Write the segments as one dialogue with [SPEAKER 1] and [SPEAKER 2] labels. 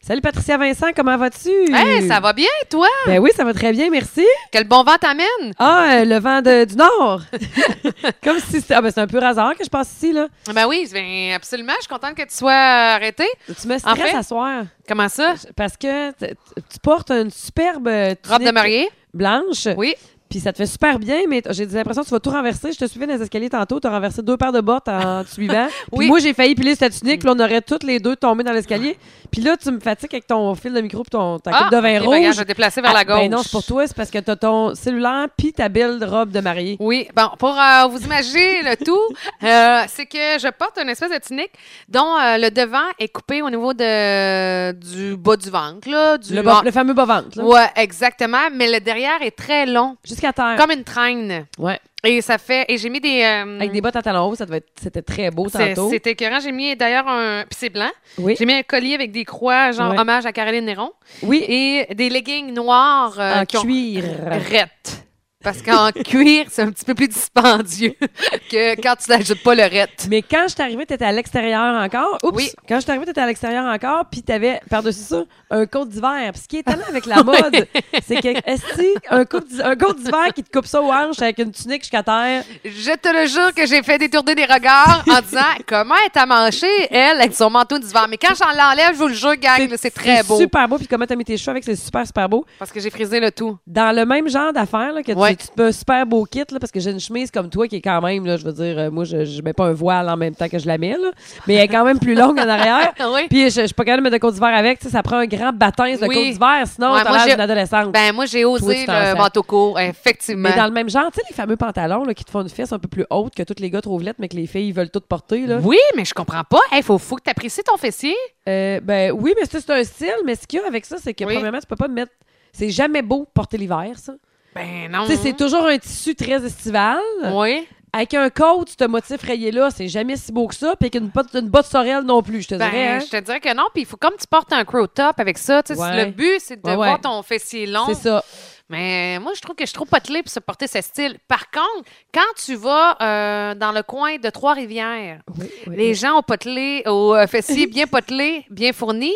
[SPEAKER 1] Salut Patricia Vincent, comment vas-tu?
[SPEAKER 2] Hey, ça va bien, toi?
[SPEAKER 1] Ben oui, ça va très bien, merci.
[SPEAKER 2] Quel bon vent t'amène?
[SPEAKER 1] Ah, euh, le vent de- du nord! Comme si c'était. Ah, ben c'est un peu hasard que je passe ici, là.
[SPEAKER 2] Ben oui, ben absolument. Je suis contente que tu sois euh, arrêtée.
[SPEAKER 1] Tu me stresses
[SPEAKER 2] En fait-
[SPEAKER 1] à soir.
[SPEAKER 2] Comment ça?
[SPEAKER 1] Parce que t- t- tu portes une superbe euh, tunique
[SPEAKER 2] Robe de mariée?
[SPEAKER 1] blanche.
[SPEAKER 2] Oui.
[SPEAKER 1] Puis ça te fait super bien, mais t- j'ai l'impression que tu vas tout renverser. Je te suivais dans les escaliers tantôt, tu as renversé deux paires de bottes en te suivant. Puis
[SPEAKER 2] Oui.
[SPEAKER 1] moi, j'ai failli piler cette tunique, puis on aurait toutes les deux tombé dans l'escalier. Puis là, tu me fatigues avec ton fil de micro puis ton, ta coupe de vin
[SPEAKER 2] Ah. ok, ben,
[SPEAKER 1] rouge.
[SPEAKER 2] regarde, je vais déplacer vers
[SPEAKER 1] Ah,
[SPEAKER 2] la gauche.
[SPEAKER 1] Ben non, c'est pour toi, c'est parce que t'as ton cellulaire puis ta belle robe de mariée.
[SPEAKER 2] Oui, bon, pour euh, vous imaginer le tout, euh, c'est que je porte une espèce de tunique dont euh, le devant est coupé au niveau de, du bas du ventre, là, du
[SPEAKER 1] Le, bas- le fameux bas-ventre, là.
[SPEAKER 2] Ouais, exactement, mais le derrière est très long,
[SPEAKER 1] Jusqu'à terre.
[SPEAKER 2] comme une traîne.
[SPEAKER 1] Ouais.
[SPEAKER 2] Et ça fait, et j'ai mis des, euh,
[SPEAKER 1] Avec des bottes à talons hauts, ça devait être- c'était très beau
[SPEAKER 2] C'est-
[SPEAKER 1] tantôt.
[SPEAKER 2] C'était écœurant. J'ai mis d'ailleurs un. Puis c'est blanc.
[SPEAKER 1] Oui.
[SPEAKER 2] J'ai mis un collier avec des croix, genre
[SPEAKER 1] Ouais.
[SPEAKER 2] hommage à Caroline Néron.
[SPEAKER 1] Oui,
[SPEAKER 2] Et des leggings noirs. euh,
[SPEAKER 1] en
[SPEAKER 2] qui ont-
[SPEAKER 1] cuir.
[SPEAKER 2] Rette. Parce qu'en cuir, c'est un petit peu plus dispendieux que quand tu n'ajoutes pas le rette.
[SPEAKER 1] Mais quand je suis arrivée, t'étais à l'extérieur encore. Oups.
[SPEAKER 2] Oui.
[SPEAKER 1] Quand je suis arrivée, t'étais à l'extérieur encore, puis t'avais, par-dessus ça, un côte d'hiver. Puis ce qui est étonnant avec la mode, c'est que, est un côte d'hi- un côte d'hiver qui te coupe ça aux hanches avec une tunique jusqu'à terre?
[SPEAKER 2] Je te le jure que j'ai fait détourner des regards en disant comment elle t'a manché, elle, avec son manteau d'hiver. Mais quand j'en l'enlève, je vous le jure, gang, là, c'est très beau.
[SPEAKER 1] super beau. Puis comment t'as mis tes cheveux avec, c'est super, super beau.
[SPEAKER 2] Parce que j'ai frisé le tout.
[SPEAKER 1] Dans le même genre d'affaires, là, que tu-
[SPEAKER 2] Ouais.
[SPEAKER 1] tu, te mets un super beau kit, là, parce que j'ai une chemise comme toi qui est quand même, là, je veux dire, euh, moi, je, je mets pas un voile en même temps que je la mets, là, mais elle est quand même plus longue en arrière.
[SPEAKER 2] Oui.
[SPEAKER 1] Puis je, je suis pas capable de mettre de côte d'hiver avec, tu sais, ça prend un grand baptême de
[SPEAKER 2] Oui.
[SPEAKER 1] côte d'hiver, sinon
[SPEAKER 2] Ouais,
[SPEAKER 1] t'as
[SPEAKER 2] moi,
[SPEAKER 1] l'air
[SPEAKER 2] j'ai-
[SPEAKER 1] d'une adolescente.
[SPEAKER 2] Ben, moi, j'ai
[SPEAKER 1] Toi, tu
[SPEAKER 2] osé
[SPEAKER 1] t'en
[SPEAKER 2] le
[SPEAKER 1] sers.
[SPEAKER 2] manteau court, effectivement.
[SPEAKER 1] Mais dans le même genre, tu sais, les fameux pantalons là, qui te font une fesse un peu plus haute que tous les gars trouvent lettres, mais que les filles veulent toutes porter. Là.
[SPEAKER 2] Oui, mais je comprends pas. Il faut, faut que tu apprécies ton fessier.
[SPEAKER 1] Euh, ben oui, mais ça, c'est un style, mais ce qu'il y a avec ça, c'est que
[SPEAKER 2] Oui.
[SPEAKER 1] premièrement, tu peux pas mettre. C'est jamais beau porter l'hiver, ça.
[SPEAKER 2] Ben non.
[SPEAKER 1] Tu sais, c'est toujours un tissu très estival.
[SPEAKER 2] Oui.
[SPEAKER 1] Avec un coat, ce motif rayé-là, c'est jamais si beau que ça. Puis avec une botte, une botte sorelle non plus, je te dirais. hein.
[SPEAKER 2] Ben, je te dirais que non. Puis il faut, comme tu portes un crow top avec ça, tu sais,
[SPEAKER 1] Ouais.
[SPEAKER 2] le but, c'est de
[SPEAKER 1] Ouais, ouais.
[SPEAKER 2] voir ton fessier long.
[SPEAKER 1] C'est ça.
[SPEAKER 2] Mais moi, je trouve que je suis trop potelée pour se porter ce style. Par contre, quand tu vas euh, dans le coin de Trois-Rivières,
[SPEAKER 1] Oui, oui,
[SPEAKER 2] les
[SPEAKER 1] oui.
[SPEAKER 2] gens au potelé, au euh, fessier bien potelé, bien fourni,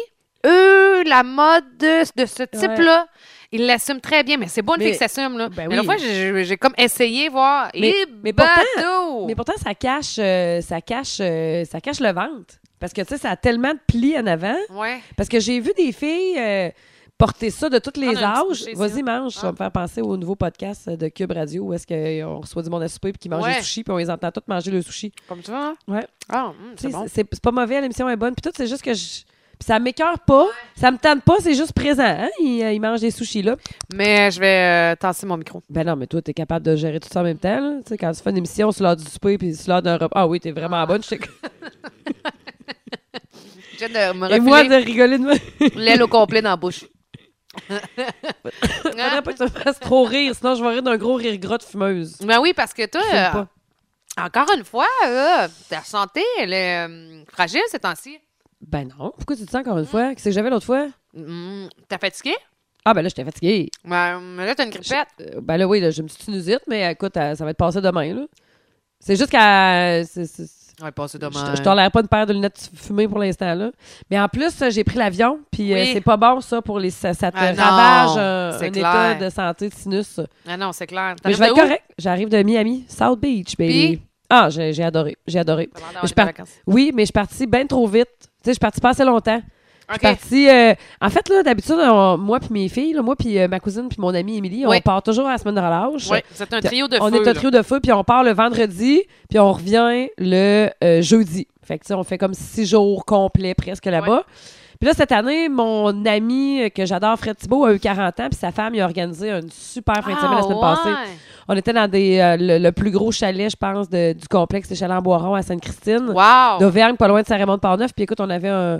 [SPEAKER 2] eux, la mode de, de ce type-là, ils l'assument très bien. Mais c'est beau, une
[SPEAKER 1] Mais-
[SPEAKER 2] fille qui s'assume, là.
[SPEAKER 1] Ben
[SPEAKER 2] Mais la
[SPEAKER 1] oui.
[SPEAKER 2] fois, j'ai j'ai comme essayé, voir.
[SPEAKER 1] Mais-
[SPEAKER 2] Eh,
[SPEAKER 1] mais pourtant-
[SPEAKER 2] bateau!
[SPEAKER 1] Mais pourtant, ça cache, euh, ça cache, euh, ça cache le ventre. Parce que, tu sais, ça a tellement de plis en avant.
[SPEAKER 2] Ouais.
[SPEAKER 1] Parce que j'ai vu des filles euh, porter ça de tous les
[SPEAKER 2] Prendre Ah, un petit
[SPEAKER 1] âges.
[SPEAKER 2] toucher,
[SPEAKER 1] Vas-y,
[SPEAKER 2] ça.
[SPEAKER 1] mange. Ça
[SPEAKER 2] Ah.
[SPEAKER 1] va me faire penser au nouveau podcast de Cube Radio où est-ce qu'on reçoit du monde à souper puis qui mange
[SPEAKER 2] Ouais.
[SPEAKER 1] des sushis puis on les entend tous manger le sushi.
[SPEAKER 2] Comme tu vois.
[SPEAKER 1] Ouais.
[SPEAKER 2] Ah, hum,
[SPEAKER 1] Tu
[SPEAKER 2] c'est
[SPEAKER 1] sais,
[SPEAKER 2] bon.
[SPEAKER 1] C'est c'est pas mauvais, l'émission est bonne. Puis tout, c'est juste que je. Puis ça m'écœure pas, ça me tente pas, c'est juste présent. Hein? Ils, euh, ils mangent des sushis là.
[SPEAKER 2] Mais je vais euh, tasser mon micro.
[SPEAKER 1] Ben non, mais toi, t'es capable de gérer tout ça en même temps. là. Tu sais, quand tu fais une émission sur l'heure du souper puis sur l'heure d'un repas. Ah oui, t'es vraiment bonne. Je sais que-
[SPEAKER 2] Je viens de me
[SPEAKER 1] Et moi,
[SPEAKER 2] refiler
[SPEAKER 1] de rigoler de moi.
[SPEAKER 2] l'aile au complet dans la bouche.
[SPEAKER 1] Faudrait
[SPEAKER 2] Hein?
[SPEAKER 1] pas que tu me fasses trop rire, sinon je vais rire d'un gros rire gras de fumeuse.
[SPEAKER 2] Ben oui, parce que toi,
[SPEAKER 1] J'aime
[SPEAKER 2] euh,
[SPEAKER 1] pas.
[SPEAKER 2] encore une fois, euh, ta santé, elle est euh, fragile ces temps-ci.
[SPEAKER 1] Ben non. Pourquoi tu dis ça
[SPEAKER 2] Mm.
[SPEAKER 1] encore une fois? Qu'est-ce que j'avais l'autre fois?
[SPEAKER 2] Hum, T'as fatigué?
[SPEAKER 1] Ah, ben là, j'étais fatiguée.
[SPEAKER 2] Ben, mais là, t'as une grippette.
[SPEAKER 1] Euh, Ben là, oui, là, j'ai une petite sinusite, mais écoute, euh, ça va être passé demain, là. C'est juste qu'à. euh, c'est- c'est- c'est-
[SPEAKER 2] Ouais, passe
[SPEAKER 1] Je
[SPEAKER 2] demain.
[SPEAKER 1] je tolère pas une paire de lunettes fumées pour l'instant, là. Mais en plus, euh, j'ai pris l'avion, puis euh,
[SPEAKER 2] Oui.
[SPEAKER 1] c'est pas bon, ça, pour les. Ça, ça te
[SPEAKER 2] Ah non,
[SPEAKER 1] ravage euh,
[SPEAKER 2] c'est
[SPEAKER 1] un
[SPEAKER 2] clair.
[SPEAKER 1] état de santé de sinus. ça.
[SPEAKER 2] Ah non, c'est clair.
[SPEAKER 1] Mais je vais être correct. J'arrive de Miami, South Beach, baby.
[SPEAKER 2] Puis?
[SPEAKER 1] Ah, j'ai j'ai adoré. J'ai adoré. Je
[SPEAKER 2] Je
[SPEAKER 1] pars-
[SPEAKER 2] parle.
[SPEAKER 1] Oui, mais je suis partie bien trop vite. Tu sais, je suis partie pas assez longtemps. Je
[SPEAKER 2] OK.
[SPEAKER 1] suis partie. euh, en fait, là, d'habitude, on- moi puis mes filles, là, moi puis euh, ma cousine puis mon amie Émilie,
[SPEAKER 2] Oui.
[SPEAKER 1] on part toujours à la semaine de relâche.
[SPEAKER 2] Ouais, vous êtes un trio de
[SPEAKER 1] on
[SPEAKER 2] feu,
[SPEAKER 1] est un
[SPEAKER 2] là.
[SPEAKER 1] trio de feu, puis on part le vendredi, puis on revient le euh, jeudi. Fait que, tu sais, on fait comme six jours complets presque là-bas. Puis là, cette année, mon ami euh, que j'adore, Fred Thibault, a eu 40 ans, puis sa femme, il a organisé une super fin de semaine la semaine
[SPEAKER 2] Ah,
[SPEAKER 1] passée.
[SPEAKER 2] ouais.
[SPEAKER 1] On était dans des, euh, le, le plus gros chalet, je pense, de- du complexe des chalets en Boiron à Sainte-Christine
[SPEAKER 2] Wow!
[SPEAKER 1] d'Auvergne, pas loin de Saint-Raymond-de-Portneuf. Puis écoute, on avait un,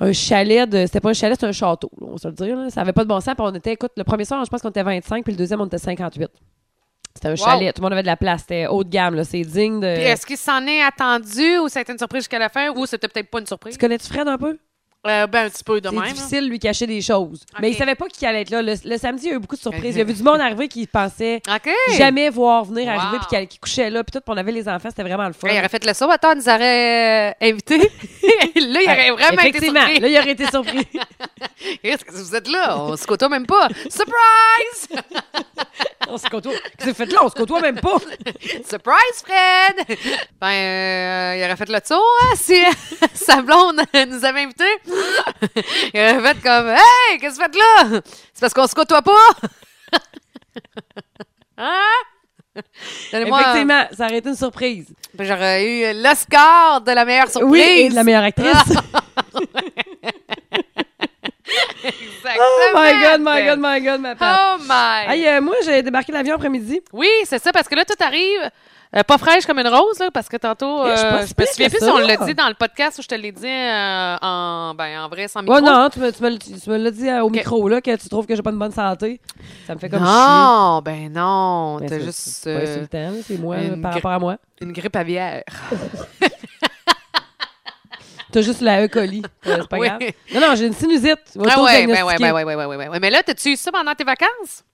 [SPEAKER 1] un chalet de. C'était pas un chalet, c'était un château, là, on se le dire. là. Ça avait pas de bon sens. Puis on était, écoute, le premier soir, je pense qu'on était 25, puis le deuxième, on était 58. C'était un chalet. Tout le monde avait de la place. C'était haut de gamme, là. C'est digne de.
[SPEAKER 2] Puis est-ce qu'il s'en est attendu ou ça a été une surprise jusqu'à la fin ou c'était peut-être pas une surprise?
[SPEAKER 1] Tu connais-tu Fred un peu?
[SPEAKER 3] Euh, ben, un petit peu de
[SPEAKER 1] C'est
[SPEAKER 3] même. hein.
[SPEAKER 1] difficile de lui cacher des choses. Mais
[SPEAKER 3] Ok.
[SPEAKER 1] il savait pas qui allait être là. Le, le samedi, il y a eu beaucoup de surprises. Il y a vu du monde arriver qui pensait
[SPEAKER 2] OK.
[SPEAKER 1] jamais voir venir arriver,
[SPEAKER 2] Wow.
[SPEAKER 1] puis qu'elle- qui couchait là, puis tout, puis on avait les enfants, c'était vraiment le fun.
[SPEAKER 2] Hey, il aurait fait le saut. Attends, il nous aurait euh, invités. là, il aurait vraiment été
[SPEAKER 1] Effectivement,
[SPEAKER 2] surpris.
[SPEAKER 1] là, il aurait été surpris.
[SPEAKER 2] Qu'est-ce que vous êtes là? On se côtoie même pas. Surprise!
[SPEAKER 1] on se côtoie. Qu'est-ce que vous faites là? On se côtoie même pas.
[SPEAKER 2] Surprise, Fred! Ben, euh, il aurait fait le tour, hein, si sa blonde nous avait invités. il aurait fait comme, hey, qu'est-ce que vous faites là? C'est parce qu'on se côtoie pas! hein? Donnez-moi. euh,
[SPEAKER 1] Effectivement, ça aurait été une surprise.
[SPEAKER 2] ben, J'aurais eu l'Oscar de la meilleure surprise. Ah,
[SPEAKER 1] Oui, et de la meilleure actrice.
[SPEAKER 2] Exactement.
[SPEAKER 1] oh my God, my God, my God, ma patte.
[SPEAKER 2] Oh my.
[SPEAKER 1] Hey, euh, moi, j'ai débarqué de l'avion après-midi.
[SPEAKER 2] Oui, c'est ça, parce que là, tout arrive euh, pas fraîche comme une rose, là, parce que tantôt,
[SPEAKER 1] Eh, je suis
[SPEAKER 2] euh,
[SPEAKER 1] pas
[SPEAKER 2] je,
[SPEAKER 1] si
[SPEAKER 2] me
[SPEAKER 1] pire
[SPEAKER 2] souviens
[SPEAKER 1] que
[SPEAKER 2] plus si
[SPEAKER 1] ça.
[SPEAKER 2] on l'a dit dans le podcast ou je te l'ai dit euh, en, ben, en vrai sans micro.
[SPEAKER 1] Ouais, non, tu me, tu me, tu me l'as dit euh, au micro, là, que tu trouves que j'ai pas une bonne santé. Ça me fait comme chier.
[SPEAKER 2] non, ben non,
[SPEAKER 1] Ben,
[SPEAKER 2] t'as
[SPEAKER 1] c'est-
[SPEAKER 2] juste
[SPEAKER 1] C'est pas
[SPEAKER 2] euh,
[SPEAKER 1] insultant, là, c'est moi,
[SPEAKER 2] une
[SPEAKER 1] là, par
[SPEAKER 2] gri-
[SPEAKER 1] rapport à moi.
[SPEAKER 2] une grippe aviaire.
[SPEAKER 1] T'as juste la E. coli. Euh, C'est pas
[SPEAKER 2] Oui.
[SPEAKER 1] grave. Non, non, j'ai une sinusite.
[SPEAKER 2] Ah ouais, ben ouais,
[SPEAKER 1] auto-diagnostiquée.
[SPEAKER 2] ben ouais, ouais, ouais, ouais, ouais. Mais là, t'as-tu eu ça pendant tes vacances?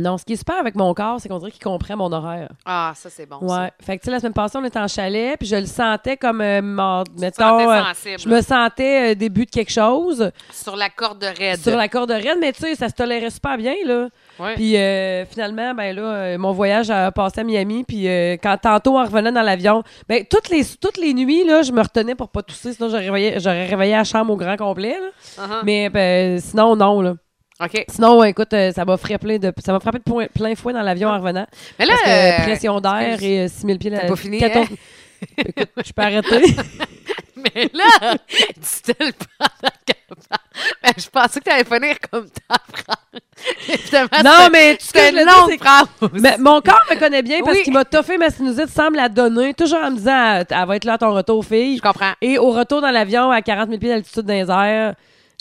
[SPEAKER 1] Non, ce qui est super avec mon corps, c'est qu'on dirait qu'il comprend mon horaire.
[SPEAKER 2] Ah, ça, c'est bon. ça.
[SPEAKER 1] Ouais. Fait que, tu sais, la semaine passée, on était en chalet, puis je le sentais comme, euh, mord-
[SPEAKER 2] Tu te sentais
[SPEAKER 1] mettons, euh,
[SPEAKER 2] sensible,
[SPEAKER 1] je me sentais euh, début de quelque chose
[SPEAKER 2] Sur la corde raide.
[SPEAKER 1] sur la corde raide, mais tu sais, ça se tolérait super bien, là.
[SPEAKER 2] Ouais.
[SPEAKER 1] Puis euh, finalement, ben là, euh, mon voyage a passé à Miami, puis euh, quand tantôt on revenait dans l'avion, ben toutes les toutes les nuits là, je me retenais pour pas tousser, sinon j'aurais réveillé, j'aurais réveillé la chambre au grand complet. là.
[SPEAKER 2] Uh-huh.
[SPEAKER 1] Mais ben, sinon non là.
[SPEAKER 2] OK.
[SPEAKER 1] Sinon écoute, euh, ça m'a frappé de ça m'a frappé de point- plein fouet dans
[SPEAKER 2] Ah.
[SPEAKER 1] l'avion en revenant
[SPEAKER 2] Mais là,
[SPEAKER 1] parce que
[SPEAKER 2] euh,
[SPEAKER 1] pression d'air
[SPEAKER 2] excuse.
[SPEAKER 1] et euh, 6000 pieds la
[SPEAKER 2] T'as pas fini, hein?
[SPEAKER 1] Écoute, je peux arrêter.
[SPEAKER 2] Mais là, dit-elle pendant qu'elle parle. Ben, je pensais que tu allais finir comme ta phrase. Évidemment,
[SPEAKER 1] non
[SPEAKER 2] c'était-
[SPEAKER 1] mais tu
[SPEAKER 2] c'était
[SPEAKER 1] sais,
[SPEAKER 2] une
[SPEAKER 1] je le dis,
[SPEAKER 2] longue
[SPEAKER 1] c'est-
[SPEAKER 2] phrase.
[SPEAKER 1] Mais mon corps me connaît bien parce
[SPEAKER 2] Oui.
[SPEAKER 1] qu'il m'a toffé ma sinusite sans me la donner, toujours en me disant ah, elle va être là à ton retour fille.
[SPEAKER 2] Je comprends.
[SPEAKER 1] Et au retour dans l'avion, à 40 000 pieds d'altitude dans les airs,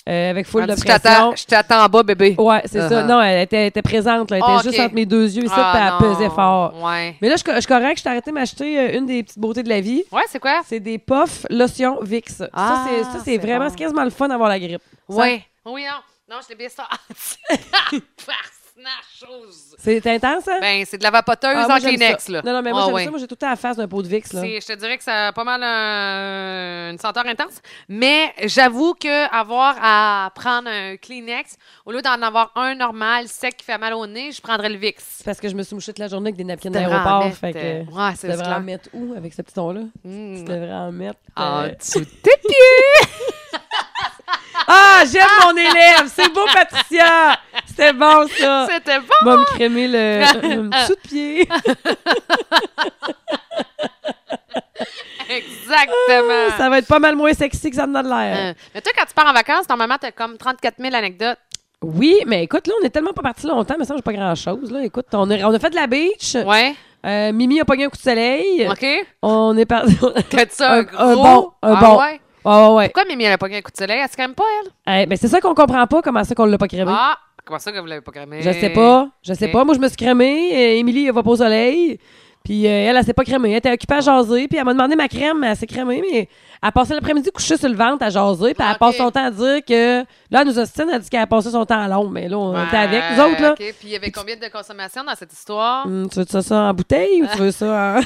[SPEAKER 1] euh, avec full
[SPEAKER 2] Elle
[SPEAKER 1] de
[SPEAKER 2] dit, Je t'attends-
[SPEAKER 1] pression.
[SPEAKER 2] je t'attends en bas, bébé.
[SPEAKER 1] Ouais, c'est ça.
[SPEAKER 2] Uh-huh.
[SPEAKER 1] Non, elle était, elle était présente. Là. Elle était
[SPEAKER 2] Ah,
[SPEAKER 1] juste
[SPEAKER 2] ok.
[SPEAKER 1] entre mes deux yeux ici,
[SPEAKER 2] Ah,
[SPEAKER 1] puis elle
[SPEAKER 2] non.
[SPEAKER 1] pesait fort.
[SPEAKER 2] Ouais.
[SPEAKER 1] Mais là, je je suis correct. Je t'ai arrêté de m'acheter euh, une des petites beautés de la vie.
[SPEAKER 2] Ouais, c'est quoi?
[SPEAKER 1] C'est des puffs lotion Vix.
[SPEAKER 2] Ah,
[SPEAKER 1] ça, c'est, ça, c'est
[SPEAKER 2] c'est
[SPEAKER 1] vraiment,
[SPEAKER 2] bon.
[SPEAKER 1] c'est quasiment le fun d'avoir la grippe. Ça,
[SPEAKER 2] Ouais. Oui, non. Non, je l'ai bien sorti. Farce, na chose.
[SPEAKER 1] C'est intense, hein?
[SPEAKER 2] Ben, c'est de la vapoteuse
[SPEAKER 1] Ah, moi,
[SPEAKER 2] en
[SPEAKER 1] j'aime
[SPEAKER 2] Kleenex,
[SPEAKER 1] ça.
[SPEAKER 2] là.
[SPEAKER 1] Non, non, mais moi,
[SPEAKER 2] Ah,
[SPEAKER 1] j'aime
[SPEAKER 2] ouais.
[SPEAKER 1] ça. Moi, j'ai tout le temps la face d'un pot de Vix, là.
[SPEAKER 2] C'est- Je te dirais que ça a pas mal un- une senteur intense, mais j'avoue que avoir à prendre un Kleenex au lieu d'en avoir un normal sec qui fait mal au nez, je prendrais le Vicks.
[SPEAKER 1] C'est parce que je me suis mouchée toute la journée avec des napkins
[SPEAKER 2] Devrais en
[SPEAKER 1] d'aéroport.
[SPEAKER 2] mettre,
[SPEAKER 1] Fait que
[SPEAKER 2] euh,
[SPEAKER 1] euh,
[SPEAKER 2] ouais, c'est
[SPEAKER 1] tu devrais
[SPEAKER 2] clair.
[SPEAKER 1] en mettre où avec ce petit ton-là?
[SPEAKER 2] Mm.
[SPEAKER 1] Tu devrais en mettre.
[SPEAKER 2] En
[SPEAKER 1] euh,
[SPEAKER 2] dessous de tes pieds.
[SPEAKER 1] Ah, j'aime mon élève! C'est beau, Patricia! C'était bon, ça!
[SPEAKER 2] C'était bon.
[SPEAKER 1] Moi, me crémer le sous de pied.
[SPEAKER 2] Exactement.
[SPEAKER 1] Ah, ça va être pas mal moins sexy que ça en a de l'air.
[SPEAKER 2] Euh, Mais toi, quand tu pars en vacances, normalement, t'as comme 34 000 anecdotes.
[SPEAKER 1] Oui, mais écoute, là, on est tellement pas parti longtemps, mais ça, j'ai pas grand-chose. Là. Écoute, on a, on a fait de la beach.
[SPEAKER 2] Ouais.
[SPEAKER 1] Euh, Mimi a pogné un coup de soleil.
[SPEAKER 2] OK?
[SPEAKER 1] On est parti.
[SPEAKER 2] T'as ça un,
[SPEAKER 1] Un-
[SPEAKER 2] gros.
[SPEAKER 1] un bon, un
[SPEAKER 2] Ah
[SPEAKER 1] bon.
[SPEAKER 2] ouais?
[SPEAKER 1] Ah ouais, ouais.
[SPEAKER 2] Pourquoi Mimi, elle a pas gagné un coup de soleil? Elle se crème pas, elle?
[SPEAKER 1] Eh, mais c'est ça qu'on comprend pas, comment ça qu'on l'a pas crémé.
[SPEAKER 2] Ah! Comment ça que vous l'avez pas crémé?
[SPEAKER 1] Je sais pas. Je sais
[SPEAKER 2] Ok.
[SPEAKER 1] pas. Moi, je me suis crémée. Euh, Émilie, elle va pas au soleil. Puis euh, elle, elle s'est pas crémée. Elle était occupée à jaser. Puis elle m'a demandé ma crème. Elle s'est crémée, mais elle passait l'après-midi couchée sur le ventre à jaser. Puis elle
[SPEAKER 2] Ah, ok.
[SPEAKER 1] passe son temps à dire que. Là, elle nous ostine. Elle dit qu'elle a passé son temps à l'ombre. Mais là, on était avec nous autres, là.
[SPEAKER 2] OK. Puis il y avait combien de consommations dans cette histoire?
[SPEAKER 1] Hum, tu veux ça, ça en bouteille ou tu veux ça en.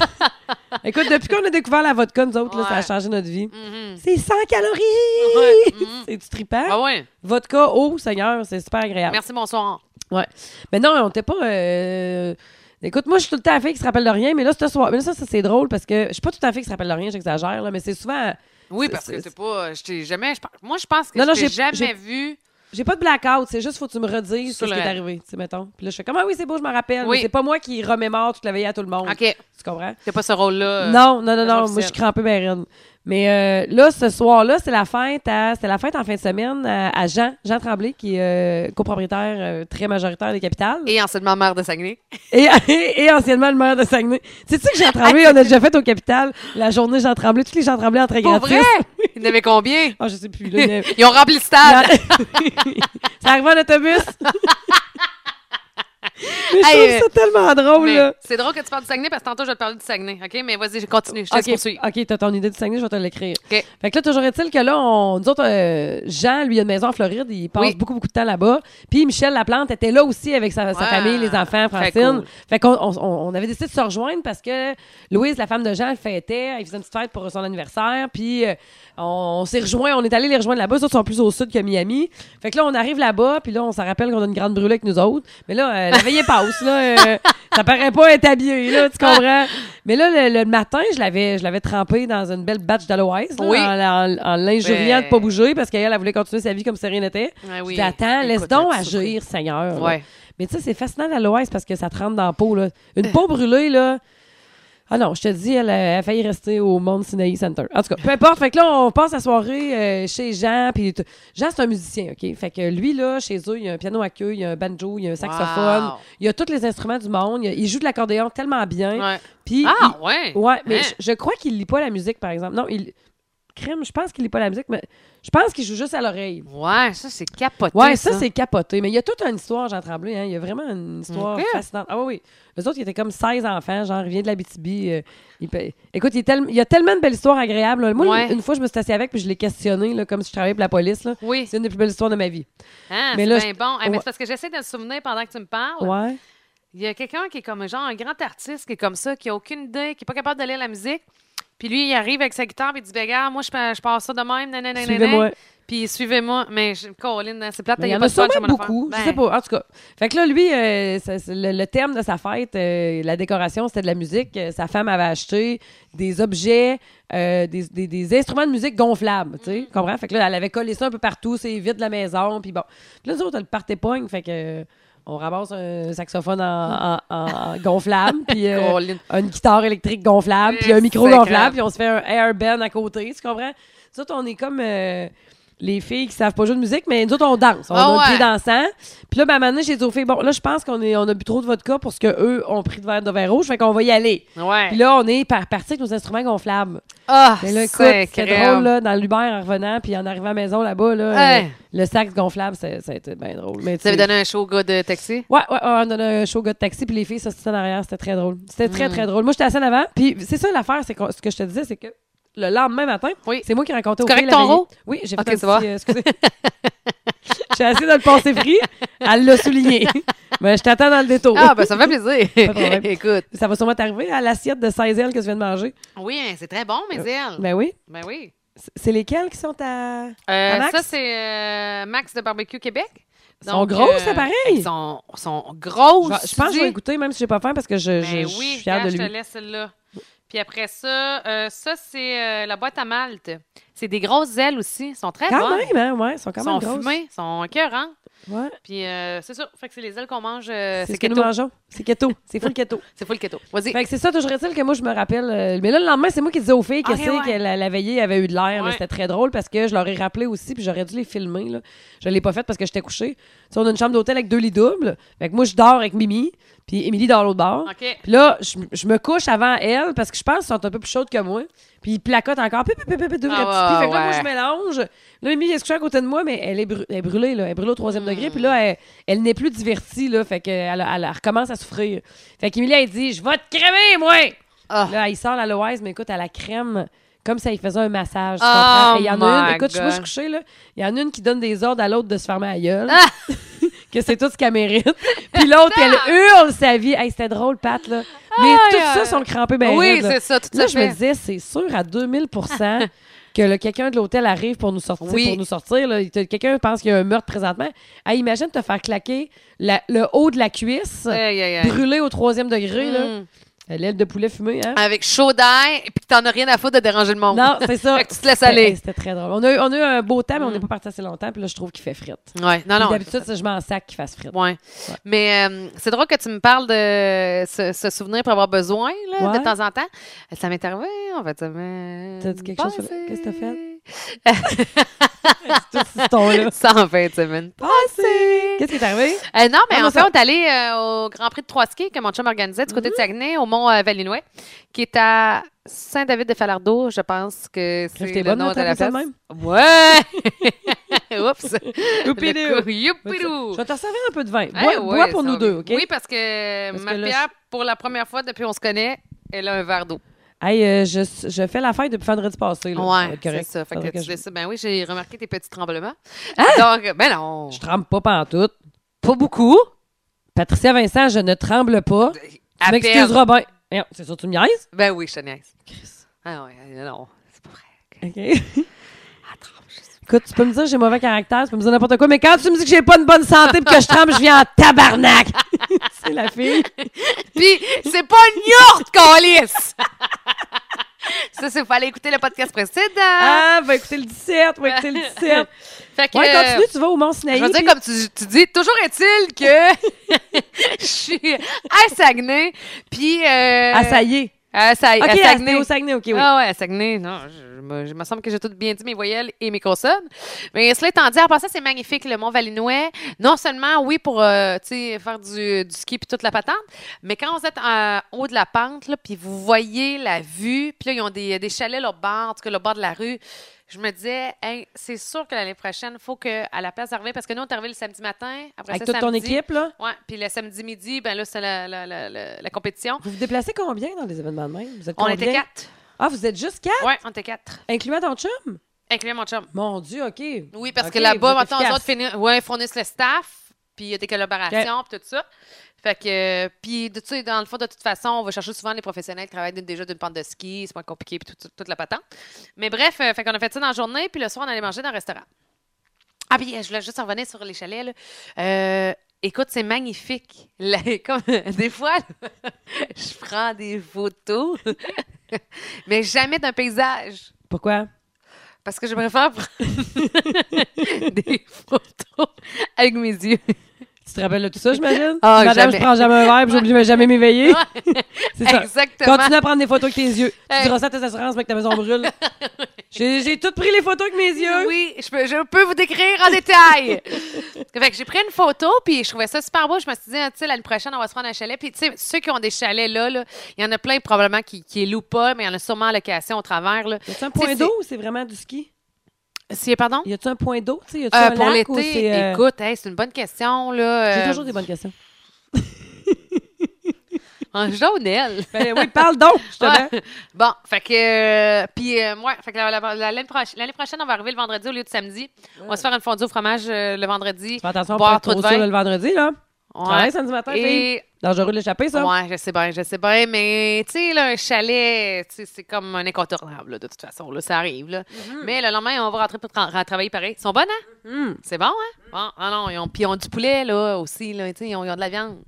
[SPEAKER 1] Écoute, depuis qu'on a découvert la vodka, nous autres, là, ça a
[SPEAKER 2] Ouais.
[SPEAKER 1] changé notre vie.
[SPEAKER 2] Mhm.
[SPEAKER 1] C'est 100 calories!
[SPEAKER 2] Ouais, mhm.
[SPEAKER 1] C'est du trippant.
[SPEAKER 2] Ah ouais.
[SPEAKER 1] Vodka, oh, Seigneur, c'est super agréable.
[SPEAKER 2] Merci, bonsoir.
[SPEAKER 1] Ouais. Mais non, on était pas. euh, Écoute, moi, je suis tout le temps la fille qui se rappelle de rien, mais là, ce soir. Mais là, ça, ça, c'est drôle parce que je suis pas tout le temps la fille qui se rappelle de rien, j'exagère, là, mais c'est souvent.
[SPEAKER 2] Oui,
[SPEAKER 1] C'est-
[SPEAKER 2] parce que
[SPEAKER 1] c'est-
[SPEAKER 2] t'es pas. euh, Je t'ai jamais. je pense- moi, je pense que
[SPEAKER 1] Non, non,
[SPEAKER 2] je t'ai
[SPEAKER 1] j'ai-
[SPEAKER 2] jamais
[SPEAKER 1] j'ai-
[SPEAKER 2] vu.
[SPEAKER 1] J'ai pas de blackout, c'est juste faut que tu me redises
[SPEAKER 2] Sur
[SPEAKER 1] ce qui
[SPEAKER 2] le-
[SPEAKER 1] est arrivé, tu sais, mettons. Puis là, je fais comme, ah oui, c'est beau, je m'en rappelle.
[SPEAKER 2] Oui.
[SPEAKER 1] Mais c'est pas moi qui remémore toute la veillée à tout le monde.
[SPEAKER 2] OK.
[SPEAKER 1] Tu comprends?
[SPEAKER 2] T'as pas ce rôle-là. euh,
[SPEAKER 1] non, non, non,
[SPEAKER 2] raison
[SPEAKER 1] non, moi, je
[SPEAKER 2] officielle.
[SPEAKER 1] suis crampée, ben raide. Mais euh, là, ce soir-là, c'est la fête à, c'était la fête en fin de semaine à, à Jean, Jean Tremblay, qui est euh, copropriétaire euh, très majoritaire des capitales.
[SPEAKER 2] Et anciennement maire de Saguenay.
[SPEAKER 1] Et, et anciennement le maire de Saguenay. Sais-tu que Jean Tremblay, on a déjà fait au Capital la journée Jean Tremblay, tous les Jean Tremblay en très
[SPEAKER 2] Pour
[SPEAKER 1] gratuit.
[SPEAKER 2] vrai? Il y en avait combien?
[SPEAKER 1] Ah, je sais plus. Là, il y a-
[SPEAKER 2] Ils ont rempli le stade.
[SPEAKER 1] Ça arrive en autobus. Mais je
[SPEAKER 2] Hey, euh,
[SPEAKER 1] trouve ça tellement drôle,
[SPEAKER 2] Mais
[SPEAKER 1] là.
[SPEAKER 2] C'est drôle que tu parles du Saguenay parce que tantôt, je vais te parler du Saguenay. OK? Mais vas-y, je continue. Je te laisse
[SPEAKER 1] OK,
[SPEAKER 2] poursuivre.
[SPEAKER 1] OK, t'as ton idée du Saguenay, je vais te l'écrire.
[SPEAKER 2] OK.
[SPEAKER 1] Fait que là, toujours est-il que là, on, nous autres, euh, Jean, lui, il a une maison en Floride, il passe
[SPEAKER 2] Oui.
[SPEAKER 1] beaucoup, beaucoup de temps là-bas. Puis Michel Laplante était là aussi avec sa, sa
[SPEAKER 2] Ouais.
[SPEAKER 1] famille, les enfants,
[SPEAKER 2] Très
[SPEAKER 1] Francine.
[SPEAKER 2] cool.
[SPEAKER 1] Fait qu'on on, on- on avait décidé de se rejoindre parce que Louise, la femme de Jean, elle fêtait, elle faisait une petite fête pour son anniversaire. Puis euh, on, on s'est rejoints, on est allé les rejoindre là-bas. Eux autres sont plus au sud que Miami. Fait que là, on arrive là-bas, puis là, on s'en rappelle qu'on a une grande brûlée avec nous autres. Mais là, euh, la veillée passe, là. euh, ça paraît pas être habillé, là, tu comprends? Mais là, le, le matin, je l'avais, je l'avais trempé dans une belle batch d'aloès, là,
[SPEAKER 2] Oui.
[SPEAKER 1] en, en, en l'injuriant
[SPEAKER 2] Ben.
[SPEAKER 1] de pas bouger parce qu'elle, elle voulait continuer sa vie comme si rien n'était. Ah
[SPEAKER 2] Ouais, oui.
[SPEAKER 1] Je dis, attends, laisse
[SPEAKER 2] Écoute,
[SPEAKER 1] donc
[SPEAKER 2] là, tu
[SPEAKER 1] agir, Seigneur. là.
[SPEAKER 2] Ouais.
[SPEAKER 1] Mais tu sais, c'est fascinant l'aloès parce que ça te rentre dans la peau, là. Une
[SPEAKER 2] Euh.
[SPEAKER 1] peau brûlée, là. Ah non, je te dis, elle a, elle a failli rester au Mount Sinai Center. En tout cas, peu importe. Fait que là, on passe la soirée euh, chez Jean. Puis t- Jean, c'est un musicien, OK? Fait que lui, là, chez eux, il y a un piano à queue, il y a un banjo, il y a un saxophone.
[SPEAKER 2] Wow.
[SPEAKER 1] Il y a tous les instruments du monde. Il, y a- il joue de l'accordéon tellement bien.
[SPEAKER 2] Ouais.
[SPEAKER 1] Puis
[SPEAKER 2] Ah, ouais.
[SPEAKER 1] il- ouais, mais
[SPEAKER 2] Hein?
[SPEAKER 1] je, je crois qu'il lit pas la musique, par exemple. Non, il... Crème, je pense qu'il lit pas la musique, mais je pense qu'il joue juste à l'oreille.
[SPEAKER 2] Ouais, ça, c'est capoté.
[SPEAKER 1] Ouais, ça, c'est capoté. Mais il y a toute une histoire, Jean Tremblay. Hein. Il y a vraiment une histoire
[SPEAKER 2] Ok.
[SPEAKER 1] fascinante. Ah oui, oui. Les autres, ils étaient comme 16 enfants. Genre, il vient de la BTB. Écoute, il, est tellement- il y a tellement de belles histoires agréables. là. Moi,
[SPEAKER 2] Ouais.
[SPEAKER 1] une fois, je me suis assise avec puis je l'ai questionné là, comme si je travaillais pour la police. là.
[SPEAKER 2] Oui.
[SPEAKER 1] C'est une des plus belles histoires de ma vie.
[SPEAKER 2] Ah,
[SPEAKER 1] Mais
[SPEAKER 2] c'est
[SPEAKER 1] là,
[SPEAKER 2] bien
[SPEAKER 1] je-
[SPEAKER 2] bon. Ah, mais
[SPEAKER 1] Ouais.
[SPEAKER 2] c'est parce que j'essaie de me souvenir pendant que tu me parles.
[SPEAKER 1] Ouais.
[SPEAKER 2] Il y a quelqu'un qui est comme genre un grand artiste qui est comme ça, qui a aucune idée, qui est pas capable de lire la musique. Puis lui, il arrive avec sa guitare et il dit Bégarde, moi, je, pa- je passe ça de même. nanana, nanana.
[SPEAKER 1] Suivez-moi.
[SPEAKER 2] Puis suivez-moi. Mais je- Colin, c'est plate,
[SPEAKER 1] Mais
[SPEAKER 2] il
[SPEAKER 1] il
[SPEAKER 2] y
[SPEAKER 1] y
[SPEAKER 2] a
[SPEAKER 1] en
[SPEAKER 2] pas
[SPEAKER 1] a
[SPEAKER 2] de fun
[SPEAKER 1] sûrement
[SPEAKER 2] sur mon
[SPEAKER 1] beaucoup.
[SPEAKER 2] affaire.
[SPEAKER 1] Je sais
[SPEAKER 2] Ben,
[SPEAKER 1] pas. En tout cas. Fait que là, lui, euh, ça- c'est- le, le thème de sa fête, euh, la décoration, c'était de la musique. Euh, sa femme avait acheté des objets, euh, des, des- des instruments de musique gonflables. Tu sais,
[SPEAKER 2] Mm-hmm.
[SPEAKER 1] comprends? Fait que là, elle avait collé ça un peu partout, c'est vide de la maison. Puis bon. Puis là, nous autres, on le partait pogne. Fait que. euh, on ramasse un saxophone en, en- en- en gonflable, puis euh,
[SPEAKER 2] Ben, Colin.
[SPEAKER 1] une guitare électrique gonflable, puis
[SPEAKER 2] Eh,
[SPEAKER 1] un micro
[SPEAKER 2] sacré.
[SPEAKER 1] gonflable, puis on se fait un airband à côté, tu comprends? Nous autres, on est comme euh, les filles qui savent pas jouer de musique, mais nous autres, on danse. On
[SPEAKER 2] Ah
[SPEAKER 1] a
[SPEAKER 2] ouais.
[SPEAKER 1] le pied dansant. Puis là, ben, à un moment donné, j'ai dit aux filles, bon, là, je pense qu'on est, on a bu trop de vodka pour ce que eux ont pris de verre de vin rouge, fait qu'on va y aller.
[SPEAKER 2] Ouais.
[SPEAKER 1] Puis là, on est par parti avec nos instruments gonflables.
[SPEAKER 2] ah,
[SPEAKER 1] Mais là, écoute,
[SPEAKER 2] c'est
[SPEAKER 1] c'était
[SPEAKER 2] crème.
[SPEAKER 1] drôle, là, dans l'Uber en revenant, puis en arrivant à la maison là-bas, là,
[SPEAKER 2] Hey.
[SPEAKER 1] euh, le sax gonflable, c'est- ça a été bien drôle. Mais
[SPEAKER 2] Vous avez
[SPEAKER 1] tu-
[SPEAKER 2] donné un show au gars de taxi?
[SPEAKER 1] Ouais, ouais, ouais, on a un show gars de taxi, puis les filles, ça, c'était en arrière, c'était très drôle. C'était très,
[SPEAKER 2] Mm.
[SPEAKER 1] très drôle. Moi, j'étais assez en avant, puis c'est ça l'affaire, c'est qu'on- ce que je te disais, c'est que le lendemain matin,
[SPEAKER 2] Oui.
[SPEAKER 1] c'est moi qui racontais au
[SPEAKER 2] C'est correct, ton rôle?
[SPEAKER 1] Oui, j'ai
[SPEAKER 2] Ok,
[SPEAKER 1] fait un
[SPEAKER 2] ça va.
[SPEAKER 1] petit, euh, excusez. J'ai assez dans le passé frit, elle l'a souligné. Mais je t'attends dans le détour.
[SPEAKER 2] Ah, ben ça me fait plaisir.
[SPEAKER 1] de problème.
[SPEAKER 2] Écoute.
[SPEAKER 1] Ça va sûrement t'arriver à l'assiette de 16 ailes que tu viens de manger.
[SPEAKER 2] Oui, hein, c'est très bon, mes ailes. Ben,
[SPEAKER 1] Ben oui.
[SPEAKER 2] oui.
[SPEAKER 1] C- C'est lesquelles qui sont à.
[SPEAKER 2] Euh,
[SPEAKER 1] À Max?
[SPEAKER 2] Ça, c'est euh, Max de Barbecue Québec. euh,
[SPEAKER 1] Ils sont grosses, c'est pareil.
[SPEAKER 2] Ils sont, sont grosses.
[SPEAKER 1] Je, je pense que je vais goûter, même si je pas faim, parce que je, je-
[SPEAKER 2] Ben
[SPEAKER 1] je
[SPEAKER 2] oui,
[SPEAKER 1] suis fière
[SPEAKER 2] regarde,
[SPEAKER 1] de
[SPEAKER 2] je te
[SPEAKER 1] lui.
[SPEAKER 2] laisse celle-là. Puis après ça, euh, ça, c'est euh, la boîte à malte. C'est des grosses ailes aussi. Elles sont très
[SPEAKER 1] Quand
[SPEAKER 2] bonnes.
[SPEAKER 1] même, hein, ouais, ils sont quand
[SPEAKER 2] Ah Elles
[SPEAKER 1] même
[SPEAKER 2] sont
[SPEAKER 1] grosses.
[SPEAKER 2] fumées, elles sont écœurantes.
[SPEAKER 1] Ouais.
[SPEAKER 2] Puis euh, c'est ça. Fait que c'est les ailes qu'on mange. euh,
[SPEAKER 1] C'est
[SPEAKER 2] c'est
[SPEAKER 1] ce que nous
[SPEAKER 2] keto.
[SPEAKER 1] mangeons. Ben, C'est keto. C'est full keto.
[SPEAKER 2] C'est full keto. Vas-y.
[SPEAKER 1] Fait que c'est ça, toujours est-il que moi, je me rappelle. euh, mais là, le lendemain, c'est moi qui disais aux filles
[SPEAKER 2] Ok,
[SPEAKER 1] que c'est
[SPEAKER 2] Ah, ouais.
[SPEAKER 1] que la, la veillée avait eu de l'air.
[SPEAKER 2] Ouais.
[SPEAKER 1] Mais c'était très drôle parce que je leur ai rappelé aussi, puis j'aurais dû les filmer. Là. Je l'ai pas fait parce que j'étais couchée. Tu sais, on a une chambre d'hôtel avec deux lits doubles. Fait que moi, je dors avec Mimi, puis Émilie dort l'autre bord.
[SPEAKER 2] OK.
[SPEAKER 1] Puis là, je, je me couche avant elle parce que je pense qu'elles sont un peu plus chaudes que moi. Puis ils placotent encore. Pip, pip, pip, pip, deux
[SPEAKER 2] Ah
[SPEAKER 1] vrais
[SPEAKER 2] ouais,
[SPEAKER 1] petits pieds. Fait que là, moi,
[SPEAKER 2] ouais.
[SPEAKER 1] je mélange. Là, Mimi elle se couche à côté de moi, mais elle est, bru- elle est brûlée, là. Elle est brûlée au troisième degré. Puis
[SPEAKER 2] Hmm.
[SPEAKER 1] là, elle, elle n'est plus divertie, là. Fait qu'elle elle, elle recommence à souffrir. Fait qu'Emilie, elle dit Je vais te crémer, moi
[SPEAKER 2] Ah.
[SPEAKER 1] Là, il sort l'aloès, mais écoute, à la crème. Comme ça, il faisait un massage. tu
[SPEAKER 2] Oh
[SPEAKER 1] comprends? Et Il y en a
[SPEAKER 2] my
[SPEAKER 1] une, écoute, moi, je suis
[SPEAKER 2] God.
[SPEAKER 1] couchée, là. Il y en a une qui donne des ordres à l'autre de se fermer à gueule.
[SPEAKER 2] Ah!
[SPEAKER 1] que c'est tout ce qu'elle mérite. Puis l'autre, elle
[SPEAKER 2] Ah!
[SPEAKER 1] hurle sa vie. Hey, c'était drôle, Pat, là. Mais
[SPEAKER 2] Aïe,
[SPEAKER 1] tout
[SPEAKER 2] aïe.
[SPEAKER 1] ça, sont crampés bien
[SPEAKER 2] Ah, oui,
[SPEAKER 1] raides, ben, là.
[SPEAKER 2] c'est ça. Tout
[SPEAKER 1] Là,
[SPEAKER 2] ça,
[SPEAKER 1] je me disais, c'est sûr à 2000 que le quelqu'un de l'hôtel arrive pour nous sortir.
[SPEAKER 2] Oui.
[SPEAKER 1] Pour nous sortir là. Il te- Quelqu'un pense qu'il y a un meurtre présentement. Ah, imagine te faire claquer la- le haut de la cuisse,
[SPEAKER 2] Aïe, aïe, aïe.
[SPEAKER 1] brûlé au troisième degré. là.
[SPEAKER 2] Mm.
[SPEAKER 1] L'aile de poulet fumée, hein?
[SPEAKER 2] Avec chaud d'air, puis que t'en as rien à foutre de déranger le monde.
[SPEAKER 1] Non, Ben, c'est ça.
[SPEAKER 2] Fait que tu te laisses
[SPEAKER 1] C'était-
[SPEAKER 2] aller.
[SPEAKER 1] C'était très drôle. On a, eu, on a eu un beau temps, mais on
[SPEAKER 2] Mm.
[SPEAKER 1] n'est pas parti assez longtemps. Puis là, je trouve qu'il fait frite.
[SPEAKER 2] Ouais, non,
[SPEAKER 1] Puis
[SPEAKER 2] non.
[SPEAKER 1] D'habitude, ça, je m'en sac qu'il fasse frite.
[SPEAKER 2] Ouais.
[SPEAKER 1] Ouais.
[SPEAKER 2] Mais euh, c'est drôle que tu me parles de ce, ce souvenir pour avoir besoin là,
[SPEAKER 1] Ouais.
[SPEAKER 2] de temps en temps. Ça m'est arrivé, on va dire. mais-
[SPEAKER 1] T'as dit quelque chose sur le-
[SPEAKER 2] Passé.
[SPEAKER 1] qu'est-ce que t'as fait? C'est tout ce ton-là.
[SPEAKER 2] 120 semaines.
[SPEAKER 1] Passé! Qu'est-ce qui est arrivé?
[SPEAKER 2] Euh, non, mais
[SPEAKER 1] Ah, moi,
[SPEAKER 2] en fait,
[SPEAKER 1] ça- Mm-hmm.
[SPEAKER 2] on est allé euh, au Grand Prix de Trois-Skis que mon chum organisait du côté de Saguenay, au Mont euh, Valinois, qui est à Saint-David-de-Falardeau, je pense que
[SPEAKER 1] Crève,
[SPEAKER 2] c'est
[SPEAKER 1] t'es
[SPEAKER 2] le
[SPEAKER 1] bonne,
[SPEAKER 2] nom
[SPEAKER 1] là,
[SPEAKER 2] de la
[SPEAKER 1] t'appelles
[SPEAKER 2] place.
[SPEAKER 1] ça de
[SPEAKER 2] Ouais! Oups! Le
[SPEAKER 1] Oupidou!
[SPEAKER 2] coup-
[SPEAKER 1] Je
[SPEAKER 2] Youpidou!
[SPEAKER 1] vais te servir un peu de vin.
[SPEAKER 2] Eh
[SPEAKER 1] Bois,
[SPEAKER 2] ouais,
[SPEAKER 1] bois pour
[SPEAKER 2] ça
[SPEAKER 1] nous
[SPEAKER 2] va
[SPEAKER 1] deux,
[SPEAKER 2] bien.
[SPEAKER 1] OK?
[SPEAKER 2] Oui, parce que
[SPEAKER 1] Parce que là,
[SPEAKER 2] Marie-Pierre, pour la première fois depuis on se connaît, elle a un verre d'eau.
[SPEAKER 1] Hey, euh, je, je fais la fête depuis vendredi passé. Là. Ça va
[SPEAKER 2] Ouais,
[SPEAKER 1] être
[SPEAKER 2] c'est
[SPEAKER 1] correct.
[SPEAKER 2] ça. Fait
[SPEAKER 1] va
[SPEAKER 2] que
[SPEAKER 1] être
[SPEAKER 2] tu
[SPEAKER 1] correct.
[SPEAKER 2] fais ça. Ben oui, j'ai remarqué tes petits tremblements. Donc, ben non,
[SPEAKER 1] Ah! Je tremble pas pantoute.
[SPEAKER 2] pas beaucoup.
[SPEAKER 1] Patricia Vincent, je ne tremble pas. Tu
[SPEAKER 2] À peine.
[SPEAKER 1] m'excuseras bien. Voyons, C'est sûr, tu me niaises?
[SPEAKER 2] Ben oui, je te niaise. Ah ouais, euh, non, c'est pas vrai.
[SPEAKER 1] OK.
[SPEAKER 2] Elle tremble, je sais.
[SPEAKER 1] Écoute, tu peux me dire que j'ai mauvais caractère, tu peux me dire n'importe quoi, mais quand tu me dis que j'ai pas une bonne santé et que je tremble, je viens en tabarnak. c'est la fille.
[SPEAKER 2] Puis, c'est pas une yourte, calice! Ça, c'est fallait écouter le podcast précédent.
[SPEAKER 1] Ah, va écouter le 17, va écouter le 17.
[SPEAKER 2] fait que,
[SPEAKER 1] Ouais,
[SPEAKER 2] euh,
[SPEAKER 1] continue, tu vas au Mont-Sinaï.
[SPEAKER 2] Je veux dire,
[SPEAKER 1] puis-
[SPEAKER 2] comme tu, tu dis, toujours est-il que je suis à Saguenay, puis... Euh,
[SPEAKER 1] Ah, ça y est.
[SPEAKER 2] à Sa-
[SPEAKER 1] OK,
[SPEAKER 2] à
[SPEAKER 1] à-
[SPEAKER 2] Saguenay.
[SPEAKER 1] t'es au Saguenay, OK, oui.
[SPEAKER 2] Ah ouais, à Saguenay, non, je, je me, je me semble que j'ai tout bien dit mes voyelles et mes consonnes. Mais cela étant dit, en passant, c'est magnifique, le Mont Valinois. Non seulement, oui, pour euh, tu sais, faire du, du ski puis toute la patente, mais quand vous êtes en haut de la pente, là, puis vous voyez la vue, puis là, ils ont des, des chalets là bord, en tout cas, le bord de la rue. Je me disais, Hey, c'est sûr que l'année prochaine, faut que à la place d'arriver, parce que nous, on est arrivé le samedi matin. Après
[SPEAKER 1] Avec
[SPEAKER 2] ça,
[SPEAKER 1] toute ton
[SPEAKER 2] samedi.
[SPEAKER 1] équipe, là.
[SPEAKER 2] Ouais, puis le samedi midi, ben là, c'est la, la- la- la- la compétition.
[SPEAKER 1] Vous vous déplacez combien dans les événements de même? Vous êtes
[SPEAKER 2] On
[SPEAKER 1] combien?
[SPEAKER 2] était quatre.
[SPEAKER 1] Ah, vous êtes juste quatre?
[SPEAKER 2] Ouais, on était quatre.
[SPEAKER 1] Incluant ton chum?
[SPEAKER 2] Incluant mon chum.
[SPEAKER 1] Mon Dieu, OK.
[SPEAKER 2] Oui, parce
[SPEAKER 1] OK,
[SPEAKER 2] que là-bas,
[SPEAKER 1] vous êtes
[SPEAKER 2] maintenant, eux
[SPEAKER 1] efficace.
[SPEAKER 2] autres fini- ouais, fournissent le staff, puis il y a des collaborations, puis tout ça. Fait que, euh, puis, de- tu sais, dans le fond, de toute façon, on va chercher souvent les professionnels qui travaillent d- déjà d'une pente de ski, c'est pas compliqué, puis tout- tout- toute la patente. Mais bref, euh, fait qu'on a fait ça dans la journée, puis le soir, on allait manger dans un restaurant. Ah, puis, euh, je voulais juste en revenir sur les chalets, là. Euh, écoute, c'est magnifique. Là, comme, des fois, là, je prends des photos, mais jamais d'un paysage.
[SPEAKER 1] Pourquoi?
[SPEAKER 2] Parce que je préfère prendre des photos avec mes yeux.
[SPEAKER 1] Tu te rappelles de tout ça, j'imagine?
[SPEAKER 2] Ah,
[SPEAKER 1] Madame,
[SPEAKER 2] jamais.
[SPEAKER 1] je prends jamais un verre, puis j'oublie jamais m'éveiller. C'est ça.
[SPEAKER 2] Exactement.
[SPEAKER 1] Continue à prendre des photos avec tes yeux. Tu
[SPEAKER 2] Hey.
[SPEAKER 1] diras ça à tes assurances, mais que ta maison brûle. J'ai j'ai tout pris les photos avec mes yeux.
[SPEAKER 2] Oui, je peux, je peux vous décrire en détail. fait que j'ai pris une photo, puis je trouvais ça super beau. Je me suis dit, ah, tu sais, l'année prochaine, on va se prendre un chalet. Puis, tu sais, ceux qui ont des chalets là, là, il y en a plein probablement qui, qui les louent pas, mais il y en a sûrement en location au travers. Là.
[SPEAKER 1] Y a-tu un
[SPEAKER 2] Tu
[SPEAKER 1] point
[SPEAKER 2] sais, c'est-
[SPEAKER 1] d'eau ou c'est vraiment du ski?
[SPEAKER 2] Si, pardon?
[SPEAKER 1] Y a-tu un point d'eau? tu sais? Y a-tu
[SPEAKER 2] Euh,
[SPEAKER 1] un
[SPEAKER 2] pour
[SPEAKER 1] lac ou
[SPEAKER 2] l'été,
[SPEAKER 1] c'est, euh,
[SPEAKER 2] écoute, hey, c'est une bonne question. Là,
[SPEAKER 1] J'ai
[SPEAKER 2] euh,
[SPEAKER 1] toujours des bonnes questions.
[SPEAKER 2] En jaunelle.
[SPEAKER 1] Ben oui, parle donc, justement.
[SPEAKER 2] Ouais. Bon, fait que. euh, puis, euh, ouais, fait que la- la- la- l'année proche- l'année prochaine, on va arriver le vendredi au lieu du samedi. On va se faire une fondue au fromage euh, le vendredi.
[SPEAKER 1] Fais attention,
[SPEAKER 2] Boire
[SPEAKER 1] pas
[SPEAKER 2] trop
[SPEAKER 1] trop
[SPEAKER 2] de
[SPEAKER 1] ça
[SPEAKER 2] vin.
[SPEAKER 1] le vendredi, là.
[SPEAKER 2] Ouais.
[SPEAKER 1] Travaille samedi matin, fille.
[SPEAKER 2] Et.
[SPEAKER 1] Dangereux de l'échapper, ça.
[SPEAKER 2] Ouais, je sais bien, je sais bien, mais tu sais, là, un chalet, tu sais, c'est comme un incontournable, là, de toute façon, là, ça arrive. Là. Mais le lendemain, on va rentrer pour tra- ra- travailler pareil. Ils sont bonnes, hein?
[SPEAKER 1] Hmm.
[SPEAKER 2] C'est bon, hein? Bon, ah non, ils ont, puis ils ont du poulet, là, aussi, là, tu sais, ils ont, ils ont de la viande.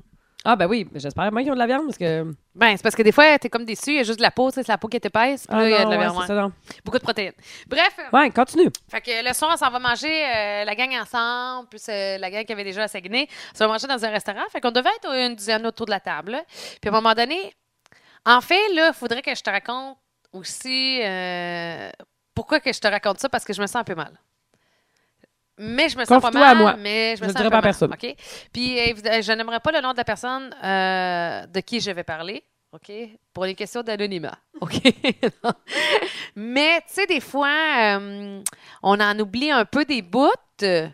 [SPEAKER 1] Ah, ben oui, mais j'espère bien qu'ils ont de la viande, parce que.
[SPEAKER 2] Ben, c'est parce que des fois, t'es comme déçu, il y a juste de la peau, tu sais, c'est la peau qui est épaisse, puis
[SPEAKER 1] Ah,
[SPEAKER 2] là, il y a
[SPEAKER 1] non,
[SPEAKER 2] de la
[SPEAKER 1] ouais,
[SPEAKER 2] viande,
[SPEAKER 1] c'est
[SPEAKER 2] ouais.
[SPEAKER 1] ça, non.
[SPEAKER 2] beaucoup de protéines. Bref,
[SPEAKER 1] Ouais, continue.
[SPEAKER 2] Fait que le soir, on s'en va manger euh, la gang ensemble, plus euh, la gang qui avait déjà à Saguenay. On s'en va manger dans un restaurant. Fait qu'on devait être une dizaine autour de la table. là. Puis à un moment donné, en fait, là, il faudrait que je te raconte aussi euh, pourquoi que je te raconte ça, parce que je me sens un peu mal. Mais je me sens pas
[SPEAKER 1] Confie-toi
[SPEAKER 2] mal,
[SPEAKER 1] à moi.
[SPEAKER 2] mais je
[SPEAKER 1] Je le
[SPEAKER 2] me sens
[SPEAKER 1] dirai
[SPEAKER 2] un peu
[SPEAKER 1] pas à
[SPEAKER 2] mal.
[SPEAKER 1] personne.
[SPEAKER 2] OK? Puis euh, évid- euh, je n'aimerais pas le nom de la personne euh, de qui je vais parler, OK? Pour les questions d'anonymat, OK? Non. Mais, tu sais, des fois, euh, on en oublie un peu des bouts. euh,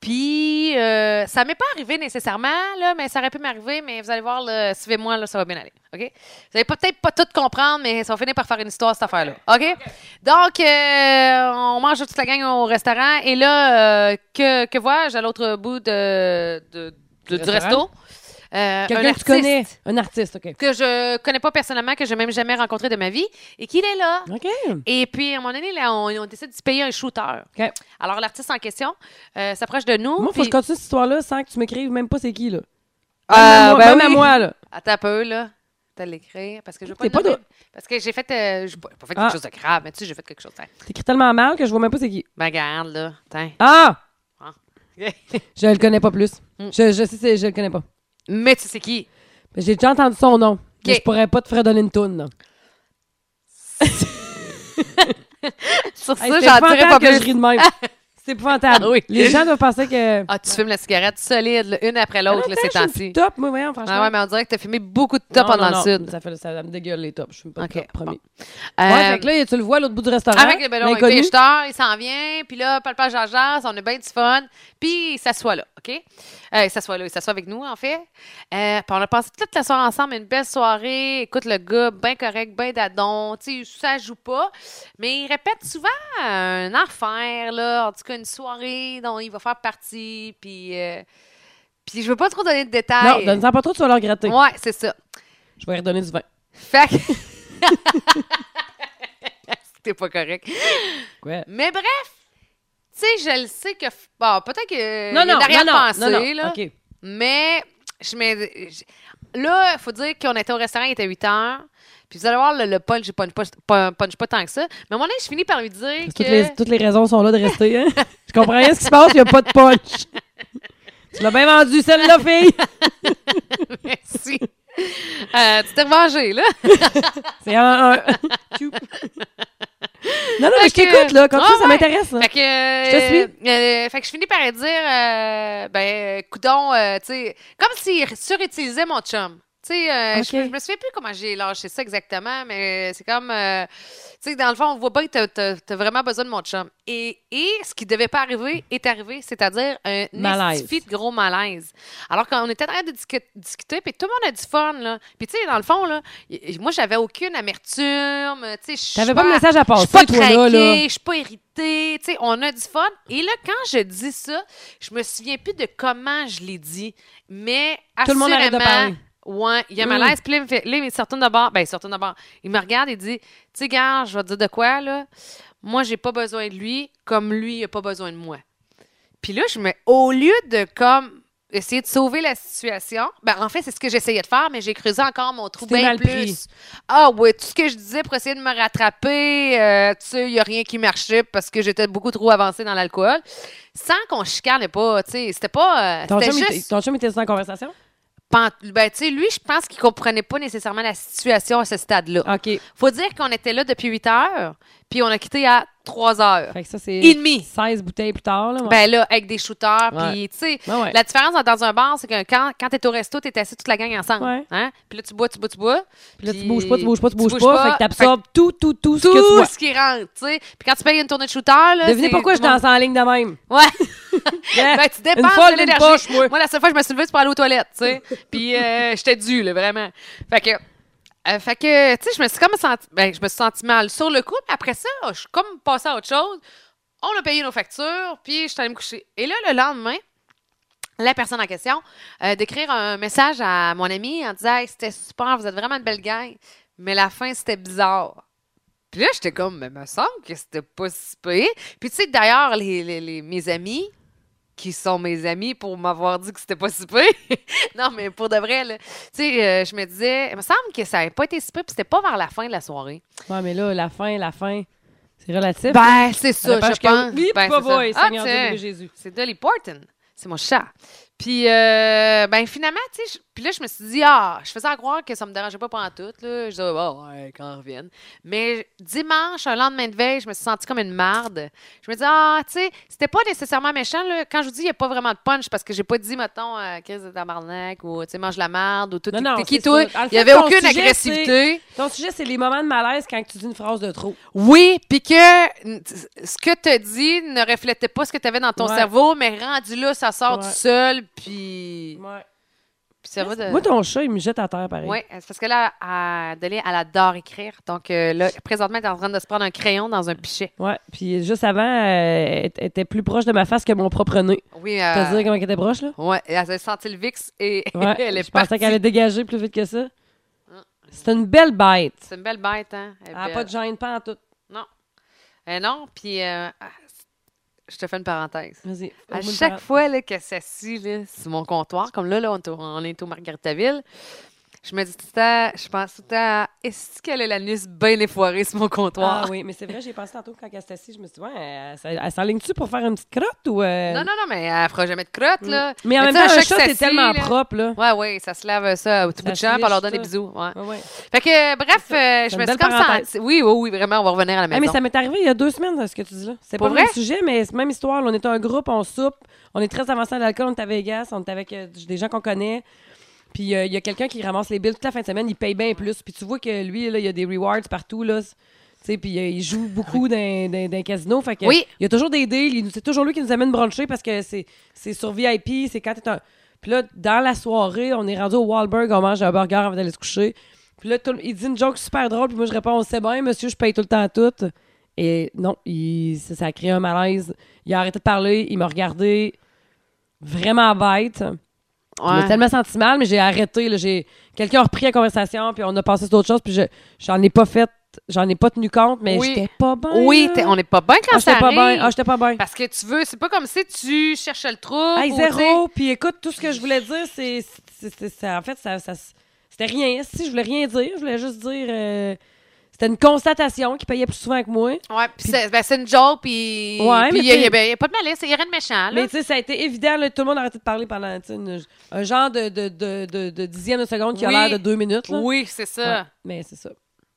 [SPEAKER 2] Puis, euh, ça m'est pas arrivé nécessairement, là, mais ça aurait pu m'arriver. Mais vous allez voir, là, suivez-moi, là, ça va bien aller. OK? Vous allez peut-être pas tout comprendre, mais ça va finir par faire une histoire, cette affaire-là. OK? Donc, euh, on mange toute la gang au restaurant. Et là, euh, que, que vois-je à l'autre bout de, de- de-
[SPEAKER 1] Du
[SPEAKER 2] du resto? Euh, un
[SPEAKER 1] Quelqu'un que tu
[SPEAKER 2] artiste
[SPEAKER 1] connais. Un artiste, OK.
[SPEAKER 2] que je connais pas personnellement, que j'ai même jamais rencontré de ma vie, et qu'il est là.
[SPEAKER 1] OK.
[SPEAKER 2] Et puis, à un moment donné, là, on, on décide de se payer un shooter.
[SPEAKER 1] OK.
[SPEAKER 2] Alors, l'artiste en question euh, s'approche de nous.
[SPEAKER 1] Moi, faut
[SPEAKER 2] puis-
[SPEAKER 1] que je continue cette histoire-là sans que tu m'écrives même pas c'est qui, là. Même, à,
[SPEAKER 2] Ah,
[SPEAKER 1] moi,
[SPEAKER 2] ben
[SPEAKER 1] même à
[SPEAKER 2] oui.
[SPEAKER 1] moi, là.
[SPEAKER 2] Attends un peu, là. T'as l'écrire. Parce que je veux pas.
[SPEAKER 1] T'es pas
[SPEAKER 2] le nommer. Parce que j'ai fait. euh, j'ai pas pas fait
[SPEAKER 1] Ah.
[SPEAKER 2] quelque chose de grave, mais tu sais, j'ai fait quelque chose. Tiens.
[SPEAKER 1] T'écris tellement mal que je vois même pas c'est qui.
[SPEAKER 2] Ben, regarde, là. Tiens.
[SPEAKER 1] Ah!
[SPEAKER 2] Ah.
[SPEAKER 1] Je le connais pas plus.
[SPEAKER 2] Mm.
[SPEAKER 1] Je, je sais, c'est- je le connais pas.
[SPEAKER 2] mais tu sais qui?
[SPEAKER 1] Mais J'ai déjà entendu son nom. Mais
[SPEAKER 2] OK.
[SPEAKER 1] je pourrais pas te faire donner une toune, là.
[SPEAKER 2] Sur
[SPEAKER 1] Hey,
[SPEAKER 2] ça,
[SPEAKER 1] c'est
[SPEAKER 2] j'en dirais pas
[SPEAKER 1] épouvantable que je
[SPEAKER 2] plus.
[SPEAKER 1] ris de même. C'est épouvantable.
[SPEAKER 2] Ah oui.
[SPEAKER 1] Les gens doivent penser que.
[SPEAKER 2] Ah, tu fumes la cigarette solide, là, une après l'autre, là, ces
[SPEAKER 1] Ah, Attends, je
[SPEAKER 2] temps-ci.
[SPEAKER 1] fume du top, moi, voyons, franchement.
[SPEAKER 2] Ah ouais, mais on dirait que t'as fumé beaucoup de top
[SPEAKER 1] Non,
[SPEAKER 2] pendant
[SPEAKER 1] non, non.
[SPEAKER 2] le sud.
[SPEAKER 1] Ça, fait, ça me dégueule les tops. Je fume pas
[SPEAKER 2] Ok,
[SPEAKER 1] de top, promis.
[SPEAKER 2] Euh,
[SPEAKER 1] Ouais, fait que là, tu le vois à l'autre bout du restaurant.
[SPEAKER 2] Avec le ballon, avec
[SPEAKER 1] l'inconnu.
[SPEAKER 2] les jeteurs, il s'en vient, puis là, parle pas Jarjas, on a bien du fun, puis il s'assoit là, OK? Euh, il s'assoit là, il s'assoit avec nous, en fait. Euh, puis on a passé toute la soirée ensemble, une belle soirée. Écoute, le gars, bien correct, bien dadon, tu sais, ça joue pas, mais il répète souvent un affaire, là, en tout cas, une soirée dont il va faire partie, puis... euh, puis je veux pas trop donner de détails.
[SPEAKER 1] Non, donne-en pas trop, tu vas le regretter.
[SPEAKER 2] Ouais, c'est ça.
[SPEAKER 1] Je vais lui redonner du vin.
[SPEAKER 2] Fait que... C'était pas correct.
[SPEAKER 1] Ouais.
[SPEAKER 2] Mais bref, tu sais, je le sais que. Bon, peut-être que.
[SPEAKER 1] Non, non, non,
[SPEAKER 2] derrière
[SPEAKER 1] non, non, non.
[SPEAKER 2] là.
[SPEAKER 1] OK.
[SPEAKER 2] Mais, je mets. je- Là, il faut dire qu'on était au restaurant, il était 8 heures. Puis vous allez voir, le, le punch, je punch pas, pas- punch pas tant que ça. Mais à un moment donné, je finis par lui dire
[SPEAKER 1] Parce que
[SPEAKER 2] que.
[SPEAKER 1] Toutes, les, toutes les raisons sont là de rester. Hein? Je comprends rien ce qui se passe, il n'y a pas de punch. Tu l'as bien vendu, celle-là, fille.
[SPEAKER 2] Merci. Euh, tu t'es revengé, là.
[SPEAKER 1] C'est un. un... Tchou. non, non, mais je
[SPEAKER 2] Fait que-
[SPEAKER 1] t'écoute, là. Comme
[SPEAKER 2] Ah,
[SPEAKER 1] ça, ça
[SPEAKER 2] ouais.
[SPEAKER 1] m'intéresse. là.
[SPEAKER 2] Fait que, euh,
[SPEAKER 1] Je te
[SPEAKER 2] euh, fait que je finis par dire, euh, ben, euh, coudon, euh, tu sais, comme s'il surutilisait mon chum. Tu sais, euh,
[SPEAKER 1] Ok.
[SPEAKER 2] je, je me souviens plus comment j'ai lâché ça exactement, mais c'est comme, euh, tu sais, dans le fond, on voit bien que t'as- t'as t'as vraiment besoin de mon chum. Et, et ce qui devait pas arriver est arrivé, c'est-à-dire un
[SPEAKER 1] Malaise.
[SPEAKER 2] estifi de gros malaise. Alors qu'on était en train de discu- discuter, puis tout le monde a du fun, là. Puis tu sais, dans le fond, là, y- y- moi, j'avais aucune amertume, tu sais, je suis
[SPEAKER 1] T'avais pas de
[SPEAKER 2] pas-
[SPEAKER 1] message à
[SPEAKER 2] je
[SPEAKER 1] passer,
[SPEAKER 2] suis pas
[SPEAKER 1] toi, là.
[SPEAKER 2] traquée,
[SPEAKER 1] là.
[SPEAKER 2] je suis pas irritée, tu sais, on a du fun. Et là, quand je dis ça, je me souviens plus de comment je l'ai dit, mais
[SPEAKER 1] Tout le monde arrête de
[SPEAKER 2] assurément,
[SPEAKER 1] parler.
[SPEAKER 2] Ouais, il y a
[SPEAKER 1] Mm.
[SPEAKER 2] malaise. Puis là, il me fait, là, il sort d'abord. Ben, il sort d'abord. Il me regarde et dit, tu sais, gars, je vais te dire de quoi, là. Moi, j'ai pas besoin de lui, comme lui, il a pas besoin de moi. Puis là, je me, au lieu de comme essayer de sauver la situation, ben en fait, c'est ce que j'essayais de faire, mais j'ai creusé encore mon trou
[SPEAKER 1] Tu t'es
[SPEAKER 2] bien
[SPEAKER 1] mal
[SPEAKER 2] plus.
[SPEAKER 1] pris.
[SPEAKER 2] Ah ouais, tout ce que je disais pour essayer de me rattraper, euh, tu sais, il y a rien qui marchait parce que j'étais beaucoup trop avancée dans l'alcool. Sans qu'on chicanait pas, tu sais, c'était pas euh,
[SPEAKER 1] Ton
[SPEAKER 2] c'était
[SPEAKER 1] chum, il était-
[SPEAKER 2] juste
[SPEAKER 1] ton chum était sans conversation?
[SPEAKER 2] pan- ben tu sais, lui, je pense qu'il comprenait pas nécessairement la situation à ce stade-là.
[SPEAKER 1] OK.
[SPEAKER 2] Faut dire qu'on était là depuis 8 heures, puis on a quitté à 3 heures
[SPEAKER 1] Fait que ça, c'est
[SPEAKER 2] et demie.
[SPEAKER 1] 16 bouteilles plus tard. Là, ouais.
[SPEAKER 2] Ben là, avec des shooters,
[SPEAKER 1] Ouais. Ben
[SPEAKER 2] puis tu sais,
[SPEAKER 1] Ouais, ouais.
[SPEAKER 2] la différence dans- dans un bar, c'est que quand, quand t'es au resto, t'es assis toute la gang ensemble.
[SPEAKER 1] Ouais.
[SPEAKER 2] Hein? Puis là, tu bois, tu bois, tu bois.
[SPEAKER 1] Puis là, tu
[SPEAKER 2] puis-
[SPEAKER 1] bouges pas, tu bouges pas, tu
[SPEAKER 2] tu
[SPEAKER 1] bouges
[SPEAKER 2] bouges
[SPEAKER 1] pas.
[SPEAKER 2] pas.
[SPEAKER 1] Fait que t'absorbes tout, tout, tout ce
[SPEAKER 2] Tout
[SPEAKER 1] que tu vois.
[SPEAKER 2] ce qui rentre, tu sais. Puis quand tu payes une tournée de shooter, là.
[SPEAKER 1] Devinez
[SPEAKER 2] c'est-
[SPEAKER 1] pourquoi je
[SPEAKER 2] tout le monde-
[SPEAKER 1] danse en ligne de même.
[SPEAKER 2] Ouais.
[SPEAKER 1] Yeah.
[SPEAKER 2] ben, tu
[SPEAKER 1] Une
[SPEAKER 2] dépenses
[SPEAKER 1] folle
[SPEAKER 2] de
[SPEAKER 1] d'une
[SPEAKER 2] l'énergie.
[SPEAKER 1] poche, moi.
[SPEAKER 2] Moi, la seule fois que je me suis levée, c'est pour aller aux toilettes, tu sais. Puis euh, j'étais due, là, vraiment. Fait que. euh, fait que, tu sais, je me suis comme senti, ben, je me suis sentie mal sur le coup, mais après ça, oh, je suis comme passée à autre chose. On a payé nos factures, puis je suis allée me coucher. Et là, le lendemain, la personne en question, euh, d'écrire un message à mon ami en disant Hey, c'était super, vous êtes vraiment une belle gang, mais la fin, c'était bizarre. Puis là, j'étais comme, mais me semble que c'était pas si pire. Puis tu sais, d'ailleurs, les, les- les- mes amis, qui sont mes amis pour m'avoir dit que c'était pas si pire. non, mais pour de vrai, là, tu sais, euh, je me disais, il me semble que ça n'avait pas été si pire, puis c'était pas vers la fin de la soirée.
[SPEAKER 1] Ouais, mais là, la fin, la fin, c'est relatif.
[SPEAKER 2] Ben, c'est
[SPEAKER 1] Ça
[SPEAKER 2] ça,
[SPEAKER 1] dépend
[SPEAKER 2] je
[SPEAKER 1] jusqu'à où.
[SPEAKER 2] pense.
[SPEAKER 1] Oui,
[SPEAKER 2] Ben,
[SPEAKER 1] pas
[SPEAKER 2] c'est ça.
[SPEAKER 1] boy,
[SPEAKER 2] Ah,
[SPEAKER 1] Seigneur Dieu,
[SPEAKER 2] tiens.
[SPEAKER 1] Dieu Jésus.
[SPEAKER 2] C'est Dolly Parton. C'est mon chat. Puis, euh, ben, finalement, tu sais, je- puis là, je me suis dit, ah, je faisais à croire que ça me dérangeait pas pendant tout, là. Je disais, bon, ouais, quand on revienne. Mais dimanche, un lendemain de veille, je me suis sentie comme une marde. Je me dis, ah, tu sais, c'était pas nécessairement méchant, là. Quand je vous dis, il n'y a pas vraiment de punch, parce que j'ai pas dit, mettons, euh, crise de tabarnak, ou, tu sais, mange la marde, ou tout,
[SPEAKER 1] Non,
[SPEAKER 2] t'es-
[SPEAKER 1] non,
[SPEAKER 2] t'es qui,
[SPEAKER 1] c'est
[SPEAKER 2] toi?
[SPEAKER 1] ça. En
[SPEAKER 2] Il y
[SPEAKER 1] fait,
[SPEAKER 2] avait
[SPEAKER 1] ton
[SPEAKER 2] aucune
[SPEAKER 1] sujet,
[SPEAKER 2] agressivité.
[SPEAKER 1] Ton sujet, c'est les moments de malaise quand tu dis une phrase de trop.
[SPEAKER 2] Oui, puis que n- t- ce que tu dit ne reflétait pas ce que tu avais dans ton
[SPEAKER 1] Ouais.
[SPEAKER 2] cerveau, mais rendu là, ça sort
[SPEAKER 1] Ouais.
[SPEAKER 2] tout seul, puis
[SPEAKER 1] Ouais.
[SPEAKER 2] puis ça va de...
[SPEAKER 1] Moi, ton chat, il me jette à terre, pareil.
[SPEAKER 2] Oui, c'est parce que là, à, Delia, elle adore écrire. Donc euh, là, présentement, elle est en train de se prendre un crayon dans un pichet.
[SPEAKER 1] Ouais. Puis juste avant, euh, elle était plus proche de ma face que mon propre nez.
[SPEAKER 2] Oui,
[SPEAKER 1] T'as
[SPEAKER 2] euh,
[SPEAKER 1] dire comment elle était proche, là?
[SPEAKER 2] ouais, elle a senti le VIX et
[SPEAKER 1] Ouais.
[SPEAKER 2] elle est
[SPEAKER 1] je pensais
[SPEAKER 2] partie. Ah.
[SPEAKER 1] qu'elle allait dégager plus vite que ça. C'est une belle bête.
[SPEAKER 2] C'est une belle bête, hein? Elle est
[SPEAKER 1] Elle n'a
[SPEAKER 2] belle.
[SPEAKER 1] pas de gêne, pas en tout.
[SPEAKER 2] Euh, non, puis euh, ah, je te fais une parenthèse.
[SPEAKER 1] Vas-y.
[SPEAKER 2] À
[SPEAKER 1] Ouvre-moi une
[SPEAKER 2] chaque
[SPEAKER 1] porte.
[SPEAKER 2] fois là, qu'elle s'assit là, sur mon comptoir, comme là, là on, est au, on est au Margaritaville, Je me dis tout le temps, je pense tout le temps à est-ce qu'elle a l'anus bien effoiré sur mon comptoir?
[SPEAKER 1] Ah oui, mais c'est vrai, j'ai pensé tantôt quand elle s'est assise, je me suis dit, ouais, elle, s- elle s'enligne-tu pour faire une petite crotte ou. euh,
[SPEAKER 2] Non, non, non, mais elle fera jamais de crotte, là.
[SPEAKER 1] Mm. Mais en
[SPEAKER 2] tu
[SPEAKER 1] même
[SPEAKER 2] sais, à
[SPEAKER 1] temps, un
[SPEAKER 2] chaque
[SPEAKER 1] chat, c'est
[SPEAKER 2] sassi,
[SPEAKER 1] tellement
[SPEAKER 2] là.
[SPEAKER 1] propre, là.
[SPEAKER 2] Ouais, ouais, ça se lave ça au tout
[SPEAKER 1] Ça
[SPEAKER 2] bout de
[SPEAKER 1] se
[SPEAKER 2] champ, puis on leur donne des
[SPEAKER 1] lèche, ça.
[SPEAKER 2] bisous. Ouais.
[SPEAKER 1] Ouais, ouais.
[SPEAKER 2] Fait que, euh, bref, euh, je
[SPEAKER 1] une
[SPEAKER 2] me suis
[SPEAKER 1] belle
[SPEAKER 2] comme ça.
[SPEAKER 1] parenthèse.
[SPEAKER 2] Oui, oui, oui, vraiment, on va revenir à la
[SPEAKER 1] Ah, mais
[SPEAKER 2] maison.
[SPEAKER 1] ça m'est arrivé il y a deux semaines, ce que tu dis là. C'est pas
[SPEAKER 2] Pour
[SPEAKER 1] le
[SPEAKER 2] vrai?
[SPEAKER 1] même sujet, mais c'est même histoire. là. on était un groupe, on soupe, on est très avancé à l'alcool, on est à Vegas, on est avec euh, des gens qu'on connaît. Puis euh, il y a quelqu'un qui ramasse les billes toute la fin de semaine, il paye bien plus. Puis tu vois que lui, là, il y a des rewards partout. Là, C'est- tu sais, puis euh, il joue beaucoup dans, dans, dans les casinos. Fait que,
[SPEAKER 2] Oui.
[SPEAKER 1] Il y a toujours des deals. il nous- C'est toujours lui qui nous amène bruncher parce que c'est c'est sur VIP, c'est quand t'es un. Puis là, dans la soirée, on est rendu au Wahlberg, on mange un burger avant d'aller se coucher. Puis là, tout le- il dit une joke super drôle, puis moi je réponds, on sait bien, monsieur, je paye tout le temps tout. Et non, il, ça, ça a créé un malaise. Il a arrêté de parler, il m'a regardé vraiment bête. Je me suis
[SPEAKER 2] Ouais.
[SPEAKER 1] tellement senti mal, mais j'ai arrêté. là. J'ai... Quelqu'un a repris la conversation, puis on a passé sur d'autres choses, puis je, j'en ai pas fait, j'en ai pas tenu compte, mais
[SPEAKER 2] Oui.
[SPEAKER 1] j'étais pas bien.
[SPEAKER 2] Oui,
[SPEAKER 1] là.
[SPEAKER 2] t'es- on n'est pas bien quand
[SPEAKER 1] ah,
[SPEAKER 2] ça
[SPEAKER 1] j'étais pas bien.
[SPEAKER 2] arrive.
[SPEAKER 1] Ah, j'étais pas bien.
[SPEAKER 2] Parce que tu veux, c'est pas comme si tu cherches le trou.
[SPEAKER 1] Hey,
[SPEAKER 2] ou,
[SPEAKER 1] zéro. Puis écoute, tout ce que je voulais dire, c'est. c'est- c'est- ça- En fait, ça, ça- c'était rien. Si, je voulais rien dire. Je voulais juste dire. euh, c'était une constatation qui payait plus souvent que moi.
[SPEAKER 2] t'sais. Ouais, puis c'est ben, c'est une joke, puis.
[SPEAKER 1] Ouais, mais
[SPEAKER 2] puis il y a-
[SPEAKER 1] t'sais-
[SPEAKER 2] il y a, ben, il y a pas de malaise, il y a rien de méchant, Ah, là.
[SPEAKER 1] Mais tu sais, ça a été évident. là, tout le monde a arrêté de parler pendant tu sais, une- un genre de, de, de, de- de dixième de seconde qui
[SPEAKER 2] Oui.
[SPEAKER 1] a l'air de deux minutes. là.
[SPEAKER 2] oui, c'est ça.
[SPEAKER 1] Ouais, mais c'est ça.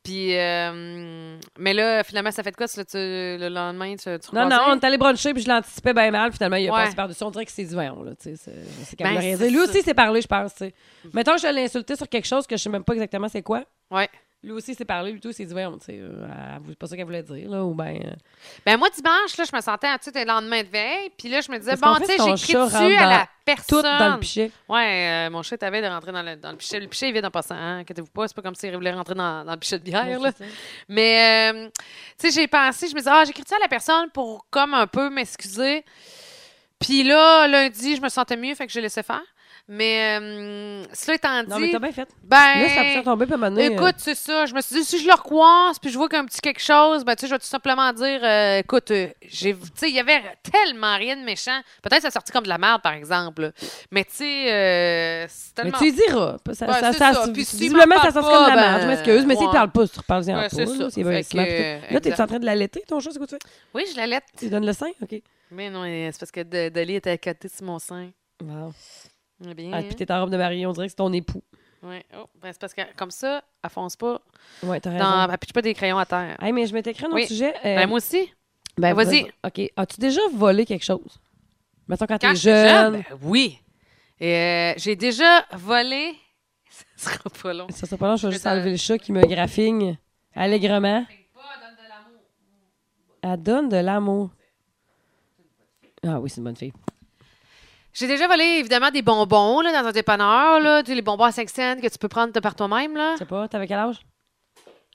[SPEAKER 2] Puis. euh, mais là, finalement, ça fait de quoi, ça, là, tu- le lendemain, tu, tu
[SPEAKER 1] Non, non,
[SPEAKER 2] croisais?
[SPEAKER 1] on est allé bruncher, puis je l'anticipais bien mal. Finalement, il a
[SPEAKER 2] Ouais.
[SPEAKER 1] passé par-dessus. On dirait que c'est du voyons, là. Tu sais, c'est- c'est qu'elle
[SPEAKER 2] Ben,
[SPEAKER 1] voulait rien
[SPEAKER 2] c'est
[SPEAKER 1] dire. Lui
[SPEAKER 2] ça. Mm-hmm.
[SPEAKER 1] aussi, il s'est parlé, je pense. tu sais. Mettons que je l'ai insulté sur quelque chose que je sais même pas exactement c'est quoi.
[SPEAKER 2] Ouais.
[SPEAKER 1] Lui aussi, il s'est parlé, lui tout, il s'est dit, voyons, tu sais, euh, elle- c'est pas ça qu'elle voulait dire, là, ou ben. euh,
[SPEAKER 2] Ben moi, dimanche, là, je me sentais en tout le lendemain de veille. Puis là, je me disais,
[SPEAKER 1] Parce qu'en
[SPEAKER 2] bon,
[SPEAKER 1] fait,
[SPEAKER 2] tu sais,
[SPEAKER 1] ton
[SPEAKER 2] j'écris
[SPEAKER 1] chat
[SPEAKER 2] dessus à
[SPEAKER 1] rentre dans-
[SPEAKER 2] la
[SPEAKER 1] tout
[SPEAKER 2] personne.
[SPEAKER 1] dans le pichet.
[SPEAKER 2] Ouais, euh, mon chat avait de rentrer dans le, dans le pichet. Le pichet est vide en passant, hein, inquiétez-vous pas. C'est pas comme s'il voulait rentrer dans, dans le pichet de bière, là. Mais, euh, tu sais, j'ai pensé, je me disais, ah, j'écris ça à la personne pour comme un peu m'excuser. Puis là, lundi, je me sentais mieux, fait que je laissais faire. Mais, euh, cela étant dit,
[SPEAKER 1] Non, mais t'as bien fait.
[SPEAKER 2] ben.
[SPEAKER 1] Là, ça a tomber, puis à un moment donné, euh,
[SPEAKER 2] Écoute, c'est ça. Je me suis dit, si je le recroise, puis je vois qu'un petit quelque chose, ben, tu sais, je vais tout simplement dire, euh, écoute, euh, j'ai, tu sais, il y avait tellement rien de méchant. Peut-être que ça sortit comme de la merde, par exemple. là. Mais, tu sais, euh, c'est
[SPEAKER 1] mais
[SPEAKER 2] tellement.
[SPEAKER 1] tu y diras. Ça,
[SPEAKER 2] Ben,
[SPEAKER 1] ça,
[SPEAKER 2] c'est
[SPEAKER 1] ça,
[SPEAKER 2] ça. Puis s'il
[SPEAKER 1] visiblement,
[SPEAKER 2] m'en
[SPEAKER 1] ça
[SPEAKER 2] parle
[SPEAKER 1] sort comme de la
[SPEAKER 2] pas,
[SPEAKER 1] merde. Je
[SPEAKER 2] ben,
[SPEAKER 1] m'excuse, mais s'il
[SPEAKER 2] ouais.
[SPEAKER 1] parle pas, tu parles en
[SPEAKER 2] Ouais,
[SPEAKER 1] pas.
[SPEAKER 2] c'est
[SPEAKER 1] Là,
[SPEAKER 2] ça.
[SPEAKER 1] s'il veut
[SPEAKER 2] Fait
[SPEAKER 1] se mettre-
[SPEAKER 2] que,
[SPEAKER 1] Là, t'es-tu
[SPEAKER 2] exact.
[SPEAKER 1] en train de l'allaiter, ton chat? C'est quoi que tu fais?
[SPEAKER 2] Oui, je l'allaite.
[SPEAKER 1] Tu lui donnes le sein? OK.
[SPEAKER 2] Mais non, mais c'est parce que De- Dolly était à côté sur mon sein.
[SPEAKER 1] Wow.
[SPEAKER 2] Eh bien.
[SPEAKER 1] Ah, puis t'es en robe de mariée, on dirait que c'est ton époux.
[SPEAKER 2] ouais. Oh, ben, c'est parce que comme ça, elle fonce pas.
[SPEAKER 1] Ouais, t'as raison.
[SPEAKER 2] Dans... Elle pitche pas des crayons à terre.
[SPEAKER 1] Hey, mais je m'étais écrit un autre
[SPEAKER 2] Oui.
[SPEAKER 1] sujet. Ben euh,
[SPEAKER 2] Ben, moi aussi.
[SPEAKER 1] ben,
[SPEAKER 2] vas-y.
[SPEAKER 1] OK. As-tu déjà volé quelque chose? Mettons quand,
[SPEAKER 2] Quand
[SPEAKER 1] t'es
[SPEAKER 2] j'étais jeune,
[SPEAKER 1] jeune.
[SPEAKER 2] ben oui. Et, euh, j'ai déjà volé. Ça sera pas long.
[SPEAKER 1] Ça sera pas long, je vais
[SPEAKER 2] Je
[SPEAKER 1] juste
[SPEAKER 2] vais te-
[SPEAKER 1] enlever le chat qui me graffigne allègrement. Elle donne de l'amour. Ah oui, c'est une bonne fille.
[SPEAKER 2] J'ai déjà volé, évidemment, des bonbons là, dans un dépanneur. Là, tu sais, les bonbons à 5 cents que tu peux prendre de par toi-même. Là.
[SPEAKER 1] Je sais pas, t'avais quel âge?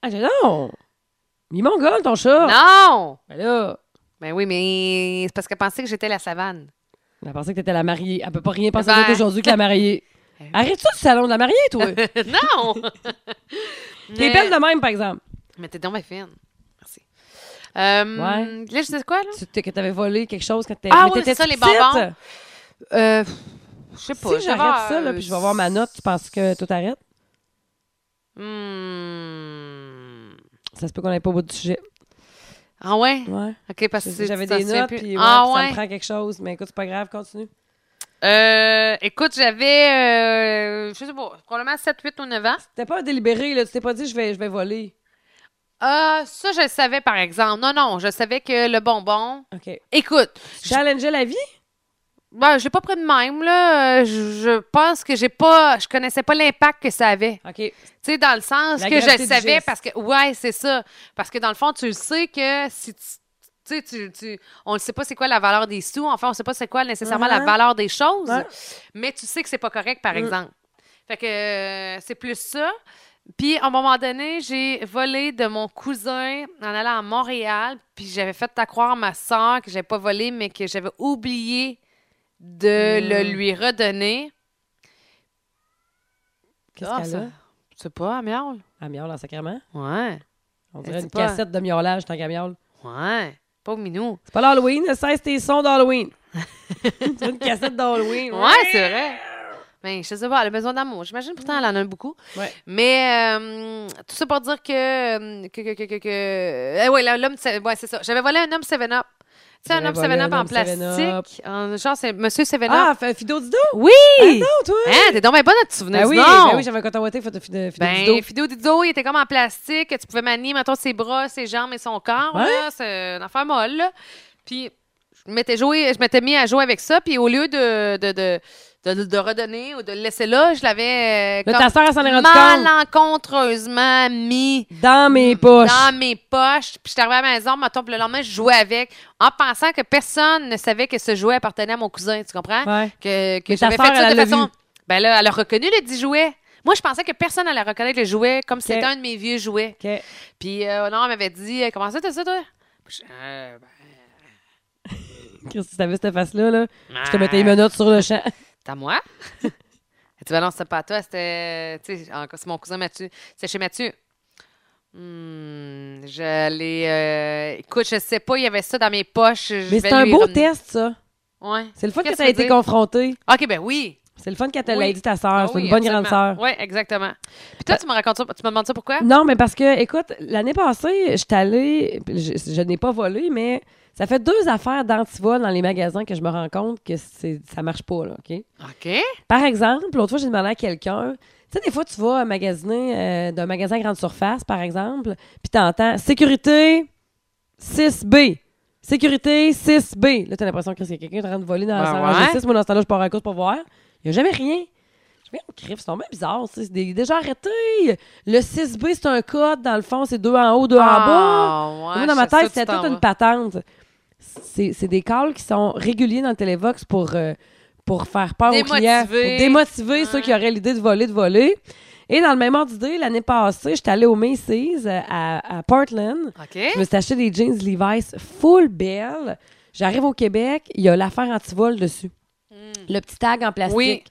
[SPEAKER 1] Ah, j'ai non! Il m'engole, ton chat!
[SPEAKER 2] Non!
[SPEAKER 1] Ben là,
[SPEAKER 2] Ben oui, mais c'est parce qu'elle pensait que j'étais la savane.
[SPEAKER 1] elle pensait que t'étais la mariée. Elle peut pas rien penser
[SPEAKER 2] Ben.
[SPEAKER 1] d'autre aujourd'hui que la mariée. Arrête-tu du salon de la mariée, toi!
[SPEAKER 2] non!
[SPEAKER 1] T'es belle de même, par exemple.
[SPEAKER 2] Mais t'es donc bien fine. Merci. Euh,
[SPEAKER 1] Ouais.
[SPEAKER 2] Là, je disais quoi, là?
[SPEAKER 1] Tu t'es- que t'avais volé quelque chose quand t'es-
[SPEAKER 2] Ah
[SPEAKER 1] mais
[SPEAKER 2] oui,
[SPEAKER 1] t'étais
[SPEAKER 2] c'est ça, les
[SPEAKER 1] toute petite.
[SPEAKER 2] bonbons. Euh, je sais pas.
[SPEAKER 1] Si
[SPEAKER 2] je devais avoir,
[SPEAKER 1] j'arrête ça, là, puis je vais avoir ma note, tu penses que tout arrête?
[SPEAKER 2] Hmm.
[SPEAKER 1] Ça se peut qu'on n'ait pas au bout du sujet.
[SPEAKER 2] Ah ouais?
[SPEAKER 1] Ouais.
[SPEAKER 2] OK, parce que
[SPEAKER 1] Je- J'avais
[SPEAKER 2] t'en
[SPEAKER 1] des
[SPEAKER 2] souviens
[SPEAKER 1] notes,
[SPEAKER 2] plus.
[SPEAKER 1] puis ouais,
[SPEAKER 2] ah
[SPEAKER 1] puis ça
[SPEAKER 2] ouais.
[SPEAKER 1] me prend quelque chose. Mais écoute, c'est pas grave, continue.
[SPEAKER 2] Euh, écoute, j'avais, euh, je sais pas, probablement 7, 8 ou 9 ans.
[SPEAKER 1] T'es pas délibéré, là. Tu t'es pas dit, je vais, je vais voler.
[SPEAKER 2] Euh, ça, je le savais, par exemple. Non, non, je savais que le bonbon...
[SPEAKER 1] OK.
[SPEAKER 2] Écoute,
[SPEAKER 1] Challenger la vie?
[SPEAKER 2] ben, je l'ai pas pris de même, là. Euh, Je, je pense que j'ai pas... Je connaissais pas l'impact que ça avait.
[SPEAKER 1] OK.
[SPEAKER 2] Tu sais, dans le sens
[SPEAKER 1] La
[SPEAKER 2] que je
[SPEAKER 1] gravité du
[SPEAKER 2] le savais
[SPEAKER 1] geste.
[SPEAKER 2] parce que, ouais, c'est ça. Parce que dans le fond, tu le sais que si tu. Tu sais, tu, tu- on ne sait pas c'est quoi la valeur des sous. Enfin, on ne sait pas c'est quoi nécessairement la
[SPEAKER 1] Mhm.
[SPEAKER 2] valeur des choses.
[SPEAKER 1] Ouais.
[SPEAKER 2] Mais tu sais que c'est pas correct, par
[SPEAKER 1] Mm.
[SPEAKER 2] exemple. Fait que euh, c'est plus ça. Puis, à un moment donné, j'ai volé de mon cousin en allant à Montréal. Puis, j'avais fait accroire à ma soeur que j'avais pas volé, mais que j'avais oublié de le
[SPEAKER 1] Mm.
[SPEAKER 2] lui redonner.
[SPEAKER 1] Qu'est-ce
[SPEAKER 2] Ah,
[SPEAKER 1] qu'elle
[SPEAKER 2] ça-
[SPEAKER 1] a?
[SPEAKER 2] C'est pas, miaule.
[SPEAKER 1] Elle miaule en sacrement.
[SPEAKER 2] Ouais.
[SPEAKER 1] On
[SPEAKER 2] Elle
[SPEAKER 1] dirait
[SPEAKER 2] dit
[SPEAKER 1] une
[SPEAKER 2] pas.
[SPEAKER 1] cassette de miaulage, tant qu'elle miaule.
[SPEAKER 2] Ouais. Pauvre minou.
[SPEAKER 1] C'est pas l'Halloween, le 16 tes sons d'Halloween. c'est une cassette d'Halloween.
[SPEAKER 2] Ouais, c'est vrai. Ben, je sais pas, elle a besoin d'amour. J'imagine pourtant elle en a beaucoup.
[SPEAKER 1] Ouais.
[SPEAKER 2] Mais euh, tout ça pour dire que. euh, que, que, que, que, que- Eh ouais, là, l'homme. se- Ouais, c'est ça. J'avais volé un homme 7-Up. Tu sais, un
[SPEAKER 1] J'avais
[SPEAKER 2] homme
[SPEAKER 1] volé
[SPEAKER 2] 7-Up
[SPEAKER 1] un
[SPEAKER 2] en
[SPEAKER 1] homme 7-Up.
[SPEAKER 2] plastique. En- genre, c'est Monsieur 7-Up.
[SPEAKER 1] Ah, fait Fido Dido?
[SPEAKER 2] oui!
[SPEAKER 1] Non, toi?
[SPEAKER 2] Hein, t'es donc bien bonne à te souvenir
[SPEAKER 1] Ben
[SPEAKER 2] du
[SPEAKER 1] oui,
[SPEAKER 2] nom.
[SPEAKER 1] ben oui, j'avais coton-watté fait de Fido Fido
[SPEAKER 2] Ben,
[SPEAKER 1] Dido.
[SPEAKER 2] Fido Dido, il était comme en plastique. Tu pouvais manier, mettons, ses bras, ses jambes et son corps.
[SPEAKER 1] Ouais.
[SPEAKER 2] là. C'est une affaire molle. là. Puis, je m'étais, joué, je m'étais mis à jouer avec ça. Puis, au lieu de, de, de, de, de redonner ou de le laisser là, je l'avais euh,
[SPEAKER 1] Là,
[SPEAKER 2] comme
[SPEAKER 1] ta sœur, elle s'en est rendue compte.
[SPEAKER 2] malencontreusement mis
[SPEAKER 1] Dans mes poches.
[SPEAKER 2] dans mes poches. Puis, j'étais arrivée à la maison, mettons, puis le lendemain, je jouais avec en pensant que personne ne savait que ce jouet appartenait à mon cousin. Tu comprends?
[SPEAKER 1] Ouais.
[SPEAKER 2] que, que
[SPEAKER 1] Mais ta
[SPEAKER 2] j'avais
[SPEAKER 1] sœur,
[SPEAKER 2] fait ça
[SPEAKER 1] elle
[SPEAKER 2] de
[SPEAKER 1] l'a
[SPEAKER 2] façon.
[SPEAKER 1] vu.
[SPEAKER 2] Ben là, elle a reconnu les 10 jouets. Moi, je pensais que personne allait reconnaître les jouets comme c'était un de mes vieux jouets.
[SPEAKER 1] OK.
[SPEAKER 2] Puis, euh, non, elle m'avait dit, euh, comment ça, t'as ça, toi? Puis je- euh, ben,
[SPEAKER 1] Chris, si t'avais cette face-là, là, je te mettais les
[SPEAKER 2] euh,
[SPEAKER 1] menottes sur le champ.
[SPEAKER 2] C'est à moi? Elle dit, ben non, c'était pas à toi, c'était. Tu sais, encore- c'est mon cousin Mathieu. C'était chez Mathieu. Hmm, j'allais. euh, écoute, je sais pas, il y avait ça dans mes poches. je
[SPEAKER 1] Mais
[SPEAKER 2] vais
[SPEAKER 1] c'est un
[SPEAKER 2] lui
[SPEAKER 1] beau
[SPEAKER 2] ramener.
[SPEAKER 1] test, ça.
[SPEAKER 2] Ouais.
[SPEAKER 1] C'est le fun que
[SPEAKER 2] Qu'est-ce
[SPEAKER 1] t'as
[SPEAKER 2] que
[SPEAKER 1] été
[SPEAKER 2] dire?
[SPEAKER 1] confrontée.
[SPEAKER 2] Ok, ben oui.
[SPEAKER 1] C'est le fun qu'elle te
[SPEAKER 2] Oui.
[SPEAKER 1] l'a dit, ta sœur.
[SPEAKER 2] Ah
[SPEAKER 1] c'est
[SPEAKER 2] oui,
[SPEAKER 1] une bonne grande
[SPEAKER 2] absolument.
[SPEAKER 1] sœur.
[SPEAKER 2] Oui, exactement. Puis toi, tu me racontes ça, tu me demandes ça pourquoi?
[SPEAKER 1] Non, mais parce que, écoute, l'année passée, j'étais allée, je, je n'ai pas volé, mais ça fait deux affaires d'antivol dans les magasins que je me rends compte que c'est, ça marche pas, là, OK?
[SPEAKER 2] OK.
[SPEAKER 1] Par exemple, l'autre fois, j'ai demandé à quelqu'un, tu sais, des fois, tu vas magasiner euh, d'un magasin à grande surface, par exemple, puis t'entends « Sécurité 6B ». Sécurité 6B. Là, t'as l'impression que c'est quelqu'un qui est en train de voler dans
[SPEAKER 2] Ben
[SPEAKER 1] la salle de
[SPEAKER 2] ouais.
[SPEAKER 1] justice. Moi, dans ce temps-là, je pars à cause pour voir. Il n'y a jamais rien. Je me dis, oh, crif, c'est tombé bizarre. tu sais, C'est des- déjà arrêté. Le 6B, c'est un code. Dans le fond, c'est deux en haut, deux en bas.
[SPEAKER 2] Ah, ouais,
[SPEAKER 1] Moi, dans ma
[SPEAKER 2] je sais
[SPEAKER 1] tête,
[SPEAKER 2] ça, tu
[SPEAKER 1] c'était
[SPEAKER 2] t'en
[SPEAKER 1] toute une
[SPEAKER 2] vas.
[SPEAKER 1] patente. C'est c'est des calls qui sont réguliers dans le Télévox pour, euh, pour faire peur aux
[SPEAKER 2] Démotiver.
[SPEAKER 1] clients, pour démotiver
[SPEAKER 2] Ouais.
[SPEAKER 1] ceux qui auraient l'idée de voler, de voler. Et dans le même ordre d'idée, l'année passée, j'étais allée au Macy's euh, à, à Portland. Je
[SPEAKER 2] OK.
[SPEAKER 1] me suis acheté des jeans Levi's full belle. J'arrive au Québec, il y a l'affaire antivol dessus. Le petit tag en plastique.
[SPEAKER 2] Mm. Oui.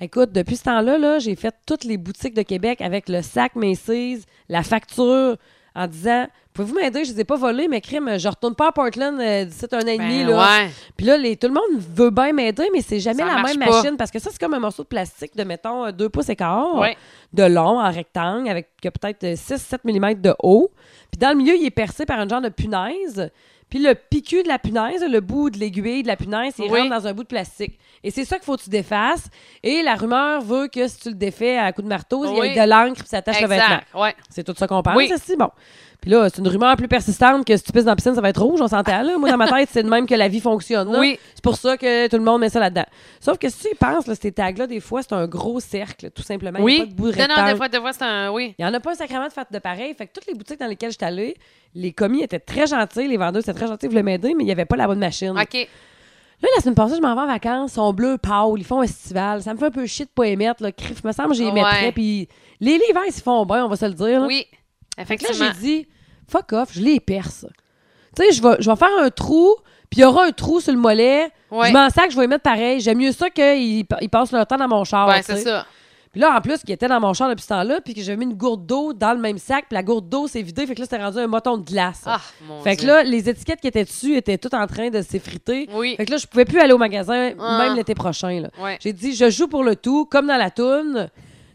[SPEAKER 1] Écoute, depuis ce temps-là, là, j'ai fait toutes les boutiques de Québec avec le sac Macy's, la facture, en disant Pouvez-vous m'aider Je ne les ai pas volés, mais crime, je retourne pas à Portland euh, d'ici un an et
[SPEAKER 2] Ben,
[SPEAKER 1] demi. là.
[SPEAKER 2] ouais.
[SPEAKER 1] Puis là, les, tout le monde veut bien m'aider, mais c'est jamais
[SPEAKER 2] Ça
[SPEAKER 1] la
[SPEAKER 2] marche
[SPEAKER 1] même
[SPEAKER 2] pas.
[SPEAKER 1] machine parce que ça, c'est comme un morceau de plastique de, mettons, euh, deux pouces et quart
[SPEAKER 2] Ouais.
[SPEAKER 1] de long en rectangle avec que peut-être 6-7 mm de haut. Puis dans le milieu, il est percé par un genre de punaise. Puis le picu de la punaise, le bout de l'aiguille de la punaise, il
[SPEAKER 2] Oui.
[SPEAKER 1] rentre dans un bout de plastique. Et c'est ça qu'il faut que tu défasses. Et la rumeur veut que si tu le défais à coup de marteau, il
[SPEAKER 2] Oui.
[SPEAKER 1] y a de l'encre puis ça attache le vêtement.
[SPEAKER 2] Exact. Ouais.
[SPEAKER 1] C'est tout ça qu'on pense,
[SPEAKER 2] Oui.
[SPEAKER 1] aussi. Bon. Puis là, c'est une rumeur plus persistante que si tu pisses dans la piscine, ça va être rouge, on s'entend là. Moi, dans ma tête, c'est de même que la vie fonctionne. là.
[SPEAKER 2] Oui.
[SPEAKER 1] C'est pour ça que tout le monde met ça là-dedans. Sauf que si tu y penses, là, ces tags-là, des fois, c'est un gros cercle, tout simplement. Il y a
[SPEAKER 2] Oui.
[SPEAKER 1] pas de bout
[SPEAKER 2] Non, non,
[SPEAKER 1] rectangle.
[SPEAKER 2] des fois, des fois, c'est un. Oui.
[SPEAKER 1] Il n'y en a pas un sacrément de fait de pareil. Fait que toutes les boutiques dans lesquelles j'étais allée, les commis étaient très gentils, les vendeurs étaient très gentils, ils voulaient m'aider, mais il n'y avait pas la bonne machine.
[SPEAKER 2] OK.
[SPEAKER 1] Là, la semaine passée, je m'en vais en vacances, ils sont bleus, pâles, ils font estival. Ça me fait un peu chier de pas émettre, là. Crif, me semble, j'y
[SPEAKER 2] Ouais.
[SPEAKER 1] émettrais. Puis les livres, ils se font bien, on va se le dire. là.
[SPEAKER 2] Oui.
[SPEAKER 1] Hum. Fait que là,
[SPEAKER 2] Effectivement.
[SPEAKER 1] j'ai dit, fuck off, je les perce. Tu sais, je vais, je vais faire un trou, puis il y aura un trou sur le mollet.
[SPEAKER 2] Ouais.
[SPEAKER 1] Je m'en sac, je vais y mettre pareil. J'aime mieux ça qu'ils ils passent leur temps dans mon char.
[SPEAKER 2] Ouais,
[SPEAKER 1] tu
[SPEAKER 2] c'est
[SPEAKER 1] sais.
[SPEAKER 2] ça.
[SPEAKER 1] Puis là, en plus, qui était dans mon char depuis ce temps-là, puis que j'avais mis une gourde d'eau dans le même sac, puis la gourde d'eau s'est vidée, fait que là, c'était rendu un moton de glace.
[SPEAKER 2] Ah, mon
[SPEAKER 1] fait que
[SPEAKER 2] Dieu.
[SPEAKER 1] là, les étiquettes qui étaient dessus étaient toutes en train de s'effriter.
[SPEAKER 2] Oui.
[SPEAKER 1] Fait que là, je pouvais plus aller au magasin,
[SPEAKER 2] Ah.
[SPEAKER 1] même l'été prochain. là.
[SPEAKER 2] Ouais.
[SPEAKER 1] J'ai dit, je joue pour le tout, comme dans la toune.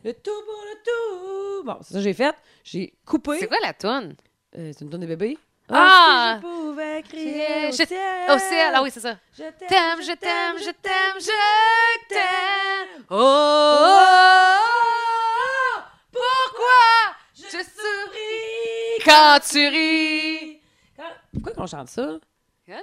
[SPEAKER 1] Le tout pour le tout. Bon, c'est ça que j'ai fait. J'ai coupé.
[SPEAKER 2] C'est quoi la toune?
[SPEAKER 1] Euh, c'est une toune des bébés.
[SPEAKER 2] Ah!
[SPEAKER 1] si je pouvais
[SPEAKER 2] Je-
[SPEAKER 1] crier au ciel.
[SPEAKER 2] Au ciel. Ah oui, c'est ça.
[SPEAKER 1] Euh, Je
[SPEAKER 2] T'aimes, je t'aime, je t'aime, je t'aime. Oh, oh, oh, oh, pourquoi je souris quand tu ris?
[SPEAKER 1] Quand- Pourquoi qu'on chante ça?
[SPEAKER 2] Quand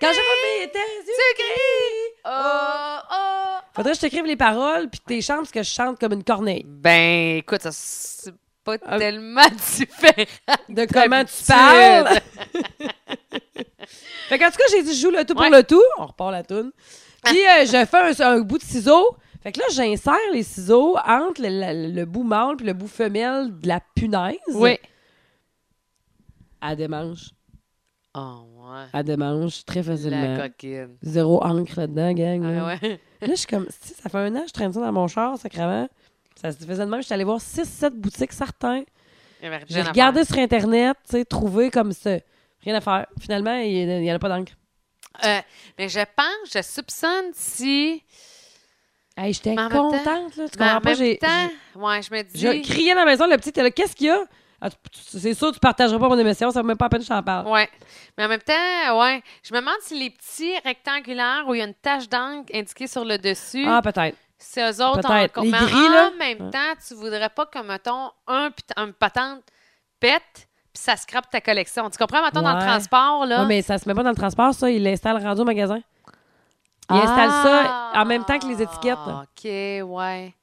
[SPEAKER 1] Quand j'ai pas mis tes yeux
[SPEAKER 2] Tu
[SPEAKER 1] gris.
[SPEAKER 2] Oh, oh.
[SPEAKER 1] Faudrait que je t'écrive les paroles puis que t'es chantes parce que je chante comme une corneille.
[SPEAKER 2] Ben, écoute, ça c'est pas
[SPEAKER 1] Euh,
[SPEAKER 2] tellement différent.
[SPEAKER 1] De comment tu
[SPEAKER 2] d'habitude.
[SPEAKER 1] parles. fait qu'en tout cas, j'ai dit je joue le tout
[SPEAKER 2] Ouais.
[SPEAKER 1] pour le tout. On repart la toune. Puis euh, je fais un, un bout de ciseau. Fait que là, j'insère les ciseaux entre le, le- le bout mâle puis le bout femelle de la punaise.
[SPEAKER 2] Oui.
[SPEAKER 1] À des manches.
[SPEAKER 2] Oh, ouais.
[SPEAKER 1] À des manches, très facilement.
[SPEAKER 2] La coquine.
[SPEAKER 1] Zéro encre là-dedans, gang. là.
[SPEAKER 2] Ah, ouais.
[SPEAKER 1] Là, je suis comme, si, ça fait un an que je traîne ça dans mon char, sacrément. Ça se faisait de même. Je suis allée voir 6-7 boutiques, certains.
[SPEAKER 2] Il y avait rien
[SPEAKER 1] J'ai
[SPEAKER 2] à faire.
[SPEAKER 1] regardé sur Internet, tu sais, trouvé comme ça. Rien à faire. Finalement, il n'y en a pas d'encre.
[SPEAKER 2] Euh, mais je pense, je soupçonne si.
[SPEAKER 1] Hey, j'étais
[SPEAKER 2] Mais en même
[SPEAKER 1] contente,
[SPEAKER 2] temps-
[SPEAKER 1] là. Tu
[SPEAKER 2] Mais en
[SPEAKER 1] comprends pas?
[SPEAKER 2] même
[SPEAKER 1] J'ai
[SPEAKER 2] temps, ouais, je me dis.
[SPEAKER 1] j'ai crié à la maison, le petit était là, qu'est-ce qu'il y a? Ah, tu- tu- C'est sûr, tu partageras pas mon émission, ça vaut même pas à peine que je t'en parle.
[SPEAKER 2] Ouais. Mais en même temps, ouais, je me demande si les petits rectangulaires où il y a une tache d'encre indiquée sur le dessus,
[SPEAKER 1] Ah, peut-être.
[SPEAKER 2] c'est eux autres en
[SPEAKER 1] peut-être. Les
[SPEAKER 2] Mais
[SPEAKER 1] gris,
[SPEAKER 2] en
[SPEAKER 1] là.
[SPEAKER 2] même
[SPEAKER 1] Ouais.
[SPEAKER 2] temps, tu voudrais pas que, mettons, un, pit- un patente pète puis ça scrape ta collection. Tu comprends, mettons, dans le
[SPEAKER 1] Ouais.
[SPEAKER 2] transport, là.
[SPEAKER 1] Ouais, mais ça se met pas dans le transport, ça. Il l'installe rendu au magasin. Il installe ça en même temps que les étiquettes.
[SPEAKER 2] Ah, OK, ouais.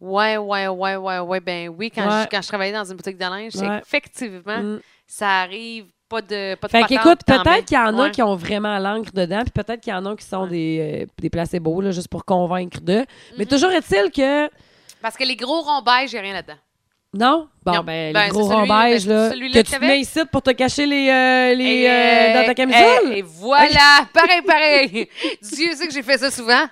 [SPEAKER 2] Ouais, ouais, ouais, ouais, ouais. Ben oui, quand,
[SPEAKER 1] Ouais.
[SPEAKER 2] je, quand je travaillais dans une boutique de linge,
[SPEAKER 1] Ouais.
[SPEAKER 2] effectivement,
[SPEAKER 1] Mm.
[SPEAKER 2] ça arrive pas de pas de
[SPEAKER 1] Fait
[SPEAKER 2] patente,
[SPEAKER 1] qu'écoute,
[SPEAKER 2] puis t'en mets.
[SPEAKER 1] peut-être qu'il y en a
[SPEAKER 2] Ouais.
[SPEAKER 1] qui ont vraiment l'encre dedans, puis peut-être qu'il y en a qui sont
[SPEAKER 2] Ouais. Mm-hmm.
[SPEAKER 1] des, euh, des placebos, là, juste pour convaincre d'eux. Mais toujours est-il que.
[SPEAKER 2] Parce que les gros ronds beiges, j'ai rien là-dedans.
[SPEAKER 1] Non? Bon,
[SPEAKER 2] Non.
[SPEAKER 1] ben,
[SPEAKER 2] Ben,
[SPEAKER 1] le gros
[SPEAKER 2] c'est celui-
[SPEAKER 1] rond beige,
[SPEAKER 2] ben,
[SPEAKER 1] là,
[SPEAKER 2] celui-là
[SPEAKER 1] que tu
[SPEAKER 2] que
[SPEAKER 1] te
[SPEAKER 2] t'avais.
[SPEAKER 1] mets ici pour te cacher les, euh, les,
[SPEAKER 2] Et,
[SPEAKER 1] euh, dans
[SPEAKER 2] euh,
[SPEAKER 1] ta camisole.
[SPEAKER 2] Et, et voilà, pareil, pareil. Dieu sait que j'ai fait ça souvent.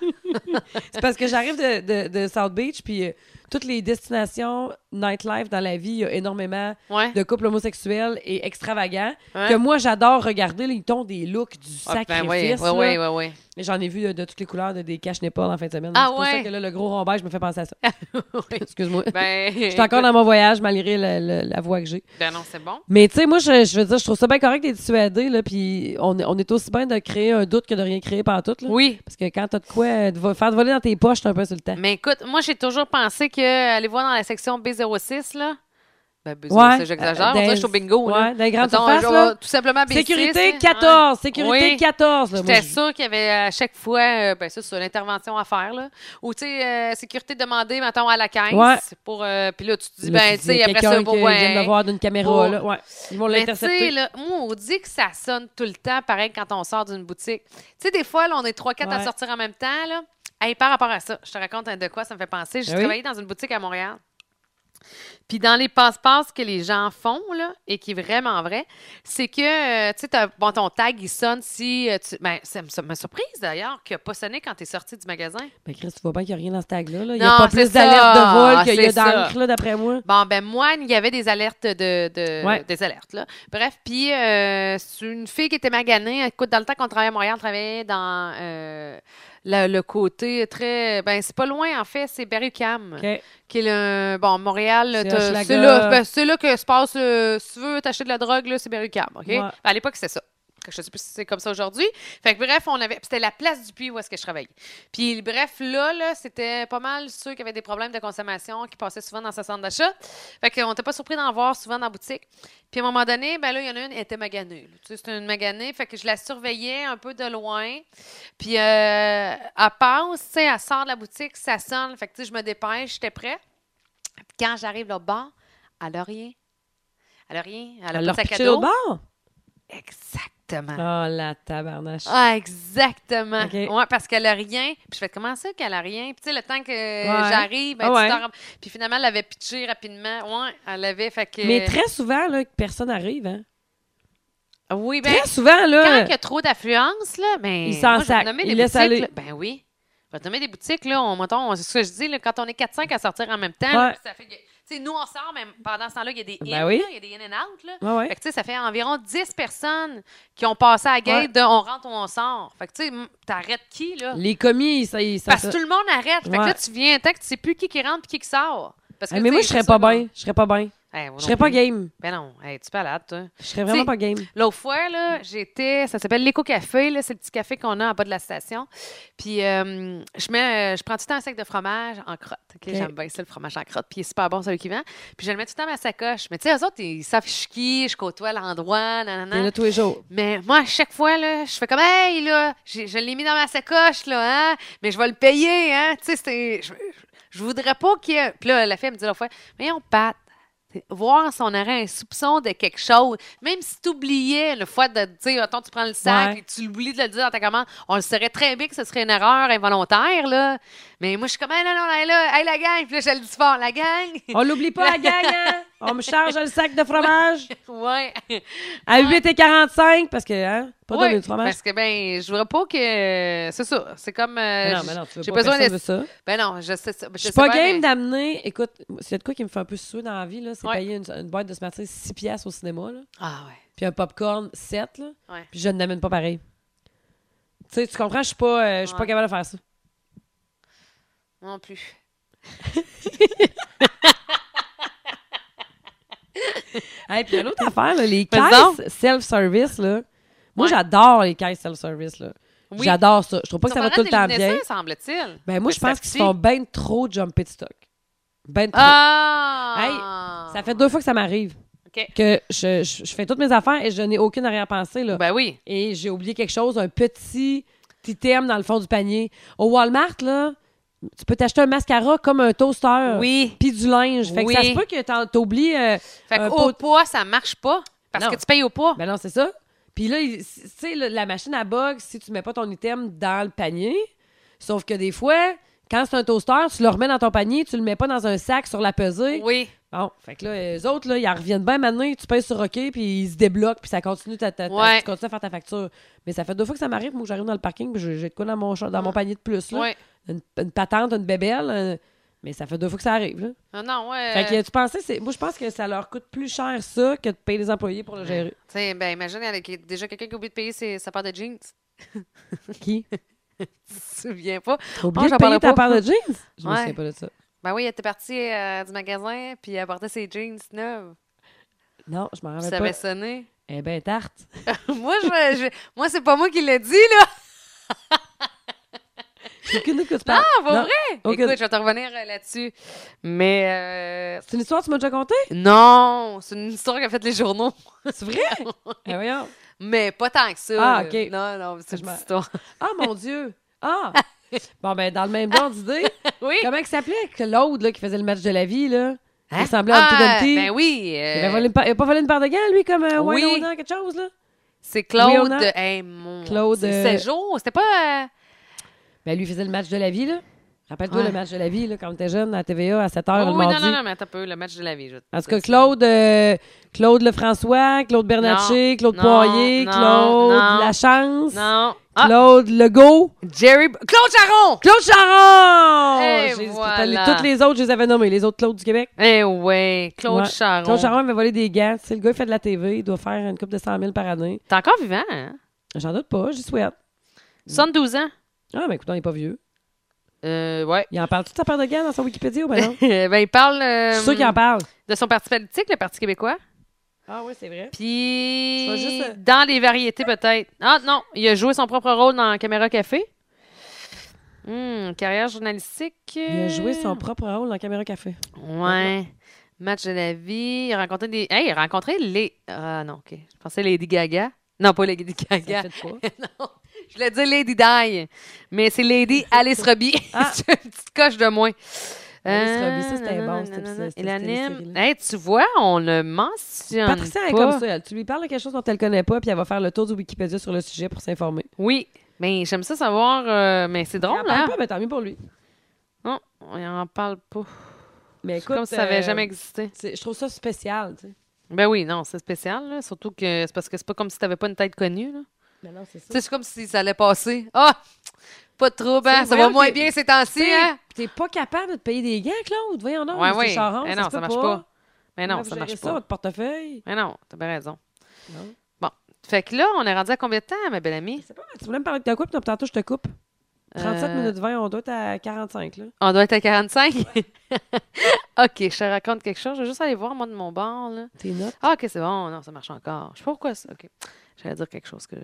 [SPEAKER 1] C'est parce que j'arrive de, de- de South Beach, puis euh, toutes les destinations nightlife dans la vie, il y a énormément
[SPEAKER 2] Ouais.
[SPEAKER 1] de couples homosexuels et extravagants
[SPEAKER 2] Ouais.
[SPEAKER 1] que moi, j'adore regarder. là, Ils ont des looks du
[SPEAKER 2] Ah,
[SPEAKER 1] sacrifice.
[SPEAKER 2] ben oui, oui,
[SPEAKER 1] là.
[SPEAKER 2] oui, oui, oui.
[SPEAKER 1] Et J'en ai vu euh, de, toutes les couleurs de, des cash Népal en fin de semaine.
[SPEAKER 2] Ah
[SPEAKER 1] C'est pour
[SPEAKER 2] ouais?
[SPEAKER 1] ça que là, le gros rond beige me fait penser à ça.
[SPEAKER 2] Oui.
[SPEAKER 1] Excuse-moi.
[SPEAKER 2] Ben,
[SPEAKER 1] Je suis encore dans mon voyage, malgré le- le- la voix que j'ai.
[SPEAKER 2] Ben non, c'est bon.
[SPEAKER 1] Mais tu sais, moi, je, je veux dire, je trouve ça bien correct d'être dissuadé, là, puis on, est- on est aussi bien de créer un doute que de rien créer par tout, là.
[SPEAKER 2] Oui.
[SPEAKER 1] Parce que quand t'as de quoi euh, de vo- faire de voler dans tes poches, t'es un peu sur le temps.
[SPEAKER 2] Mais écoute, moi, j'ai toujours pensé que euh, aller voir dans la section B06, là. Ben, B06,
[SPEAKER 1] Ouais.
[SPEAKER 2] j'exagère.
[SPEAKER 1] Euh,
[SPEAKER 2] on dirait que
[SPEAKER 1] dans-
[SPEAKER 2] je suis au bingo, là.
[SPEAKER 1] Ouais, dans les grandes
[SPEAKER 2] Mettons,
[SPEAKER 1] surfaces,
[SPEAKER 2] genre,
[SPEAKER 1] là.
[SPEAKER 2] Tout simplement B6.
[SPEAKER 1] Sécurité
[SPEAKER 2] là.
[SPEAKER 1] 14,
[SPEAKER 2] Ouais.
[SPEAKER 1] sécurité
[SPEAKER 2] Oui.
[SPEAKER 1] 14. là, moi,
[SPEAKER 2] J'étais
[SPEAKER 1] je-
[SPEAKER 2] sûre qu'il y avait à chaque fois, euh, ben ça, c'est une intervention à faire, là. Ou, tu sais, euh, sécurité demandée, mettons, à la caisse.
[SPEAKER 1] Ouais.
[SPEAKER 2] Pour, euh, puis là, tu te dis,
[SPEAKER 1] Là,
[SPEAKER 2] ben, tu sais, après ça,
[SPEAKER 1] quelqu'un
[SPEAKER 2] bon,
[SPEAKER 1] qui vient
[SPEAKER 2] ouais.
[SPEAKER 1] de voir d'une caméra,
[SPEAKER 2] Bon.
[SPEAKER 1] là. Ouais. Ils vont
[SPEAKER 2] Mais tu sais,
[SPEAKER 1] l'intercepter.
[SPEAKER 2] là, moi, on dit que ça sonne tout le temps, pareil, quand on sort d'une boutique. Tu sais, des fois, là, on est trois, quatre à
[SPEAKER 1] Ouais.
[SPEAKER 2] sortir en même temps, là. Hey, par rapport à ça, je te raconte hein, de quoi ça me fait penser. J'ai
[SPEAKER 1] Ah oui?
[SPEAKER 2] travaillé dans une boutique à Montréal. Puis dans les passe-passe que les gens font, là, et qui est vraiment vrai, c'est que, euh, tu sais, t'as- bon, ton tag, il sonne si... euh, tu, ben, ça me- ça m'a surprise, d'ailleurs, qu'il n'a pas sonné quand tu es sorti du magasin.
[SPEAKER 1] Ben, Chris, tu vois bien qu'il n'y a rien dans ce tag-là. là. Il n'y a
[SPEAKER 2] Non,
[SPEAKER 1] pas
[SPEAKER 2] c'est
[SPEAKER 1] plus
[SPEAKER 2] ça.
[SPEAKER 1] d'alerte de vol qu'il y a
[SPEAKER 2] C'est ça.
[SPEAKER 1] d'encre, là, d'après moi.
[SPEAKER 2] Bon, ben moi, il y avait des alertes de, de-
[SPEAKER 1] Ouais.
[SPEAKER 2] des alertes, là. Bref, puis euh, c'est une fille qui était maganée. Écoute, dans le temps qu'on travaillait à Montréal, on travaillait dans euh, le, le côté très... Ben, c'est pas loin, en fait, c'est Berry-Cam.
[SPEAKER 1] OK.
[SPEAKER 2] Qui est le... Bon, Montréal,
[SPEAKER 1] C'est
[SPEAKER 2] t'as-
[SPEAKER 1] Hochelaga.
[SPEAKER 2] c'est là, ben, c'est là que se passe... euh, si tu veux t'acheter de la drogue, là, c'est Berry-Cam, OK?
[SPEAKER 1] Ouais.
[SPEAKER 2] À l'époque, c'était ça. Je sais plus si c'est comme ça aujourd'hui. Fait que bref, on avait. puis C'était la place du puits où est-ce que je travaillais. Puis bref, là, là c'était pas mal ceux qui avaient des problèmes de consommation, qui passaient souvent dans ce centre d'achat. Fait qu'on n'était pas surpris d'en voir souvent dans la boutique. Puis à un moment donné, ben là, il y en a une, elle était maganée. là. Tu sais, c'était une maganée. Fait que je la surveillais un peu de loin. Puis euh, elle passe, tu sais, elle sort de la boutique, ça sonne. Fait que tu sais, je me dépêche, j'étais prêt. Puis quand j'arrive là bas, elle a rien. Elle a rien. Elle a
[SPEAKER 1] Alors,
[SPEAKER 2] pas de sac à
[SPEAKER 1] pitcher l'autre
[SPEAKER 2] dos.
[SPEAKER 1] bord?
[SPEAKER 2] Exactement.
[SPEAKER 1] Oh, la tabarnache.
[SPEAKER 2] Ah, exactement.
[SPEAKER 1] Ok.
[SPEAKER 2] Ouais, parce qu'elle a rien. Puis je fais comment ça qu'elle a rien? Puis tu sais, le temps que j'arrive, ben,
[SPEAKER 1] Ah
[SPEAKER 2] tu
[SPEAKER 1] ouais.
[SPEAKER 2] t'en rem- Puis finalement, elle avait pitché rapidement. Ouais, elle avait fait que.
[SPEAKER 1] Mais très souvent, là, que personne arrive, hein.
[SPEAKER 2] Oui, ben,
[SPEAKER 1] Très souvent,
[SPEAKER 2] quand
[SPEAKER 1] là.
[SPEAKER 2] il y a trop d'affluence, là, ben.
[SPEAKER 1] Il s'en
[SPEAKER 2] moi, je vais te
[SPEAKER 1] sac.
[SPEAKER 2] nommer
[SPEAKER 1] Il
[SPEAKER 2] des
[SPEAKER 1] laisse
[SPEAKER 2] boutiques,
[SPEAKER 1] aller.
[SPEAKER 2] là. Ben oui. Je vais te nommer des boutiques, là. On, mettons, on- c'est ce que je dis, là, quand on est 4-5 à sortir en même temps, là,
[SPEAKER 1] Ouais.
[SPEAKER 2] ça fait que. Tu sais, nous, on sort, mais pendant ce temps-là, il y a des in,
[SPEAKER 1] Ben oui.
[SPEAKER 2] là, il y a des in and out, là.
[SPEAKER 1] Ouais, ouais.
[SPEAKER 2] Fait que, tu sais, ça fait environ 10 personnes qui ont passé à la gate
[SPEAKER 1] Ouais.
[SPEAKER 2] de on rentre ou on sort. Fait que, tu sais, m- t'arrêtes qui, là?
[SPEAKER 1] Les commis, ça, ils- ça,
[SPEAKER 2] Parce
[SPEAKER 1] ça-
[SPEAKER 2] que tout le monde arrête. Fait que
[SPEAKER 1] Ouais.
[SPEAKER 2] là, tu viens tant que tu sais plus qui qui rentre et qui qui sort. Parce que,
[SPEAKER 1] Hey, Eh, mais
[SPEAKER 2] tu
[SPEAKER 1] moi,
[SPEAKER 2] sais,
[SPEAKER 1] je serais
[SPEAKER 2] c'est ça,
[SPEAKER 1] pas
[SPEAKER 2] là.
[SPEAKER 1] bien. Je serais pas bien.
[SPEAKER 2] Eh, moi non
[SPEAKER 1] Je serais pas
[SPEAKER 2] plus.
[SPEAKER 1] game.
[SPEAKER 2] Ben non, hey, tu balades, toi.
[SPEAKER 1] Je serais vraiment
[SPEAKER 2] T'sais,
[SPEAKER 1] pas game.
[SPEAKER 2] L'autre fois, là, j'étais, ça s'appelle l'éco-café, là, c'est le petit café qu'on a en bas de la station. Puis euh, je mets, euh, je prends tout le temps un sac de fromage en crotte. ok?
[SPEAKER 1] Ok.
[SPEAKER 2] J'aime bien ça, le fromage en crotte, puis il est super bon, celui qui vend. Puis je le mets tout le temps dans ma sacoche. Mais tu sais, eux autres, ils savent je suis qui, je côtoie l'endroit,
[SPEAKER 1] T'es
[SPEAKER 2] nanana.
[SPEAKER 1] là tous les jours.
[SPEAKER 2] Mais moi, à chaque fois, là, je fais comme, hey, là, j'ai- je l'ai mis dans ma sacoche, là, hein, mais je vais le payer, hein. Tu sais, c'était- je, je voudrais pas qu'il. y ait- Puis là, la fille elle me dit la fois, mais on pâte. Voir si on aurait un soupçon de quelque chose, même si tu oubliais le fois de dire, attends, tu prends le sac
[SPEAKER 1] Ouais.
[SPEAKER 2] et tu oublies de le dire dans ta commande, on le saurait très bien que ce serait une erreur involontaire, là. Mais moi, je suis comme, hey, non, non, hey, là, hey, la gang, puis là, je le dis fort, la gang.
[SPEAKER 1] On l'oublie pas, la gang, hein? On me charge le sac de fromage
[SPEAKER 2] ouais.
[SPEAKER 1] à 8 et 45 parce que, hein? Pas
[SPEAKER 2] Ouais,
[SPEAKER 1] donner de fromage.
[SPEAKER 2] Parce que, ben, je voudrais pas que. C'est ça. C'est comme. euh,
[SPEAKER 1] Mais non,
[SPEAKER 2] j-
[SPEAKER 1] mais non, tu veux
[SPEAKER 2] j'ai
[SPEAKER 1] pas.
[SPEAKER 2] besoin
[SPEAKER 1] personne
[SPEAKER 2] de-
[SPEAKER 1] veut ça.
[SPEAKER 2] Ben non, je sais ça.
[SPEAKER 1] Je suis pas game
[SPEAKER 2] mais...
[SPEAKER 1] d'amener. Écoute, s'il y a de quoi qui me fait un peu suer dans la vie, là, c'est
[SPEAKER 2] Ouais.
[SPEAKER 1] payer une, une boîte de Smarties 6 piastres au cinéma, là,
[SPEAKER 2] Ah ouais.
[SPEAKER 1] puis un popcorn 7, là,
[SPEAKER 2] Ouais.
[SPEAKER 1] puis je ne l'amène pas pareil. Tu sais, tu comprends, je suis pas, euh, je suis pas
[SPEAKER 2] Ouais.
[SPEAKER 1] capable de faire ça.
[SPEAKER 2] Non plus.
[SPEAKER 1] Hey, puis il y a l'autre affaire, là, les
[SPEAKER 2] Vas-y donc.
[SPEAKER 1] caisses self-service, là. Moi,
[SPEAKER 2] Ouais.
[SPEAKER 1] j'adore les caisses self-service, là.
[SPEAKER 2] Oui.
[SPEAKER 1] J'adore ça. Je trouve pas que
[SPEAKER 2] Ton
[SPEAKER 1] ça va
[SPEAKER 2] parent
[SPEAKER 1] tout le temps
[SPEAKER 2] t'éliminait
[SPEAKER 1] bien.
[SPEAKER 2] ça, semble-t-il.
[SPEAKER 1] Ben, moi,
[SPEAKER 2] Mais
[SPEAKER 1] je
[SPEAKER 2] ça
[SPEAKER 1] pense qu'ils se
[SPEAKER 2] pique.
[SPEAKER 1] font ben trop jumper de stock. Ben trop.
[SPEAKER 2] Ah!
[SPEAKER 1] Ça fait deux fois que ça m'arrive.
[SPEAKER 2] OK.
[SPEAKER 1] Que je, je- je fais toutes mes affaires et je n'ai aucune arrière-pensée, là.
[SPEAKER 2] Ben oui.
[SPEAKER 1] Et j'ai oublié quelque chose, un petit item dans le fond du panier. Au Walmart, là, tu peux t'acheter un mascara comme un toaster.
[SPEAKER 2] Oui.
[SPEAKER 1] Puis du linge. Fait que ça
[SPEAKER 2] Oui.
[SPEAKER 1] se peut que t'en- t'oublies. euh,
[SPEAKER 2] Fait
[SPEAKER 1] Un
[SPEAKER 2] qu'au
[SPEAKER 1] pot-
[SPEAKER 2] poids, ça marche pas. Parce
[SPEAKER 1] Non.
[SPEAKER 2] que tu payes au poids.
[SPEAKER 1] Ben non, c'est ça. Puis là, il- tu sais, le- la machine à bug, si tu mets pas ton item dans le panier, sauf que des fois, quand c'est un toaster, tu le remets dans ton panier, tu le mets pas dans un sac sur la pesée.
[SPEAKER 2] oui.
[SPEAKER 1] Bon, fait que là, les autres, là, ils en reviennent bien maintenant, tu pèses sur OK, puis ils se débloquent, puis ça continue, ta, ta- ta-
[SPEAKER 2] Ouais.
[SPEAKER 1] tu continues à faire ta facture. Mais ça fait deux fois que ça m'arrive, moi, que j'arrive dans le parking, puis j'ai j'ai de quoi dans mon, cha-
[SPEAKER 2] Mm.
[SPEAKER 1] dans mon panier de plus, là.
[SPEAKER 2] Oui.
[SPEAKER 1] Une, une patente, une bébelle, euh, mais ça fait deux fois que ça arrive, là.
[SPEAKER 2] Non, Ah non, ouais.
[SPEAKER 1] Fait que tu pensais, c'est- moi, je pense que ça leur coûte plus cher, ça, que de payer les employés pour le gérer.
[SPEAKER 2] Tu sais, ben imagine, avec déjà quelqu'un qui a oublié de payer ses- sa part de jeans.
[SPEAKER 1] Qui?
[SPEAKER 2] Tu te souviens pas?
[SPEAKER 1] T'as oublié
[SPEAKER 2] Ah, j'en
[SPEAKER 1] de payer
[SPEAKER 2] parlais
[SPEAKER 1] ta
[SPEAKER 2] pas.
[SPEAKER 1] paire de jeans? Je me
[SPEAKER 2] Ouais.
[SPEAKER 1] souviens pas de ça.
[SPEAKER 2] Ben oui, elle était partie euh, du magasin, puis elle portait ses jeans neuves.
[SPEAKER 1] Non, je m'en
[SPEAKER 2] Puis
[SPEAKER 1] rappelle
[SPEAKER 2] ça
[SPEAKER 1] pas.
[SPEAKER 2] avait sonné.
[SPEAKER 1] Eh ben, tarte.
[SPEAKER 2] moi, je, je- moi c'est pas moi qui l'ai dit, là!
[SPEAKER 1] J'ai aucune idée de quoi tu
[SPEAKER 2] Non,
[SPEAKER 1] parles.
[SPEAKER 2] pas
[SPEAKER 1] Non,
[SPEAKER 2] vrai!
[SPEAKER 1] aucune-
[SPEAKER 2] Écoute, je vais te revenir euh, là-dessus. Mais, euh,
[SPEAKER 1] C'est une histoire que tu m'as déjà contée?
[SPEAKER 2] non! C'est une histoire qui a fait les journaux.
[SPEAKER 1] C'est vrai? eh voyons.
[SPEAKER 2] Mais pas tant que ça.
[SPEAKER 1] Ah,
[SPEAKER 2] là.
[SPEAKER 1] ok.
[SPEAKER 2] Non, non, c'est
[SPEAKER 1] Je
[SPEAKER 2] une
[SPEAKER 1] m'en-
[SPEAKER 2] petite histoire.
[SPEAKER 1] Ah, mon Dieu! Ah! Bon, ben, dans le même genre d'idée,
[SPEAKER 2] oui!
[SPEAKER 1] comment il s'appelait que l'autre là, qui faisait le match de la vie, là? Il
[SPEAKER 2] Hein?
[SPEAKER 1] ressemblait à un
[SPEAKER 2] Ah,
[SPEAKER 1] petit
[SPEAKER 2] Ben oui! euh,
[SPEAKER 1] Il avait volé une pa- il a pas volé une part de gants, lui, comme euh,
[SPEAKER 2] Oui.
[SPEAKER 1] Wayne Onan, quelque chose, là?
[SPEAKER 2] C'est Claude.
[SPEAKER 1] Léonard.
[SPEAKER 2] de- Hey, mon...
[SPEAKER 1] Claude,
[SPEAKER 2] C'est
[SPEAKER 1] euh,
[SPEAKER 2] Séjour. C'était pas. euh,
[SPEAKER 1] Ben, lui, il faisait le match de la vie, là. Rappelle-toi
[SPEAKER 2] Ouais.
[SPEAKER 1] le match de la vie, là, quand t'es jeune, à TVA, à 7 h le
[SPEAKER 2] Oh, oui, non,
[SPEAKER 1] mardi.
[SPEAKER 2] non, non, mais attends un peu, le match de la vie. je vais te
[SPEAKER 1] En tout
[SPEAKER 2] dire
[SPEAKER 1] cas,
[SPEAKER 2] ça.
[SPEAKER 1] Claude, euh, Claude Lefrançois, Claude Bernatchez,
[SPEAKER 2] Non,
[SPEAKER 1] Claude
[SPEAKER 2] non,
[SPEAKER 1] Poirier,
[SPEAKER 2] non,
[SPEAKER 1] Claude
[SPEAKER 2] non.
[SPEAKER 1] Lachance,
[SPEAKER 2] Non. Ah,
[SPEAKER 1] Claude Legault,
[SPEAKER 2] Jerry. Claude Charon!
[SPEAKER 1] Claude Charon!
[SPEAKER 2] Eh,
[SPEAKER 1] J'ai-
[SPEAKER 2] voilà.
[SPEAKER 1] les- Toutes les autres, je les avais nommés, les autres Claude du Québec.
[SPEAKER 2] Eh ouais, Claude
[SPEAKER 1] Ouais.
[SPEAKER 2] Charon.
[SPEAKER 1] Claude Charon, il m'a volé des gants. Tu sais, le gars, il fait de la TV, il doit faire une coupe de 100 000 par année.
[SPEAKER 2] T'es encore vivant, hein?
[SPEAKER 1] J'en doute pas, j'y souhaite. Mm.
[SPEAKER 2] 72 ans.
[SPEAKER 1] Ah, mais écoute, il est pas vieux.
[SPEAKER 2] Euh, ouais.
[SPEAKER 1] Il en parle toute sa part de gants dans son Wikipédia, ou ben non?
[SPEAKER 2] ben, il parle euh,
[SPEAKER 1] Je suis sûre qu'il en parle.
[SPEAKER 2] de son parti politique, le Parti québécois.
[SPEAKER 1] Ah oui, c'est vrai.
[SPEAKER 2] Puis,
[SPEAKER 1] Je vais juste, euh,
[SPEAKER 2] dans les variétés, peut-être. Ah non, il a joué son propre rôle dans Caméra Café. Hmm, carrière journalistique.
[SPEAKER 1] Il a joué son propre rôle dans Caméra Café.
[SPEAKER 2] Ouais. Match de la vie. Il a rencontré des. Hey, il a rencontré les. Ah non, OK. Je pensais Lady Gaga. Non, pas Lady
[SPEAKER 1] Ça
[SPEAKER 2] Gaga.
[SPEAKER 1] fait de quoi?
[SPEAKER 2] non. Je voulais dire Lady Di. Mais c'est Lady Alice Robbie.
[SPEAKER 1] Ah.
[SPEAKER 2] C'est une petite coche de moins.
[SPEAKER 1] Alice
[SPEAKER 2] Euh,
[SPEAKER 1] Robbie, ça, c'était
[SPEAKER 2] nanana,
[SPEAKER 1] bon, cette-
[SPEAKER 2] nanana.
[SPEAKER 1] cette-
[SPEAKER 2] Il
[SPEAKER 1] cette
[SPEAKER 2] anime.
[SPEAKER 1] télésérie-là.
[SPEAKER 2] Hey, tu vois, on le mentionne.
[SPEAKER 1] Patricia est
[SPEAKER 2] pas.
[SPEAKER 1] comme ça. elle. Tu lui parles de quelque chose dont elle connaît pas, puis elle va faire le tour du Wikipédia sur le sujet pour s'informer.
[SPEAKER 2] Oui. Mais j'aime ça savoir. euh, mais c'est
[SPEAKER 1] Elle
[SPEAKER 2] drôle,
[SPEAKER 1] en parle
[SPEAKER 2] là.
[SPEAKER 1] pas, mais tant mieux pour lui.
[SPEAKER 2] Non, on en parle pas.
[SPEAKER 1] Mais écoute,
[SPEAKER 2] comme si ça avait
[SPEAKER 1] euh,
[SPEAKER 2] jamais existé.
[SPEAKER 1] c'est- Je trouve ça spécial, tu sais.
[SPEAKER 2] Ben oui, non, c'est spécial, là. Surtout que c'est parce que c'est pas comme si t'avais pas une tête connue, là.
[SPEAKER 1] Mais non, c'est ça.
[SPEAKER 2] Tu sais, c'est comme si ça allait passer. Ah! Pas de trouble, hein?
[SPEAKER 1] C'est
[SPEAKER 2] Ça
[SPEAKER 1] vrai,
[SPEAKER 2] va moins
[SPEAKER 1] t'es-
[SPEAKER 2] bien ces temps-ci, hein?
[SPEAKER 1] T'sais, T'es pas capable de te payer des gants, Claude. Voyons donc.
[SPEAKER 2] Ouais,
[SPEAKER 1] Mr.
[SPEAKER 2] ouais.
[SPEAKER 1] Charon,
[SPEAKER 2] Mais
[SPEAKER 1] ça,
[SPEAKER 2] non,
[SPEAKER 1] se
[SPEAKER 2] ça
[SPEAKER 1] peut
[SPEAKER 2] marche pas. Mais non,
[SPEAKER 1] Vous
[SPEAKER 2] ça
[SPEAKER 1] gérez
[SPEAKER 2] marche
[SPEAKER 1] Ça,
[SPEAKER 2] pas.
[SPEAKER 1] votre portefeuille.
[SPEAKER 2] Mais non, t'as bien raison.
[SPEAKER 1] Non.
[SPEAKER 2] Fait que là, on est rendu à combien de temps, ma belle amie?
[SPEAKER 1] C'est pas mal. Tu voulais me parler de ta coupe, puis tantôt, je te coupe. 37
[SPEAKER 2] Euh,
[SPEAKER 1] minutes 20, on doit être à 45, là.
[SPEAKER 2] On doit être à 45? OK, je te raconte quelque chose. Je vais juste aller voir, moi, de mon bord, là.
[SPEAKER 1] Tes notes.
[SPEAKER 2] Ah, OK, c'est bon. Non, ça marche encore. Je sais pas pourquoi ça. OK. J'allais dire quelque chose que...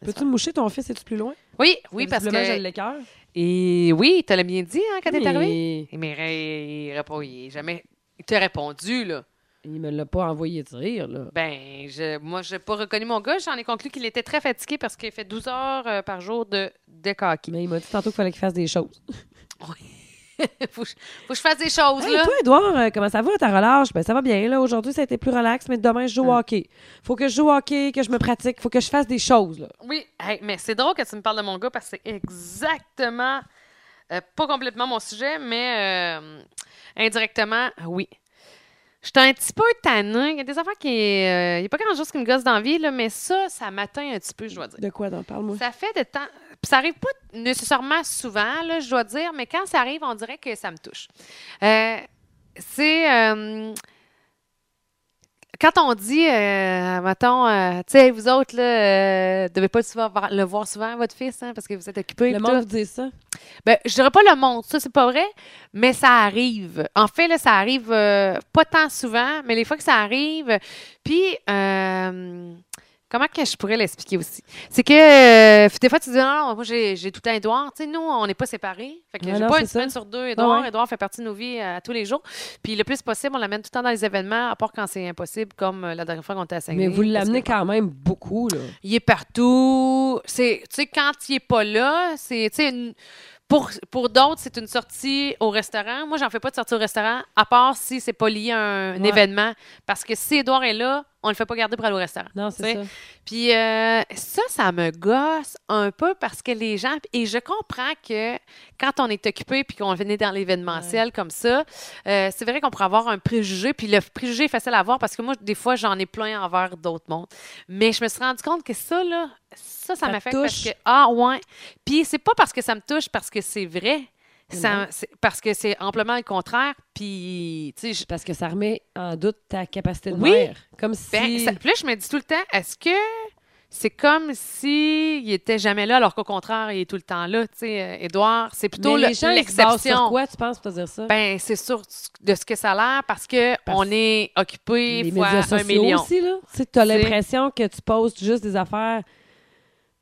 [SPEAKER 2] je
[SPEAKER 1] Peux-tu me moucher ton fils? Es-tu plus loin?
[SPEAKER 2] Oui, oui, parce
[SPEAKER 1] Visiblement, je
[SPEAKER 2] que...
[SPEAKER 1] l'écœure.
[SPEAKER 2] Et oui, tu l'as bien dit, hein, quand t'es
[SPEAKER 1] Mais
[SPEAKER 2] arrivé. Mais ré- il répond, il est jamais... Il t'a répondu, là.
[SPEAKER 1] Il me l'a pas envoyé dire, là.
[SPEAKER 2] Ben, je, moi, j'ai pas reconnu mon gars. J'en ai conclu qu'il était très fatigué parce qu'il fait 12 heures euh, par jour de, de coquille.
[SPEAKER 1] Mais il m'a dit tantôt qu'il fallait qu'il fasse des choses.
[SPEAKER 2] faut, que je- faut que je fasse des choses,
[SPEAKER 1] Hey,
[SPEAKER 2] là.
[SPEAKER 1] toi, Edouard, euh, comment ça va, ta relâche? Ben, ça va bien, là. Aujourd'hui, ça a été plus relax, mais demain, je joue au hockey. Faut que je joue au hockey, que je me pratique, faut que je fasse des choses, là.
[SPEAKER 2] Oui, hey, mais c'est drôle que tu me parles de mon gars parce que c'est exactement, euh, pas complètement mon sujet, mais euh, indirectement, oui. Je suis un petit peu tannée. Il y a des affaires qui. euh, Il n'y a pas grand-chose qui me gosse dans la vie, là, mais ça, ça m'atteint un petit peu, je dois dire.
[SPEAKER 1] De quoi, donc? Parle-moi.
[SPEAKER 2] Ça fait de temps. Puis ça arrive pas nécessairement souvent, là, je dois dire, mais quand ça arrive, on dirait que ça me touche. Euh, c'est. euh, quand on dit, euh, mettons, euh, tu sais, vous autres, là, euh, devez pas souvent voir- le voir souvent, votre fils, hein, parce que vous êtes occupés.
[SPEAKER 1] Le
[SPEAKER 2] pis
[SPEAKER 1] monde
[SPEAKER 2] tout.
[SPEAKER 1] vous dit ça.
[SPEAKER 2] Ben, je dirais pas le monde, ça, c'est pas vrai, mais ça arrive. En fait, là, ça arrive euh, pas tant souvent, mais les fois que ça arrive, puis... euh, Comment que je pourrais l'expliquer aussi? C'est que euh, des fois, tu dis, non, non, moi, j'ai j'ai tout le temps Édouard. Tu sais, nous, on n'est pas séparés. Fait que
[SPEAKER 1] Ouais,
[SPEAKER 2] j'ai
[SPEAKER 1] non,
[SPEAKER 2] pas
[SPEAKER 1] c'est
[SPEAKER 2] une
[SPEAKER 1] ça.
[SPEAKER 2] semaine sur deux, Édouard.
[SPEAKER 1] ouais.
[SPEAKER 2] Édouard fait partie de nos vies euh, à tous les jours. Puis le plus possible, on l'amène tout le temps dans les événements, à part quand c'est impossible, comme euh, la dernière fois qu'on était à Saguenay.
[SPEAKER 1] Mais vous
[SPEAKER 2] parce
[SPEAKER 1] l'amenez
[SPEAKER 2] que-
[SPEAKER 1] quand même beaucoup, là.
[SPEAKER 2] il est partout. C'est, tu sais, quand il est pas là, c'est, tu sais, une- pour, pour d'autres, c'est une sortie au restaurant. Moi, j'en fais pas de sortie au restaurant, à part si c'est pas lié à un, un
[SPEAKER 1] Ouais.
[SPEAKER 2] événement. Parce que si Édouard est là, on le fait pas garder pour aller au restaurant.
[SPEAKER 1] Non,
[SPEAKER 2] Tu sais,
[SPEAKER 1] c'est ça.
[SPEAKER 2] Puis euh, ça, ça me gosse un peu parce que les gens, et je comprends que quand on est occupé puis qu'on venait dans l'événementiel comme ça, euh, c'est vrai qu'on pourrait avoir un préjugé, puis le préjugé est facile à avoir parce que moi, des fois, j'en ai plein envers d'autres mondes. Mais je me suis rendu compte que ça, là, ça, ça,
[SPEAKER 1] Ça te
[SPEAKER 2] m'affecte parce
[SPEAKER 1] touche.
[SPEAKER 2] que, ah ouais, puis c'est pas parce que ça me touche, parce que c'est vrai. Ça-
[SPEAKER 1] Non.
[SPEAKER 2] c'est- parce que c'est amplement le contraire, puis, tu sais, je-
[SPEAKER 1] Parce que ça remet en doute ta capacité de
[SPEAKER 2] Oui.
[SPEAKER 1] mère. Comme si.
[SPEAKER 2] ben, ça- puis là, je me dis tout le temps, est-ce que c'est comme si il était jamais là, alors qu'au contraire, il est tout le temps là, tu sais, euh, Édouard, c'est plutôt
[SPEAKER 1] Mais
[SPEAKER 2] le-
[SPEAKER 1] les gens, ils se basent sur
[SPEAKER 2] l'exception.
[SPEAKER 1] quoi, tu penses, pour te dire ça?
[SPEAKER 2] ben, c'est sûr de ce que ça a l'air parce que
[SPEAKER 1] Parce-
[SPEAKER 2] on est occupé
[SPEAKER 1] les
[SPEAKER 2] fois
[SPEAKER 1] médias
[SPEAKER 2] un
[SPEAKER 1] sociaux
[SPEAKER 2] million.
[SPEAKER 1] aussi, là. Tu sais, t'as
[SPEAKER 2] C'est-
[SPEAKER 1] l'impression que tu postes juste des affaires.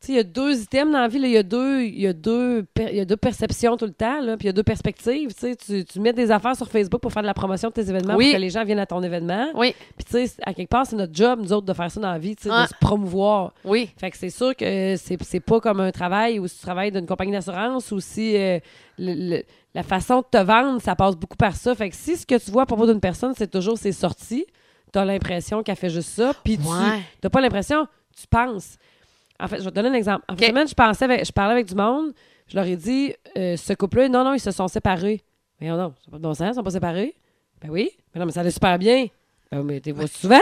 [SPEAKER 1] Tu sais, il y a deux items dans la vie, là. Il y a deux, il y a deux, per- il y a deux perceptions tout le temps, là. Puis il y a deux perspectives, tu sais. Tu, tu mets des affaires sur Facebook pour faire de la promotion de tes événements,
[SPEAKER 2] Oui.
[SPEAKER 1] pour que les gens viennent à ton événement.
[SPEAKER 2] Oui,
[SPEAKER 1] Puis tu sais, à quelque part, c'est notre job, nous autres, de faire ça dans la vie, tu sais,
[SPEAKER 2] Ouais.
[SPEAKER 1] de se promouvoir.
[SPEAKER 2] oui.
[SPEAKER 1] Fait que c'est sûr que c'est c'est pas comme un travail ou si tu travailles d'une compagnie d'assurance ou si euh, le- le- la façon de te vendre, ça passe beaucoup par ça. Fait que si ce que tu vois à propos d'une personne, c'est toujours ses sorties, t'as l'impression qu'elle fait juste ça, puis tu
[SPEAKER 2] Ouais.
[SPEAKER 1] t'as pas l'impression, tu penses. En fait, je vais te donner un exemple. En fin de
[SPEAKER 2] Ok.
[SPEAKER 1] semaine, je, pensais avec- je parlais avec du monde, je leur ai dit, euh, ce couple-là, non, non, ils se sont séparés. Mais non, non, c'est pas de bon sens, ils sont pas séparés. Ben oui, mais non, mais ça allait super bien. Ben, mais t'es vois souvent.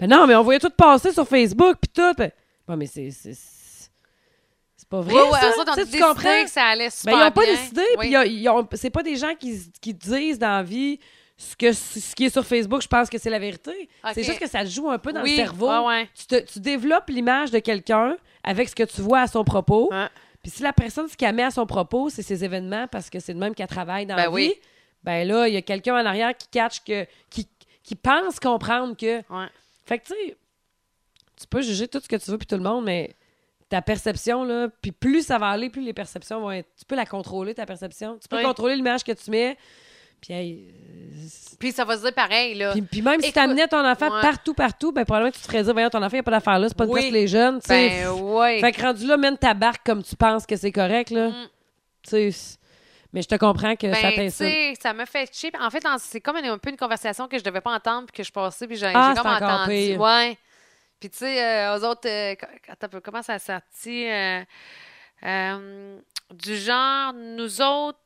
[SPEAKER 1] Ben non, mais on voyait tout passer sur Facebook, puis tout. Ben, bon, mais c'est. C'est c'est pas vrai.
[SPEAKER 2] Ouais, ouais,
[SPEAKER 1] ça.
[SPEAKER 2] eux autres ont
[SPEAKER 1] Tu sais, tu
[SPEAKER 2] décidé
[SPEAKER 1] comprends?
[SPEAKER 2] que ça allait
[SPEAKER 1] Ben,
[SPEAKER 2] super
[SPEAKER 1] ils n'ont pas
[SPEAKER 2] bien.
[SPEAKER 1] décidé,
[SPEAKER 2] Oui.
[SPEAKER 1] puis ils ont- ils ont- c'est pas des gens qui, s- qui disent dans la vie ce, que, ce qui est sur Facebook, je pense que c'est la vérité.
[SPEAKER 2] Ok.
[SPEAKER 1] C'est juste que ça te joue un peu dans
[SPEAKER 2] Oui,
[SPEAKER 1] le cerveau.
[SPEAKER 2] ouais, ouais.
[SPEAKER 1] Tu, te- tu développes l'image de quelqu'un avec ce que tu vois à son propos.
[SPEAKER 2] Ouais.
[SPEAKER 1] Puis si la personne, ce qu'elle met à son propos, c'est ses événements parce que c'est de même qu'elle travaille dans
[SPEAKER 2] Ben
[SPEAKER 1] la vie,
[SPEAKER 2] oui.
[SPEAKER 1] ben là, il y a quelqu'un en arrière qui catch que. qui, qui pense comprendre que.
[SPEAKER 2] Ouais.
[SPEAKER 1] Fait que tu sais, tu peux juger tout ce que tu veux puis tout le monde, mais ta perception, là, puis plus ça va aller, plus les perceptions vont être. Tu peux la contrôler, ta perception. Tu peux
[SPEAKER 2] Oui.
[SPEAKER 1] contrôler l'image que tu mets. Puis, hey, euh,
[SPEAKER 2] Puis ça va se dire pareil, là. Ben,
[SPEAKER 1] puis- puis même si
[SPEAKER 2] Euh, Écoute,
[SPEAKER 1] tu amenais ton enfant
[SPEAKER 2] ouais.
[SPEAKER 1] partout, partout, ben probablement que tu te ferais dire, voyons, ton enfant, il n'y a pas d'affaire là, c'est pas de
[SPEAKER 2] Oui.
[SPEAKER 1] place pour les jeunes, tu sais.
[SPEAKER 2] ben oui.
[SPEAKER 1] Fait que rendu là, mène ta barque comme tu penses que c'est correct, là.
[SPEAKER 2] Mm.
[SPEAKER 1] Tu sais, c'est- mais je te comprends que ça
[SPEAKER 2] Ben, tu
[SPEAKER 1] t'insulte.
[SPEAKER 2] sais, ça me fait chier. En fait, en- c'est comme une- un peu une conversation que je devais pas entendre puis que je passais puis j'ai
[SPEAKER 1] Ah,
[SPEAKER 2] j'ai comme
[SPEAKER 1] c'est encore
[SPEAKER 2] entendu.
[SPEAKER 1] pire.
[SPEAKER 2] Ouais. Puis tu sais, euh, aux autres, euh, co- attends un peu, comment ça a sorti euh, euh, du genre, nous autres,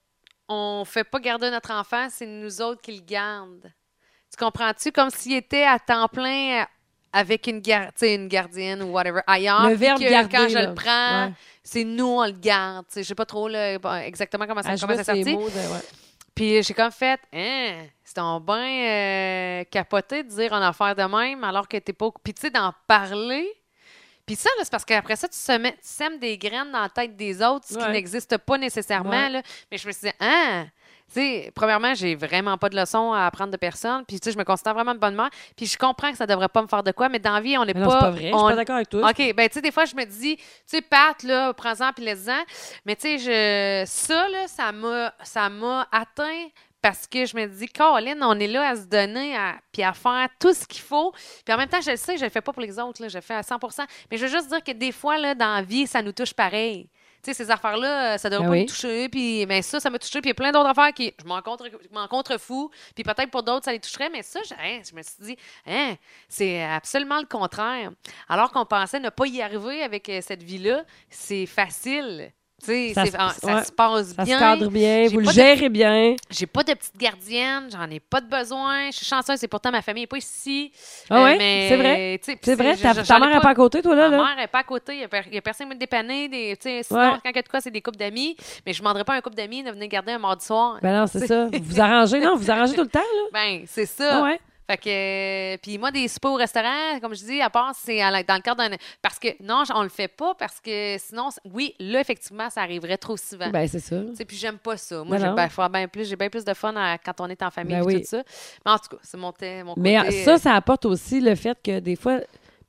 [SPEAKER 2] on fait pas garder notre enfant, c'est nous autres qui le gardent. Tu comprends-tu? Comme s'il était à temps plein euh, avec une, gar- tu sais, une gardienne ou whatever ailleurs.
[SPEAKER 1] Le
[SPEAKER 2] puis
[SPEAKER 1] verbe
[SPEAKER 2] que
[SPEAKER 1] garder,
[SPEAKER 2] Quand je
[SPEAKER 1] là.
[SPEAKER 2] le prends,
[SPEAKER 1] Ouais.
[SPEAKER 2] c'est nous, on le garde. Tu sais, Je sais pas trop là, bon, exactement comment ça,
[SPEAKER 1] À
[SPEAKER 2] comment
[SPEAKER 1] jouer
[SPEAKER 2] ça
[SPEAKER 1] Ah, ces
[SPEAKER 2] sortit.
[SPEAKER 1] mots de- ouais.
[SPEAKER 2] Puis j'ai comme fait, hein, c'est ton bain capoté de dire en affaire de même alors que t'es pas. au- Puis tu sais, d'en parler. Puis ça, là, c'est parce qu'après ça, tu, semais- tu sèmes des graines dans la tête des autres, ce qui
[SPEAKER 1] Ouais.
[SPEAKER 2] n'existe pas nécessairement.
[SPEAKER 1] Ouais.
[SPEAKER 2] Là. Mais je me suis dit, hein, tu sais, premièrement, j'ai vraiment pas de leçons à apprendre de personne. Puis tu sais, je me considère vraiment de bonne mère. Puis je comprends que ça devrait pas me faire de quoi, mais dans la vie, on n'est
[SPEAKER 1] Mais non, c'est
[SPEAKER 2] pas.
[SPEAKER 1] pas vrai. Je suis
[SPEAKER 2] on-
[SPEAKER 1] pas d'accord avec toi.
[SPEAKER 2] OK, ben tu sais, des fois, je me dis, tu sais, Pat, là, prends-en puis laisse-en. Mais tu sais, je... ça, là, ça m'a, ça m'a atteint parce que je me dis, Caroline, on est là à se donner à... puis à faire tout ce qu'il faut. Puis en même temps, je le sais, je le fais pas pour les autres, là, je le fais à 100 Mais je veux juste dire que des fois, là, dans la vie, ça nous touche pareil. Tu sais, ces affaires-là, euh, ça devrait
[SPEAKER 1] Ben
[SPEAKER 2] pas
[SPEAKER 1] oui.
[SPEAKER 2] nous toucher. Puis mais ça, ça m'a touché. Puis il y a plein d'autres affaires qui. Je m'en contre, je m'en contrefous. Puis peut-être pour d'autres, ça les toucherait. Mais ça, je, hein, je me suis dit, hein, c'est absolument le contraire. Alors qu'on pensait ne pas y arriver avec euh, cette vie-là, c'est facile. Tu sais,
[SPEAKER 1] Ça
[SPEAKER 2] c'est-
[SPEAKER 1] se-
[SPEAKER 2] ah, ça
[SPEAKER 1] ouais.
[SPEAKER 2] se passe
[SPEAKER 1] Ça
[SPEAKER 2] bien.
[SPEAKER 1] se cadre bien,
[SPEAKER 2] J'ai
[SPEAKER 1] vous le
[SPEAKER 2] pas de-
[SPEAKER 1] gérez bien.
[SPEAKER 2] J'ai pas de petite gardienne, j'en ai pas de besoin. Je suis chanceuse, et pourtant ma famille n'est pas ici.
[SPEAKER 1] Ah
[SPEAKER 2] Euh,
[SPEAKER 1] ouais,
[SPEAKER 2] mais,
[SPEAKER 1] c'est vrai.
[SPEAKER 2] tu sais,
[SPEAKER 1] C'est vrai,
[SPEAKER 2] je-
[SPEAKER 1] ta,
[SPEAKER 2] je-
[SPEAKER 1] ta
[SPEAKER 2] j'en ai
[SPEAKER 1] mère n'est pas à côté, toi, là.
[SPEAKER 2] Ma
[SPEAKER 1] là.
[SPEAKER 2] mère n'est pas à côté. Il n'y a, per- y a personne qui me dépanner. Des, tu sais, sinon,
[SPEAKER 1] Ouais.
[SPEAKER 2] quand il y a de quoi, c'est des couples d'amis. Mais je ne demanderais pas à un couple d'amis de venir garder un mardi soir.
[SPEAKER 1] Ben non, c'est ça. Vous vous arrangez, non, vous vous arrangez tout le temps, là.
[SPEAKER 2] Ben, c'est ça.
[SPEAKER 1] Ouais.
[SPEAKER 2] Fait que, euh, puis moi, des spas au restaurant, comme je dis, à part, c'est à la- dans le cadre d'un. Parce que, non, on le fait pas parce que sinon, c- oui, là, effectivement, ça arriverait trop souvent.
[SPEAKER 1] Ben, c'est ça.
[SPEAKER 2] Tu sais, puis j'aime pas ça. Moi,
[SPEAKER 1] Non,
[SPEAKER 2] j'ai
[SPEAKER 1] non.
[SPEAKER 2] ben, faut bien plus, j'ai bien plus de fun à- quand on est en famille
[SPEAKER 1] Ben
[SPEAKER 2] et
[SPEAKER 1] oui.
[SPEAKER 2] tout ça. Mais en tout cas, c'est mon, thé- mon
[SPEAKER 1] Mais
[SPEAKER 2] côté,
[SPEAKER 1] ça,
[SPEAKER 2] euh,
[SPEAKER 1] ça apporte aussi le fait que des fois,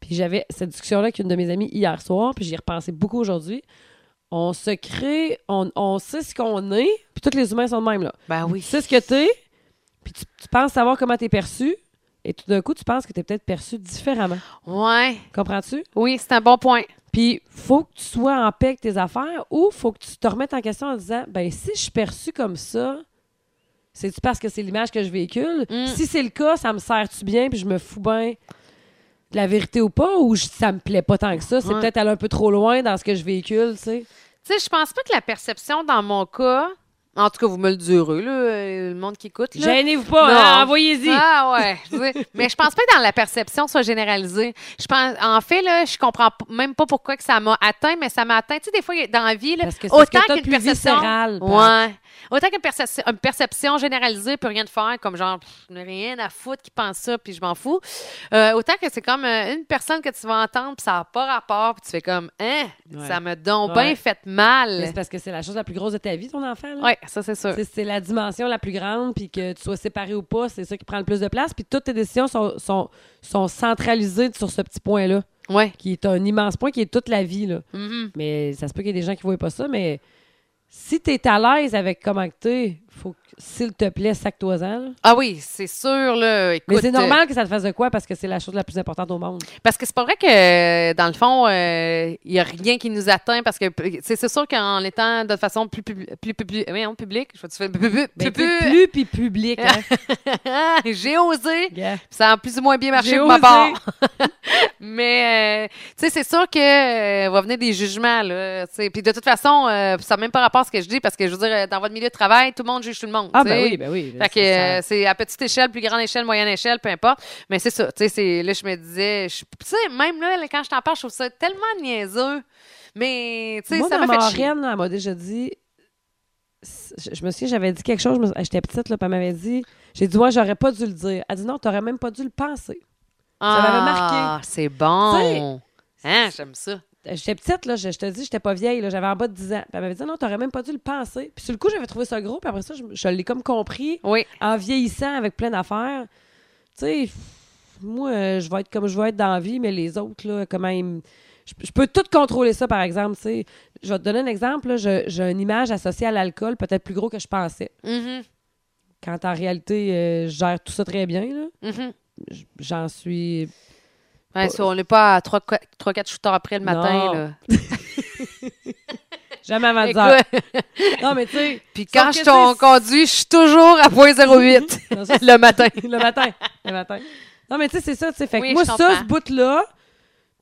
[SPEAKER 1] puis j'avais cette discussion-là avec une de mes amies hier soir, puis j'y ai repensé beaucoup aujourd'hui. On se crée, on, on sait ce qu'on est, puis tous les humains sont de même, là.
[SPEAKER 2] ben
[SPEAKER 1] Tu
[SPEAKER 2] oui.
[SPEAKER 1] sais ce que t'es, puis tu, tu penses savoir comment t'es perçu, et tout d'un coup, tu penses que t'es peut-être perçu différemment.
[SPEAKER 2] Ouais.
[SPEAKER 1] Comprends-tu?
[SPEAKER 2] Oui, c'est un bon point.
[SPEAKER 1] Puis, faut que tu sois en paix avec tes affaires ou faut que tu te remettes en question en disant ben si je suis perçue comme ça, c'est-tu parce que c'est l'image que je véhicule?
[SPEAKER 2] Mm.
[SPEAKER 1] Si c'est le cas, ça me sert-tu bien puis je me fous bien de la vérité ou pas ou je- ça me plaît pas tant que ça? C'est
[SPEAKER 2] Ouais.
[SPEAKER 1] peut-être aller un peu trop loin dans ce que je véhicule, tu sais.
[SPEAKER 2] Tu sais, je pense pas que la perception dans mon cas, en tout cas, vous me le direz, là, euh, le monde qui écoute. Là,
[SPEAKER 1] Gênez-vous pas,
[SPEAKER 2] Non.
[SPEAKER 1] hein, envoyez-y.
[SPEAKER 2] Ah ouais. Je veux dire, Mais je pense pas que dans la perception soit généralisée. Je pense, en fait là, je comprends p- même pas pourquoi que ça m'a atteint, mais ça m'a atteint. Tu sais, des fois dans la vie, là,
[SPEAKER 1] Parce que c'est ce
[SPEAKER 2] autant
[SPEAKER 1] que t'as de
[SPEAKER 2] qu'une
[SPEAKER 1] plus
[SPEAKER 2] perception,
[SPEAKER 1] viscéral. Pat.
[SPEAKER 2] ouais, autant qu'une perception, une perception généralisée peut rien de faire, comme genre pff, j'en ai rien à foutre qui pense ça, puis je m'en fous. Euh, autant que c'est comme euh, une personne que tu vas entendre, puis ça n'a pas rapport, puis tu fais comme, hein,
[SPEAKER 1] Ouais.
[SPEAKER 2] ça me donne
[SPEAKER 1] Ouais.
[SPEAKER 2] bien fait
[SPEAKER 1] Mais
[SPEAKER 2] mal.
[SPEAKER 1] C'est parce que c'est la chose la plus grosse de ta vie, ton enfant. là.
[SPEAKER 2] Ouais, ça c'est sûr.
[SPEAKER 1] C'est- C'est la dimension la plus grande, puis que tu sois séparé ou pas, c'est ça qui prend le plus de place. Puis toutes tes décisions sont, sont, sont centralisées sur ce petit point-là,
[SPEAKER 2] Ouais.
[SPEAKER 1] qui est un immense point, qui est toute la vie. Là.
[SPEAKER 2] Mhm.
[SPEAKER 1] Mais ça se peut qu'il y ait des gens qui ne voient pas ça, mais si tu es à l'aise avec comment que t'es, faut que, s'il te plaît, sac-toi-en. là.
[SPEAKER 2] Ah oui, c'est sûr là. Écoute,
[SPEAKER 1] Mais c'est
[SPEAKER 2] euh,
[SPEAKER 1] normal que ça te fasse de quoi, parce que c'est la chose la plus importante au monde.
[SPEAKER 2] Parce que c'est pas vrai que, dans le fond, il n'y a rien qui nous atteint. Parce que p- c'est c'est sûr qu'en étant de façon plus, pub- plus, publique, oui, non, public, je vais te faire plus, plus,
[SPEAKER 1] Ben,
[SPEAKER 2] plus,
[SPEAKER 1] t'es
[SPEAKER 2] plus-
[SPEAKER 1] plus, puis public. hein.
[SPEAKER 2] j'ai osé.
[SPEAKER 1] Gars.
[SPEAKER 2] Ça a plus ou moins bien marché
[SPEAKER 1] J'ai
[SPEAKER 2] pour ma
[SPEAKER 1] osé.
[SPEAKER 2] part. Mais, euh, tu sais, c'est sûr que euh, va venir des jugements, là. tu sais. Puis de toute façon, euh, ça n'a même pas rapport à ce que je dis, parce que je veux dire, euh, dans votre milieu de travail, tout le monde juge tout le monde.
[SPEAKER 1] Ah,
[SPEAKER 2] tu sais.
[SPEAKER 1] ben oui, ben oui.
[SPEAKER 2] Fait que
[SPEAKER 1] c'est
[SPEAKER 2] euh, c'est à petite échelle, plus grande échelle, moyenne échelle, peu importe. Mais c'est ça. Tu sais, c'est- là, je me disais, je- tu sais, même là, là, quand je t'en parle, je trouve ça tellement niaiseux. Mais, tu
[SPEAKER 1] ça.
[SPEAKER 2] sais,
[SPEAKER 1] Moi,
[SPEAKER 2] ça
[SPEAKER 1] dans
[SPEAKER 2] m'a
[SPEAKER 1] ma
[SPEAKER 2] fait chier.
[SPEAKER 1] reine, elle m'a déjà dit. Je, je me souviens, j'avais dit quelque chose, je me- j'étais petite, là, puis elle m'avait dit. J'ai dit, ouais, j'aurais pas dû le dire. Elle dit, non, t'aurais même pas dû le penser. ça m'avait marqué.
[SPEAKER 2] Ah, c'est bon. Hein, j'aime ça.
[SPEAKER 1] J'étais petite, là, je, je te dis, j'étais pas vieille, là, j'avais en bas de 10 ans. Puis elle m'avait dit, non, t'aurais même pas dû le penser. Puis sur le coup, j'avais trouvé ça gros, puis après ça, je, je l'ai comme compris
[SPEAKER 2] Oui.
[SPEAKER 1] en vieillissant avec plein d'affaires. Tu sais, moi, euh, je vais être comme je vais être dans la vie, mais les autres, là, comment ils me- je, je peux tout contrôler ça, par exemple. tu sais. Je vais te donner un exemple. là. Je- J'ai une image associée à l'alcool, peut-être plus gros que je pensais.
[SPEAKER 2] Mhm,
[SPEAKER 1] Quand en réalité, euh, je gère tout ça très bien. là.
[SPEAKER 2] mhm.
[SPEAKER 1] J- J'en suis.
[SPEAKER 2] Ouais, si on n'est pas à 3-4 shooters après le matin.
[SPEAKER 1] Non.
[SPEAKER 2] Là.
[SPEAKER 1] Jamais avant 10 heures.
[SPEAKER 2] Écoute,
[SPEAKER 1] Non, mais tu sais,
[SPEAKER 2] puis quand
[SPEAKER 1] Sauf
[SPEAKER 2] je
[SPEAKER 1] que
[SPEAKER 2] t'en
[SPEAKER 1] c'est-
[SPEAKER 2] conduis, je suis toujours à 0.08
[SPEAKER 1] dans ça,
[SPEAKER 2] le matin.
[SPEAKER 1] le matin. Le matin. Non, mais tu sais, c'est ça, tu sais. Fait que
[SPEAKER 2] Oui,
[SPEAKER 1] moi,
[SPEAKER 2] je
[SPEAKER 1] ça,
[SPEAKER 2] comprends.
[SPEAKER 1] ce bout-là,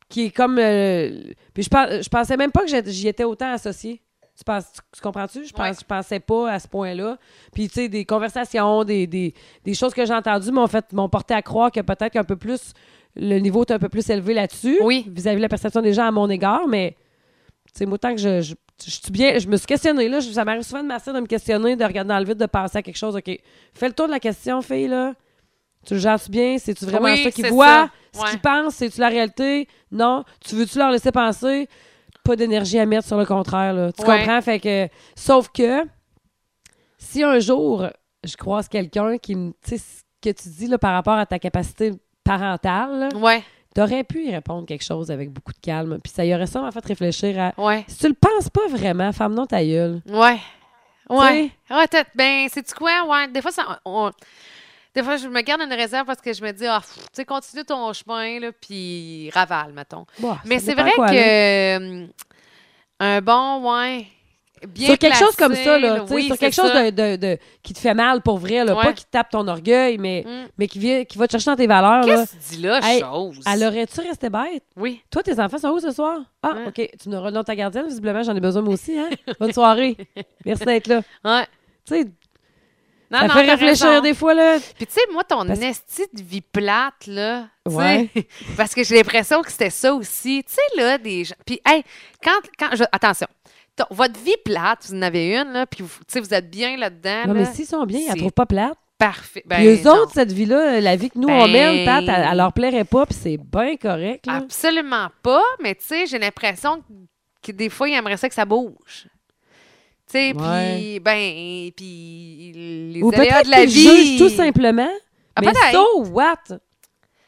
[SPEAKER 1] qui est comme. euh, puis je, pens- je pensais même pas que j'étais- j'y étais autant associée. Tu, penses, tu, tu comprends-tu? Je, pense,
[SPEAKER 2] Ouais.
[SPEAKER 1] je pensais pas à ce point-là. Puis, tu sais, des conversations, des, des, des choses que j'ai entendues m'ont fait m'ont porté à croire que peut-être qu'un peu plus. Le niveau est un peu plus élevé là-dessus.
[SPEAKER 2] Oui.
[SPEAKER 1] Vis-à-vis de la perception des gens à mon égard, mais. Tu sais, moi, tant que je. je je suis bien, je me suis questionnée, là. je- Ça m'arrive souvent de m'asseoir, de me questionner, de regarder dans le vide, de penser à quelque chose. OK, fais le tour de la question, fille, là. Tu le gères-tu bien? C'est-tu vraiment
[SPEAKER 2] Oui,
[SPEAKER 1] ça qu'ils
[SPEAKER 2] c'est
[SPEAKER 1] voient?
[SPEAKER 2] ça.
[SPEAKER 1] Ce
[SPEAKER 2] Ouais.
[SPEAKER 1] qu'ils pensent? C'est-tu la réalité? Non? Tu veux-tu leur laisser penser? Pas d'énergie à mettre sur le contraire, là. Tu
[SPEAKER 2] Ouais.
[SPEAKER 1] comprends? Fait que... Sauf que, si un jour, je croise quelqu'un qui me... Tu sais, ce que tu dis, là, par rapport à ta capacité parentale, là,
[SPEAKER 2] Ouais,
[SPEAKER 1] t'aurais pu y répondre quelque chose avec beaucoup de calme. Puis ça y aurait sûrement fait réfléchir à...
[SPEAKER 2] ouais,
[SPEAKER 1] Si tu le penses pas vraiment, femme non ta gueule.
[SPEAKER 2] ouais.
[SPEAKER 1] Tu
[SPEAKER 2] Ouais.
[SPEAKER 1] sais?
[SPEAKER 2] Ouais, t'as- ben, c'est-tu quoi? Ouais, des fois, ça, on- des fois, je me garde une réserve parce que je me dis, ah, pff, tu sais, continue ton chemin, là, puis ravale, mettons.
[SPEAKER 1] Bah,
[SPEAKER 2] Mais
[SPEAKER 1] ça
[SPEAKER 2] c'est
[SPEAKER 1] dépend
[SPEAKER 2] vrai
[SPEAKER 1] quoi, là.
[SPEAKER 2] que euh, un bon, ouais, bien
[SPEAKER 1] sur quelque chose
[SPEAKER 2] placé,
[SPEAKER 1] comme ça, là, tu sais,
[SPEAKER 2] oui,
[SPEAKER 1] sur
[SPEAKER 2] c'est
[SPEAKER 1] quelque chose
[SPEAKER 2] ça.
[SPEAKER 1] de, de- de- qui te fait mal pour vrai, là,
[SPEAKER 2] Ouais.
[SPEAKER 1] pas qui te tape ton orgueil, mais,
[SPEAKER 2] Mm.
[SPEAKER 1] mais qui, vient, qui va te chercher dans tes valeurs. Là.
[SPEAKER 2] Qu'est-ce que tu dis là,
[SPEAKER 1] Hum. Hey,
[SPEAKER 2] chose?
[SPEAKER 1] Elle aurait-tu resté bête?
[SPEAKER 2] Oui.
[SPEAKER 1] Toi, tes enfants sont où ce soir? Ah,
[SPEAKER 2] Ouais.
[SPEAKER 1] OK. Tu nous redonnes ta gardienne, visiblement, j'en ai besoin moi aussi. Hein? Bonne soirée. Merci d'être là.
[SPEAKER 2] Ouais.
[SPEAKER 1] Tu sais,
[SPEAKER 2] Non,
[SPEAKER 1] ça
[SPEAKER 2] non,
[SPEAKER 1] fait
[SPEAKER 2] t'as
[SPEAKER 1] réfléchir
[SPEAKER 2] raison.
[SPEAKER 1] des fois, là.
[SPEAKER 2] Puis tu sais, moi, ton
[SPEAKER 1] Parce-
[SPEAKER 2] esti de vie plate, là, tu sais,
[SPEAKER 1] Ouais.
[SPEAKER 2] parce que j'ai l'impression que c'était ça aussi. Tu sais, là, des gens... Puis, hey, quand... quand je- Attention, Ton- votre vie plate, vous en avez une, là, puis vous, tu sais, vous êtes bien là-dedans,
[SPEAKER 1] Non, mais
[SPEAKER 2] là.
[SPEAKER 1] s'ils sont bien, ils la
[SPEAKER 2] c'est-
[SPEAKER 1] trouvent pas plate.
[SPEAKER 2] parfait. Ben,
[SPEAKER 1] Puis eux
[SPEAKER 2] non.
[SPEAKER 1] autres, cette vie-là, la vie que nous, on
[SPEAKER 2] Ben- Ah,
[SPEAKER 1] mène, Pat, elle, elle leur plairait pas, puis c'est bien correct. là.
[SPEAKER 2] Absolument pas, mais tu sais, j'ai l'impression que, que des fois, ils aimeraient ça que ça bouge. Tu sais,
[SPEAKER 1] Ouais.
[SPEAKER 2] puis, ben, puis les
[SPEAKER 1] Ou
[SPEAKER 2] aléas
[SPEAKER 1] peut-être
[SPEAKER 2] de la
[SPEAKER 1] qu'ils jugent
[SPEAKER 2] vie.
[SPEAKER 1] tout simplement.
[SPEAKER 2] Ah,
[SPEAKER 1] mais
[SPEAKER 2] peut-être.
[SPEAKER 1] so what?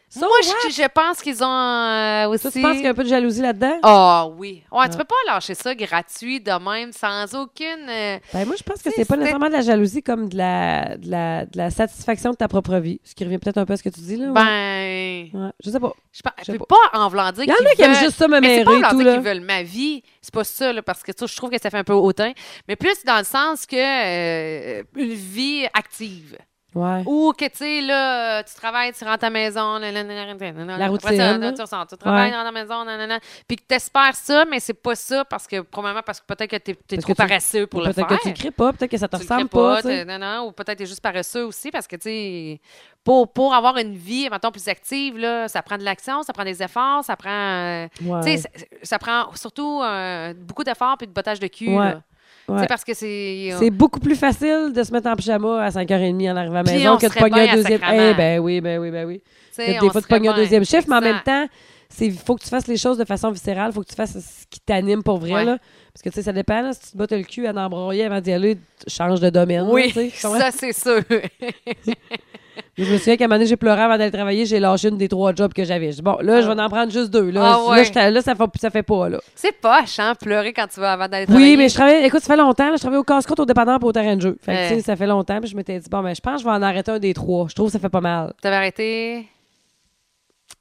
[SPEAKER 1] So
[SPEAKER 2] Moi,
[SPEAKER 1] what?
[SPEAKER 2] je, je pense qu'ils ont euh,
[SPEAKER 1] Toi,
[SPEAKER 2] aussi.
[SPEAKER 1] tu penses qu'il y a un peu de jalousie là-dedans?
[SPEAKER 2] Ah oui. Ouais, tu
[SPEAKER 1] Ouais.
[SPEAKER 2] peux pas lâcher ça gratuit de même sans aucune. euh,
[SPEAKER 1] Ben, moi, je pense que
[SPEAKER 2] Tu sais,
[SPEAKER 1] c'est pas
[SPEAKER 2] c'est-
[SPEAKER 1] nécessairement de la jalousie comme de la, de la, de la satisfaction de ta propre vie. Ce qui revient peut-être un peu à ce que tu dis, là. ouais.
[SPEAKER 2] Ben,
[SPEAKER 1] Ouais, je sais pas.
[SPEAKER 2] je pense-
[SPEAKER 1] sais
[SPEAKER 2] je peux
[SPEAKER 1] pas.
[SPEAKER 2] pas en voulant dire
[SPEAKER 1] Il y en a qui
[SPEAKER 2] qu'ils
[SPEAKER 1] aiment
[SPEAKER 2] veulent-
[SPEAKER 1] juste ça, me
[SPEAKER 2] Mais c'est
[SPEAKER 1] mêler
[SPEAKER 2] pas en
[SPEAKER 1] et
[SPEAKER 2] leur
[SPEAKER 1] tout,
[SPEAKER 2] dire
[SPEAKER 1] là.
[SPEAKER 2] qu'ils veulent ma vie. C'est pas ça, là, parce que ça, je trouve que ça fait un peu hautain. Mais plus dans le sens que euh, une vie active.
[SPEAKER 1] Ouais.
[SPEAKER 2] Ou que, tu sais, là, tu travailles, tu rentres à la maison. nanana, nanana,
[SPEAKER 1] La
[SPEAKER 2] après ça,
[SPEAKER 1] routine,
[SPEAKER 2] là,
[SPEAKER 1] là.
[SPEAKER 2] tu ressors, tu travailles,
[SPEAKER 1] Ouais.
[SPEAKER 2] tu rentres à la maison. nanana. Puis que tu espères ça, mais c'est pas ça, parce que, probablement, parce que peut-être que tu es,
[SPEAKER 1] Parce
[SPEAKER 2] trop
[SPEAKER 1] que tu-
[SPEAKER 2] paresseux pour le
[SPEAKER 1] Peut-être
[SPEAKER 2] faire.
[SPEAKER 1] que tu le crées pas, peut-être que ça te
[SPEAKER 2] Tu le crées
[SPEAKER 1] ressemble pas. tu
[SPEAKER 2] t'es-
[SPEAKER 1] sais.
[SPEAKER 2] non, non, ou peut-être t'es juste paresseux aussi, parce que, tu sais, pour, pour avoir une vie, mettons, plus active, là, ça prend de l'action, ça prend des efforts, ça prend... euh,
[SPEAKER 1] Ouais.
[SPEAKER 2] tu sais, ça, ça prend surtout euh, beaucoup d'efforts puis de bottage de cul.
[SPEAKER 1] Ouais,
[SPEAKER 2] là. Tu sais,
[SPEAKER 1] ouais.
[SPEAKER 2] parce que c'est. euh,
[SPEAKER 1] C'est beaucoup plus facile de se mettre en pyjama à 5h30 en arrivant à la
[SPEAKER 2] Puis
[SPEAKER 1] maison
[SPEAKER 2] on
[SPEAKER 1] que de
[SPEAKER 2] serait
[SPEAKER 1] pogner
[SPEAKER 2] bien
[SPEAKER 1] un
[SPEAKER 2] à
[SPEAKER 1] deuxième.
[SPEAKER 2] Sacrament.
[SPEAKER 1] Eh ben oui, ben oui, ben oui.
[SPEAKER 2] tu
[SPEAKER 1] Il
[SPEAKER 2] sais,
[SPEAKER 1] des
[SPEAKER 2] on
[SPEAKER 1] fois de
[SPEAKER 2] serait
[SPEAKER 1] pogner un
[SPEAKER 2] bien.
[SPEAKER 1] deuxième chiffre, mais en même temps,
[SPEAKER 2] Exact.
[SPEAKER 1] il faut que tu fasses les choses de façon viscérale, faut que tu fasses ce qui t'anime pour vrai.
[SPEAKER 2] Ouais.
[SPEAKER 1] Là. Parce que tu sais, ça dépend. là, si tu te bottes le cul à en broyer avant d'y aller, tu changes de domaine. là,
[SPEAKER 2] Oui,
[SPEAKER 1] tu sais, tu comprends?
[SPEAKER 2] ça, c'est sûr.
[SPEAKER 1] je me souviens qu'à un moment donné, j'ai pleuré avant d'aller travailler, j'ai lâché une des trois jobs que j'avais. J'ai dit, Bon, là, je vais en prendre juste deux. Là,
[SPEAKER 2] Ah
[SPEAKER 1] Là,
[SPEAKER 2] ouais.
[SPEAKER 1] je t'a- là, ça, fait, ça fait pas. Là.
[SPEAKER 2] c'est poche, hein, pleurer quand tu vas avant d'aller travailler.
[SPEAKER 1] Oui, mais je travaillais. Écoute, ça fait longtemps. là, je travaillais au casse-croûte, au dépendant pour au terrain de jeu. Fait que,
[SPEAKER 2] Ouais.
[SPEAKER 1] tu sais, ça fait longtemps. Puis je m'étais dit, bon, ben, je pense que je vais en arrêter un des trois. Je trouve que ça fait pas mal.
[SPEAKER 2] T'avais arrêté.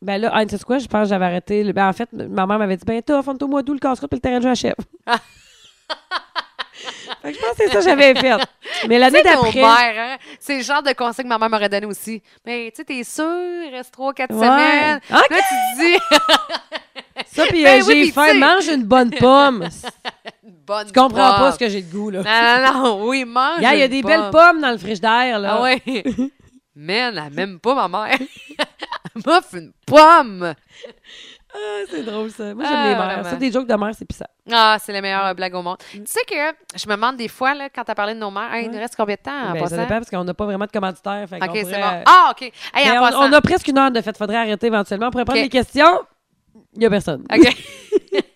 [SPEAKER 1] Ben là, tu sais quoi, je pense que j'avais arrêté. le- Ben, en fait, ma mère m'avait dit, ben, t'as, fonde-toi moi d'où le casse-croûte puis le terrain de jeu à chef.
[SPEAKER 2] Ah.
[SPEAKER 1] fait que je pense que c'est ça que j'avais fait. Mais l'année
[SPEAKER 2] C'est nos
[SPEAKER 1] d'après.
[SPEAKER 2] mères, hein? C'est le genre de conseil que ma mère m'aurait donné aussi. Mais tu sais, t'es sûr, reste trois, quatre
[SPEAKER 1] Ouais.
[SPEAKER 2] semaines.
[SPEAKER 1] Ok.
[SPEAKER 2] Là, tu te dis,
[SPEAKER 1] Ça, puis
[SPEAKER 2] Ben
[SPEAKER 1] euh,
[SPEAKER 2] oui,
[SPEAKER 1] j'ai
[SPEAKER 2] puis tu
[SPEAKER 1] faim,
[SPEAKER 2] sais.
[SPEAKER 1] mange une bonne pomme.
[SPEAKER 2] bonne
[SPEAKER 1] Tu comprends
[SPEAKER 2] pomme.
[SPEAKER 1] pas ce que j'ai le goût, là.
[SPEAKER 2] Non, non, non, oui, Ben, mange.
[SPEAKER 1] Gars, il y a
[SPEAKER 2] une
[SPEAKER 1] des
[SPEAKER 2] pomme.
[SPEAKER 1] belles pommes dans le frigidaire, là.
[SPEAKER 2] Ah ouais. Man, elle m'aime pas, ma mère. elle m'offre une pomme.
[SPEAKER 1] Ah, c'est drôle, ça. Moi, j'aime
[SPEAKER 2] Ah,
[SPEAKER 1] les mères.
[SPEAKER 2] vraiment.
[SPEAKER 1] Ça, des jokes de mère, c'est pissant.
[SPEAKER 2] Ah, c'est la meilleure euh, blague au monde. Tu sais que je me demande des fois, là, quand t'as parlé de nos mères, Hey, il nous
[SPEAKER 1] Ouais.
[SPEAKER 2] reste combien de temps Ah, en
[SPEAKER 1] Ben, ça
[SPEAKER 2] passant?
[SPEAKER 1] dépend parce qu'on n'a pas vraiment de commanditaire. Fait qu'on
[SPEAKER 2] ok, c'est
[SPEAKER 1] pourrait,
[SPEAKER 2] bon.
[SPEAKER 1] euh,
[SPEAKER 2] Ah, ok. Hey,
[SPEAKER 1] mais
[SPEAKER 2] en
[SPEAKER 1] on,
[SPEAKER 2] passant.
[SPEAKER 1] on a presque une heure de fête. Faudrait arrêter éventuellement. On pourrait prendre
[SPEAKER 2] Ok.
[SPEAKER 1] les questions. Il n'y a personne.
[SPEAKER 2] OK.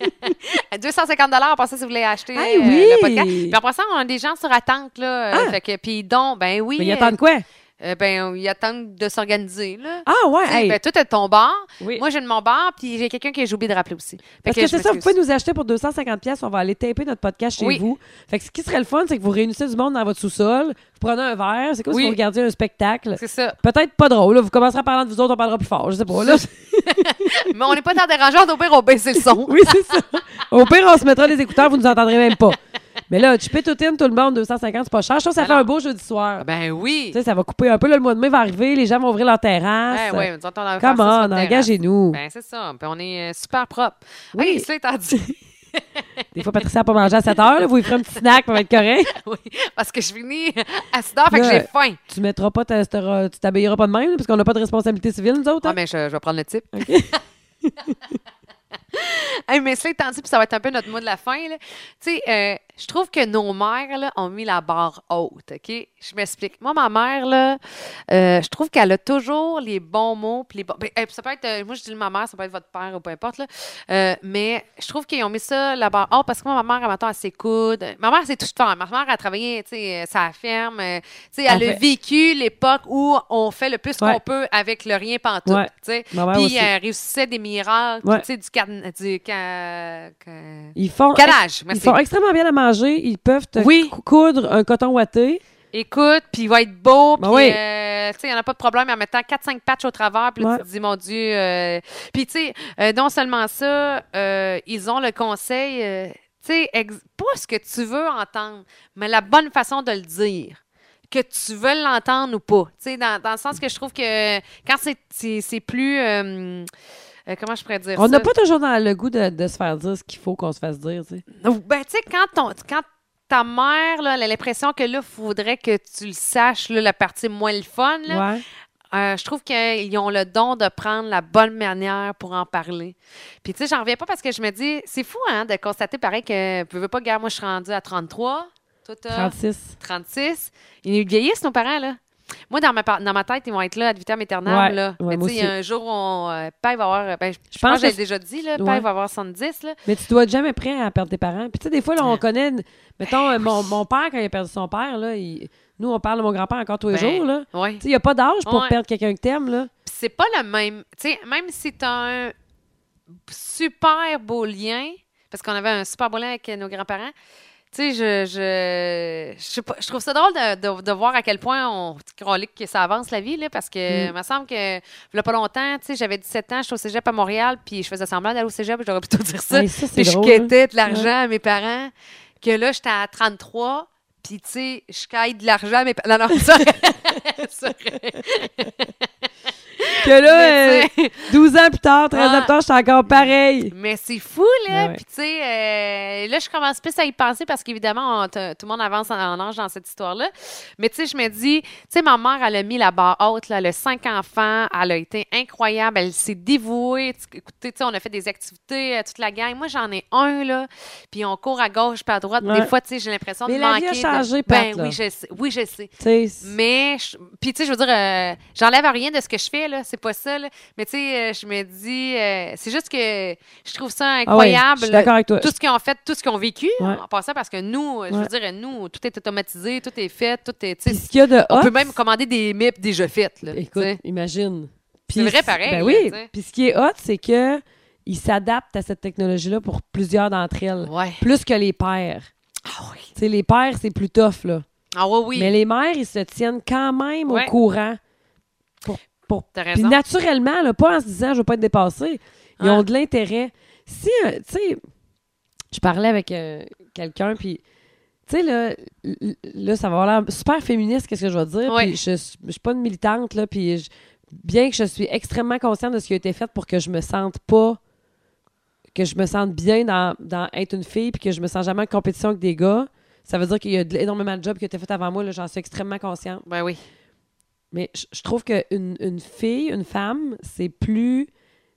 [SPEAKER 2] 250 en passant si vous voulez acheter
[SPEAKER 1] Hey,
[SPEAKER 2] euh,
[SPEAKER 1] Ah oui!
[SPEAKER 2] le podcast. Puis en passant, on a des gens sur attente, là. euh,
[SPEAKER 1] Ah!
[SPEAKER 2] Fait que, puis donc, ben oui.
[SPEAKER 1] Mais ils
[SPEAKER 2] euh,
[SPEAKER 1] attendent quoi?
[SPEAKER 2] euh, ben, ils attendent de s'organiser, là.
[SPEAKER 1] Ah, ouais.
[SPEAKER 2] Tu sais,
[SPEAKER 1] hey.
[SPEAKER 2] Ben, toi, t'as de ton bar.
[SPEAKER 1] Oui.
[SPEAKER 2] Moi, j'ai de mon bar, puis j'ai quelqu'un que j'ai oublié de rappeler aussi. Fait
[SPEAKER 1] Parce que,
[SPEAKER 2] je
[SPEAKER 1] c'est ça, vous
[SPEAKER 2] m'excuse.
[SPEAKER 1] pouvez nous acheter pour 250 pièces, on va aller taper notre podcast chez
[SPEAKER 2] Oui.
[SPEAKER 1] vous. Fait que ce qui serait le fun, c'est que vous réunissez du monde dans votre sous-sol, vous prenez un verre, c'est comme
[SPEAKER 2] Oui.
[SPEAKER 1] si vous regardiez un spectacle.
[SPEAKER 2] C'est ça.
[SPEAKER 1] Peut-être pas drôle, là. vous commencerez à parler de vous autres, on parlera plus fort, je sais pas. Là.
[SPEAKER 2] Mais on n'est pas dans des rangeurs, au pire, on baisse le son.
[SPEAKER 1] Oui, c'est ça. Au pire, on se mettra des écouteurs, vous nous entendrez même pas. Mais là, chipper tout in, tout le monde, 250, c'est pas cher. Je trouve que ça fait
[SPEAKER 2] Alors.
[SPEAKER 1] un beau jeudi soir.
[SPEAKER 2] Ben oui.
[SPEAKER 1] Tu sais, ça va couper un peu, là, le mois de mai va arriver, les gens vont ouvrir leur terrasse.
[SPEAKER 2] Eh ouais, nous autres, on avait fait
[SPEAKER 1] Come
[SPEAKER 2] ça sur
[SPEAKER 1] on,
[SPEAKER 2] notre terrasse.
[SPEAKER 1] engagez-nous.
[SPEAKER 2] Ben, c'est ça. Puis on est euh, super propre.
[SPEAKER 1] Oui.
[SPEAKER 2] Oui, cela étant dit,
[SPEAKER 1] Des fois, Patricia n'a pas mangé à 7 heures, là, vous lui ferez un petit snack, pour être correct.
[SPEAKER 2] oui, parce que je finis à 6 heures, fait que
[SPEAKER 1] Là,
[SPEAKER 2] j'ai faim.
[SPEAKER 1] Tu mettras pas, ta- ta- tu t'habilleras pas de même, là, parce qu'on n'a pas de responsabilité civile, nous autres.
[SPEAKER 2] Ah,
[SPEAKER 1] hein.
[SPEAKER 2] mais je, je vais prendre le type. Hey, mais cela étant dit, puis ça va être un peu notre mot de la fin. là. Tu sais, euh, je trouve que nos mères là, ont mis la barre haute. OK? Je m'explique. Moi, ma mère, là, euh, je trouve qu'elle a toujours les bons mots. Puis les bons... ben, hey, puis ça peut être, euh, moi, je dis ma mère, ça peut être votre père ou peu importe. là. Euh, mais je trouve qu'ils ont mis ça la barre haute parce que moi, ma mère, elle m'attend à ses coudes. Ma mère, c'est tout faire. Ma mère, elle a travaillé, tu sais, euh, sa ferme. euh, tu sais, elle,
[SPEAKER 1] Elle
[SPEAKER 2] a
[SPEAKER 1] fait-
[SPEAKER 2] vécu l'époque où on fait le plus qu'on
[SPEAKER 1] Ouais.
[SPEAKER 2] peut avec le rien pantoute.
[SPEAKER 1] Ouais.
[SPEAKER 2] tu sais.
[SPEAKER 1] Ma mère
[SPEAKER 2] Puis
[SPEAKER 1] aussi.
[SPEAKER 2] elle réussissait des miracles,
[SPEAKER 1] Ouais.
[SPEAKER 2] tu sais, du, can- du ca- ca-
[SPEAKER 1] Ils font,
[SPEAKER 2] canage.
[SPEAKER 1] ils
[SPEAKER 2] Merci.
[SPEAKER 1] font extrêmement bien à manger. Ils peuvent te
[SPEAKER 2] Oui.
[SPEAKER 1] cou- coudre un coton ouaté.
[SPEAKER 2] Écoute, puis il va être beau, puis
[SPEAKER 1] Ben oui.
[SPEAKER 2] euh, tu sais, il n'y en a pas de problème en mettant 4-5 patchs au travers, puis là,
[SPEAKER 1] Ouais.
[SPEAKER 2] tu te dis, mon Dieu. euh, Puis tu sais, euh, non seulement ça, euh, ils ont le conseil, euh, tu sais, ex- pas ce que tu veux entendre, mais la bonne façon de le dire. Que tu veux l'entendre ou pas. Tu sais, dans, dans le sens que je trouve que quand c'est- c'est c'est plus. euh, euh, comment je pourrais dire
[SPEAKER 1] On
[SPEAKER 2] ça?
[SPEAKER 1] n'a pas toujours dans le goût de, de se faire dire ce qu'il faut qu'on se fasse dire. tu sais.
[SPEAKER 2] Ou- Ben, tu sais, quand, ton- quand ta mère, là, elle a l'impression que là, faudrait que tu le saches, là, la partie moins le fun, là,
[SPEAKER 1] Ouais.
[SPEAKER 2] euh, je trouve qu'ils ont le don de prendre la bonne manière pour en parler. Puis, tu sais, j'en reviens pas parce que je me dis, c'est fou, hein, de constater pareil que, tu veux pas, gars, moi, je suis rendue à 33, toi, t'as
[SPEAKER 1] 36.
[SPEAKER 2] 36. Ils vieillissent, nos parents, là. Moi, dans ma, par- dans ma tête, ils vont être là, ad vitam aeternam.
[SPEAKER 1] Ouais,
[SPEAKER 2] là.
[SPEAKER 1] ouais,
[SPEAKER 2] mais
[SPEAKER 1] moi
[SPEAKER 2] tu sais, il y a un jour où on, euh, Pai va avoir. euh, Ben, je je
[SPEAKER 1] pense
[SPEAKER 2] pense que j'ai
[SPEAKER 1] que-
[SPEAKER 2] déjà dit, là,
[SPEAKER 1] Ouais.
[SPEAKER 2] Pai va avoir 70. Là.
[SPEAKER 1] Mais tu dois être jamais prêt à perdre tes parents. Puis tu sais, des fois, là, on
[SPEAKER 2] Ouais.
[SPEAKER 1] connaît... une- Mettons, euh, mon, mon père, quand il a perdu son père, là, il- nous, on parle de mon grand-père encore tous les
[SPEAKER 2] Ben,
[SPEAKER 1] jours, là.
[SPEAKER 2] Ouais.
[SPEAKER 1] Tu sais, il n'y a pas d'âge pour
[SPEAKER 2] Ouais.
[SPEAKER 1] perdre quelqu'un que t'aimes, là.
[SPEAKER 2] Puis c'est pas le même. Tu sais, même si t'as un super beau lien, parce qu'on avait un super beau lien avec nos grands-parents, tu sais, je, je, je, sais pas, je trouve ça drôle de, de- de voir à quel point on colique que ça avance la vie, là, parce
[SPEAKER 1] Mm.
[SPEAKER 2] que il me semble que, il y a pas longtemps, tu sais, j'avais 17 ans, je suis au cégep à Montréal, puis je faisais semblant d'aller au cégep, j'aurais plutôt dire ça.
[SPEAKER 1] Hey, ça, c'est
[SPEAKER 2] Puis je
[SPEAKER 1] drôle. hein.
[SPEAKER 2] quittais de l'argent à mes parents, que là, j'étais à 33, puis tu sais, je caille de l'argent à mes parents. Non, non, ça ça aurait-
[SPEAKER 1] Que là,
[SPEAKER 2] Mais
[SPEAKER 1] euh,
[SPEAKER 2] tu sais- Ah.
[SPEAKER 1] 12 ans plus tard, 13 ans plus tard, je suis encore pareil.
[SPEAKER 2] Mais c'est fou, là.
[SPEAKER 1] Ben Ouais, ouais.
[SPEAKER 2] Puis, tu sais, euh, là, je commence plus à y penser parce qu'évidemment, on- t- tout le monde avance en, en âge dans cette histoire-là. Mais, tu sais, je me dis, tu sais, ma mère, elle a mis la barre haute, là. Elle a cinq enfants. Elle a été incroyable. Elle s'est dévouée. Tu- Écoutez, tu sais, on a fait des activités, euh, toute la gang. Moi, j'en ai un, là. Puis, on court à gauche puis à droite.
[SPEAKER 1] Ouais.
[SPEAKER 2] Des fois, tu sais, j'ai l'impression de
[SPEAKER 1] Mais la
[SPEAKER 2] manquer.
[SPEAKER 1] vie a
[SPEAKER 2] de-
[SPEAKER 1] changé, Pat,
[SPEAKER 2] ben,
[SPEAKER 1] là.
[SPEAKER 2] oui, je sais. Oui, je sais.
[SPEAKER 1] Tu sais, c'est-
[SPEAKER 2] Mais, je- puis tu sais, je veux dire, euh, j'enlève à rien de ce que je fais, là. C'est pas ça, là. Mais tu sais, euh, je me dis, euh, c'est juste que je trouve ça
[SPEAKER 1] Ah ouais,
[SPEAKER 2] incroyable.
[SPEAKER 1] je suis d'accord avec toi.
[SPEAKER 2] tout ce qu'ils ont fait, tout ce qu'ils ont vécu,
[SPEAKER 1] Ouais.
[SPEAKER 2] en passant, parce que nous, euh, je veux dire, nous, tout est automatisé, tout est fait, tout est. tu
[SPEAKER 1] Puis
[SPEAKER 2] sais,
[SPEAKER 1] ce qu'il y a de
[SPEAKER 2] on
[SPEAKER 1] hot,
[SPEAKER 2] peut même commander des MIP déjà faites, là.
[SPEAKER 1] Écoute,
[SPEAKER 2] tu sais.
[SPEAKER 1] imagine.
[SPEAKER 2] C'est
[SPEAKER 1] Puis
[SPEAKER 2] vrai pareil,
[SPEAKER 1] Ben
[SPEAKER 2] là,
[SPEAKER 1] oui.
[SPEAKER 2] tu sais.
[SPEAKER 1] Puis ce qui est hot, c'est que ils s'adaptent à cette technologie-là pour plusieurs d'entre elles.
[SPEAKER 2] Ouais.
[SPEAKER 1] Plus que les pères.
[SPEAKER 2] Ah oui.
[SPEAKER 1] Tu sais, les pères, c'est plus tough, là.
[SPEAKER 2] Ah oui, oui.
[SPEAKER 1] Mais les mères, ils se tiennent quand même
[SPEAKER 2] Ouais.
[SPEAKER 1] au courant. Pour, pour...
[SPEAKER 2] T'as
[SPEAKER 1] Puis
[SPEAKER 2] raison.
[SPEAKER 1] naturellement, là, pas en se disant « je veux pas être dépassée », ils
[SPEAKER 2] Ouais.
[SPEAKER 1] ont de l'intérêt. Si, euh, tu sais, je parlais avec euh, quelqu'un, puis, tu sais, là, l- là, ça va avoir l'air super féministe, qu'est-ce que je vais dire,
[SPEAKER 2] Ouais.
[SPEAKER 1] puis je, je suis pas une militante, là, puis je- bien que je suis extrêmement consciente de ce qui a été fait pour que je me sente pas que je me sente bien dans, dans être une fille puis que je me sens jamais en compétition avec des gars, ça veut dire qu'il y a de- énormément de jobs qui ont été faits avant moi, là, j'en suis extrêmement consciente.
[SPEAKER 2] Ben oui.
[SPEAKER 1] Mais je, je trouve qu'une une fille, une femme, c'est plus.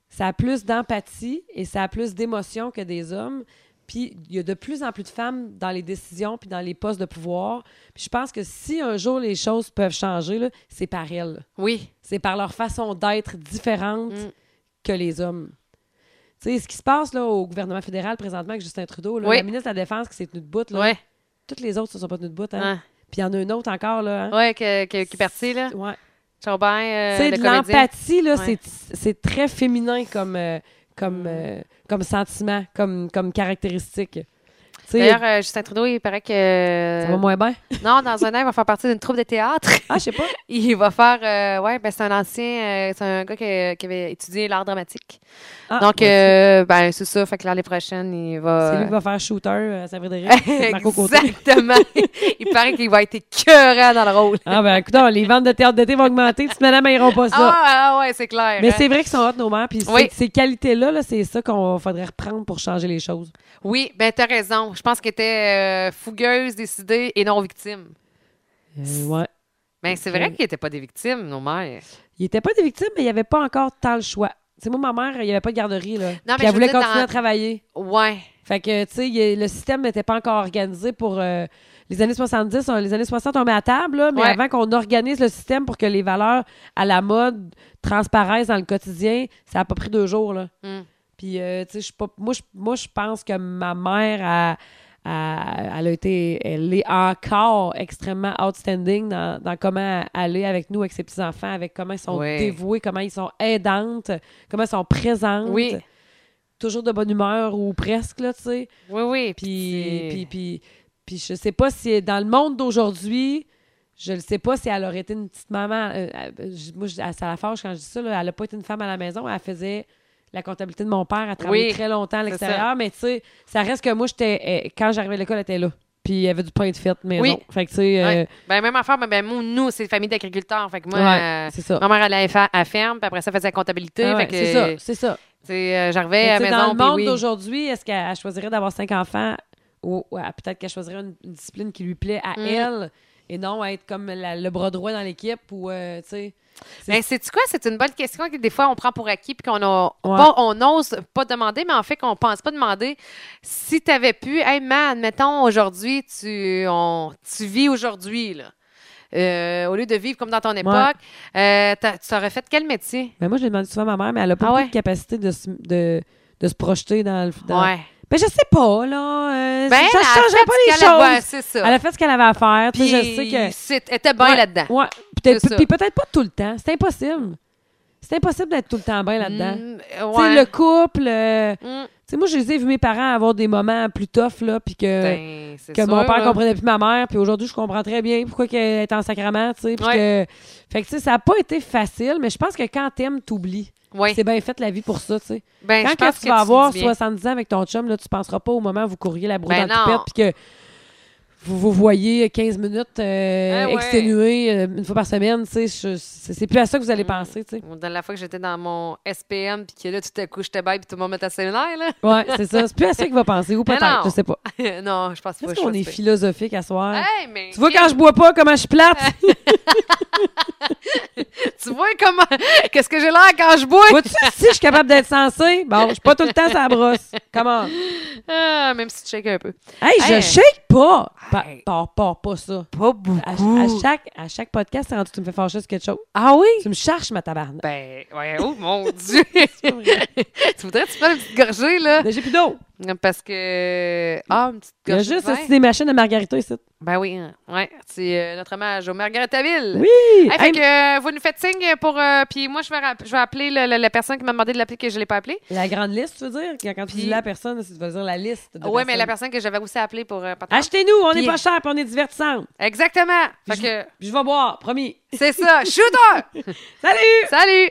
[SPEAKER 1] Ça a plus d'empathie et ça a plus d'émotion que des hommes. Puis il y a de plus en plus de femmes dans les décisions puis dans les postes de pouvoir. Puis je pense que si un jour les choses peuvent changer, là, c'est par elles.
[SPEAKER 2] Oui.
[SPEAKER 1] C'est par leur façon d'être différente
[SPEAKER 2] Mm.
[SPEAKER 1] que les hommes. Tu sais, ce qui se passe là, au gouvernement fédéral présentement avec Justin Trudeau, là,
[SPEAKER 2] Oui.
[SPEAKER 1] la ministre de la Défense qui s'est tenue de bout, là,
[SPEAKER 2] Ouais.
[SPEAKER 1] toutes les autres ne sont pas tenues de bout. Hein?
[SPEAKER 2] Hein.
[SPEAKER 1] Puis il y en a une autre encore. Là, hein?
[SPEAKER 2] Ouais, que, que, qui est parti, là.
[SPEAKER 1] Ouais.
[SPEAKER 2] Charbin, euh,
[SPEAKER 1] Tu sais,
[SPEAKER 2] le
[SPEAKER 1] de
[SPEAKER 2] comédien.
[SPEAKER 1] l'empathie, là,
[SPEAKER 2] Ouais. Mm.
[SPEAKER 1] c'est- c'est très féminin comme, euh, comme, euh, comme sentiment, comme, comme caractéristique. Tu sais,
[SPEAKER 2] D'ailleurs, euh, Justin Trudeau, il paraît que.
[SPEAKER 1] ça va moins bien.
[SPEAKER 2] Non, dans un an, il va faire partie d'une troupe de théâtre.
[SPEAKER 1] Ah, je sais pas.
[SPEAKER 2] Il va faire. euh, ouais, ben, c'est un ancien. euh, c'est un gars qui, qui avait étudié l'art dramatique.
[SPEAKER 1] Ah,
[SPEAKER 2] Donc,
[SPEAKER 1] voici.
[SPEAKER 2] euh, ben, c'est ça. Fait que l'année prochaine, il va.
[SPEAKER 1] c'est lui qui va faire shooter euh, à Saint-Frédéric. c'est Marco Côté.
[SPEAKER 2] Exactement. il paraît qu'il va être écœurant dans le rôle.
[SPEAKER 1] Ah, ben, écoute, les ventes de théâtre d'été vont augmenter. Petite madame, elles iront pas ça.
[SPEAKER 2] Ah, ah ouais, c'est clair.
[SPEAKER 1] Mais
[SPEAKER 2] hein.
[SPEAKER 1] c'est vrai qu'ils sont hot, nos mères. Puis c'est-
[SPEAKER 2] Oui.
[SPEAKER 1] ces qualités-là, là, c'est ça qu'on faudrait reprendre pour changer les choses.
[SPEAKER 2] Oui, ben, t'as raison. Je pense qu'elle était euh, fougueuse, décidée et non victime.
[SPEAKER 1] Euh, ouais.
[SPEAKER 2] Ben, c'est vrai qu'il était pas des victimes, nos mères.
[SPEAKER 1] Ils n'étaient pas des victimes, mais il n'y avait pas encore tant le choix. Tu sais, moi, ma mère, il n'y avait pas de garderie, là.
[SPEAKER 2] mais
[SPEAKER 1] Puis
[SPEAKER 2] je
[SPEAKER 1] elle
[SPEAKER 2] veux
[SPEAKER 1] voulait
[SPEAKER 2] dire,
[SPEAKER 1] continuer
[SPEAKER 2] dans-
[SPEAKER 1] à travailler.
[SPEAKER 2] Ouais.
[SPEAKER 1] Fait que, tu sais, il y a- le système n'était pas encore organisé pour... euh, les années 70, on- les années 60, on met à table, là, mais
[SPEAKER 2] Ouais.
[SPEAKER 1] avant qu'on organise le système pour que les valeurs à la mode transparaissent dans le quotidien, ça n'a pas pris deux jours, là.
[SPEAKER 2] Mm.
[SPEAKER 1] Puis, euh, tu sais, je suis pas... Moi, je- moi, je pense que ma mère a... a- elle a été... Elle est encore extrêmement outstanding dans, dans comment aller avec nous, avec ses petits-enfants, avec comment ils sont
[SPEAKER 2] Ouais.
[SPEAKER 1] dévoués, comment ils sont aidantes, comment ils sont présentes.
[SPEAKER 2] Oui.
[SPEAKER 1] Toujours de bonne humeur ou presque, là, tu sais.
[SPEAKER 2] Oui, oui.
[SPEAKER 1] Puis,
[SPEAKER 2] c'est-
[SPEAKER 1] puis, puis, puis je sais pas si dans le monde d'aujourd'hui, je ne sais pas si elle aurait été une petite maman. euh, euh, j- moi, je- ça la fâche quand je dis ça. là, elle n'a pas été une femme à la maison. Elle faisait la comptabilité de mon père. Elle travaillait
[SPEAKER 2] Oui,
[SPEAKER 1] très longtemps à
[SPEAKER 2] c'est
[SPEAKER 1] l'extérieur. Mais tu sais, ça reste que moi, j'étais euh, quand j'arrivais à l'école, elle était là. Puis il y avait du pain de fête, mais
[SPEAKER 2] Oui.
[SPEAKER 1] non. Fait que tu sais, euh,
[SPEAKER 2] Ouais. Ben, même affaire, ben, ben, moi, nous, c'est une famille d'agriculteurs. Fait que moi,
[SPEAKER 1] ouais,
[SPEAKER 2] euh,
[SPEAKER 1] c'est ça.
[SPEAKER 2] ma mère allait à la fa- à la ferme, puis après ça, elle faisait la comptabilité.
[SPEAKER 1] Ah ouais,
[SPEAKER 2] fait que,
[SPEAKER 1] c'est ça, c'est ça.
[SPEAKER 2] tu sais, euh, j'arrivais à
[SPEAKER 1] Eh, Mais ben
[SPEAKER 2] la
[SPEAKER 1] tu sais,
[SPEAKER 2] maison.
[SPEAKER 1] dans le monde
[SPEAKER 2] puis oui.
[SPEAKER 1] d'aujourd'hui, est-ce qu'elle elle choisirait d'avoir cinq enfants ou, ou elle- peut-être qu'elle choisirait une, une discipline qui lui plaît à
[SPEAKER 2] Mm.
[SPEAKER 1] elle et non être comme la- le bras droit dans l'équipe ou euh, tu sais.
[SPEAKER 2] Mais c'est-tu quoi? C'est une bonne question que des fois, on prend pour acquis, puis qu'on a,
[SPEAKER 1] Ouais.
[SPEAKER 2] pas- on n'ose pas demander, mais en fait, qu'on pense pas demander. Si tu avais pu, hey, man, admettons, aujourd'hui, tu, on- tu vis aujourd'hui, là. euh, au lieu de vivre comme dans ton époque, euh, t'as- tu aurais fait quel métier?
[SPEAKER 1] Mais Ben, moi, je l'ai demandé souvent à ma mère, mais elle a pas
[SPEAKER 2] Ah
[SPEAKER 1] beaucoup
[SPEAKER 2] ouais?
[SPEAKER 1] de capacité de se, de, de se projeter dans le. Dans...
[SPEAKER 2] Ouais.
[SPEAKER 1] Ben, je sais pas, là. euh,
[SPEAKER 2] Ben,
[SPEAKER 1] je-
[SPEAKER 2] elle
[SPEAKER 1] je
[SPEAKER 2] a
[SPEAKER 1] changerais
[SPEAKER 2] fait
[SPEAKER 1] pas
[SPEAKER 2] ce
[SPEAKER 1] les
[SPEAKER 2] qu'elle a- ouais,
[SPEAKER 1] choses.
[SPEAKER 2] c'est ça.
[SPEAKER 1] Elle a fait ce qu'elle avait à faire. Puis,
[SPEAKER 2] Puis,
[SPEAKER 1] je sais que.
[SPEAKER 2] c'est- elle était bien
[SPEAKER 1] Ouais,
[SPEAKER 2] là-dedans.
[SPEAKER 1] Ouais. Peut-être-
[SPEAKER 2] C'est ça.
[SPEAKER 1] Puis peut-être pas tout le temps. C'est impossible. C'est impossible d'être tout le temps bien là-dedans.
[SPEAKER 2] Mm,
[SPEAKER 1] Tu sais,
[SPEAKER 2] ouais.
[SPEAKER 1] le couple. euh, tu
[SPEAKER 2] Mm,
[SPEAKER 1] sais, moi, je les ai vus mes parents avoir des moments plus tough, là, puis que.
[SPEAKER 2] ben, c'est
[SPEAKER 1] Euh, que
[SPEAKER 2] sûr,
[SPEAKER 1] mon père
[SPEAKER 2] là.
[SPEAKER 1] comprenait plus ma mère, puis aujourd'hui, je comprends très bien pourquoi qu'elle est en sacrament, tu sais. puis que- Fait que, tu sais, ça n'a pas été facile, mais je pense que quand t'aimes, t'oublies.
[SPEAKER 2] Oui.
[SPEAKER 1] C'est bien fait la vie pour ça, tu sais.
[SPEAKER 2] Ben, je
[SPEAKER 1] quand
[SPEAKER 2] pense
[SPEAKER 1] que tu vas avoir
[SPEAKER 2] dis bien.
[SPEAKER 1] 70 ans avec ton chum, là, tu penseras pas au moment où vous courriez la broue
[SPEAKER 2] Ben
[SPEAKER 1] dans le
[SPEAKER 2] non.
[SPEAKER 1] toupette, puis que vous vous voyez 15 minutes euh,
[SPEAKER 2] Ah ouais.
[SPEAKER 1] exténuées euh, une fois par semaine, tu sais. je- C'est c'est plus à ça que vous
[SPEAKER 2] Hmm.
[SPEAKER 1] allez penser, tu sais.
[SPEAKER 2] Dans la fois que j'étais dans mon SPM, puis que là, tout à coup, j'étais bail, puis tout le monde m'était séminaire, là.
[SPEAKER 1] Ouais, c'est ça. C'est plus à ça qu'il va penser, ou
[SPEAKER 2] Mais
[SPEAKER 1] peut-être,
[SPEAKER 2] Ben non.
[SPEAKER 1] je sais pas.
[SPEAKER 2] non, je pense pas.
[SPEAKER 1] Est-ce
[SPEAKER 2] que
[SPEAKER 1] qu'on
[SPEAKER 2] je
[SPEAKER 1] est
[SPEAKER 2] fasse
[SPEAKER 1] philosophique à soir?
[SPEAKER 2] ça. Hey, mais
[SPEAKER 1] Tu vois, quand je bois pas, comment je suis plate?
[SPEAKER 2] tu vois comment. Qu'est-ce que j'ai l'air quand je bois?
[SPEAKER 1] Vois-tu si je suis capable d'être sensée? Bon, je suis pas tout le temps sur la brosse. Comment?
[SPEAKER 2] Ah, même si tu shakes un peu.
[SPEAKER 1] Hey, je
[SPEAKER 2] Hey.
[SPEAKER 1] shake pas! Pa-
[SPEAKER 2] Hey.
[SPEAKER 1] Pars pas, pas ça.
[SPEAKER 2] Pas
[SPEAKER 1] À, à chaque, à chaque podcast, c'est rendu que tu me fais fâcher sur quelque chose.
[SPEAKER 2] Ah oui?
[SPEAKER 1] Tu me cherches, ma tabarne.
[SPEAKER 2] Ben, ouais, oh mon Dieu! tu voudrais que tu prennes une petite gorgée, là?
[SPEAKER 1] Mais j'ai plus d'eau.
[SPEAKER 2] Parce que. Ah, une petite
[SPEAKER 1] Il y a
[SPEAKER 2] gorgée.
[SPEAKER 1] juste
[SPEAKER 2] de vin.
[SPEAKER 1] aussi des machines à margarita ici.
[SPEAKER 2] Ben oui, hein. ouais. C'est euh, notre hommage au Margaritaville.
[SPEAKER 1] Oui!
[SPEAKER 2] Hey,
[SPEAKER 1] Hey,
[SPEAKER 2] fait que euh, vous nous faites signe pour. euh, puis moi, je vais, rapp- je vais appeler le- le- la personne qui m'a demandé de l'appeler que je ne l'ai pas appelée.
[SPEAKER 1] La grande liste, tu veux dire? Quand- Quand tu
[SPEAKER 2] Puis-
[SPEAKER 1] dis la personne, c'est- tu veux dire la liste. De Ah,
[SPEAKER 2] Oui, mais la
[SPEAKER 1] personnes.
[SPEAKER 2] personne que j'avais aussi appelée pour. euh, Patreon.
[SPEAKER 1] Achetez-nous, on est
[SPEAKER 2] Puis-
[SPEAKER 1] pas cher puis on est divertissante.
[SPEAKER 2] Exactement. Fait
[SPEAKER 1] je-
[SPEAKER 2] que
[SPEAKER 1] Puis je vais boire, promis.
[SPEAKER 2] c'est ça. Shooter!
[SPEAKER 1] Salut!
[SPEAKER 2] Salut!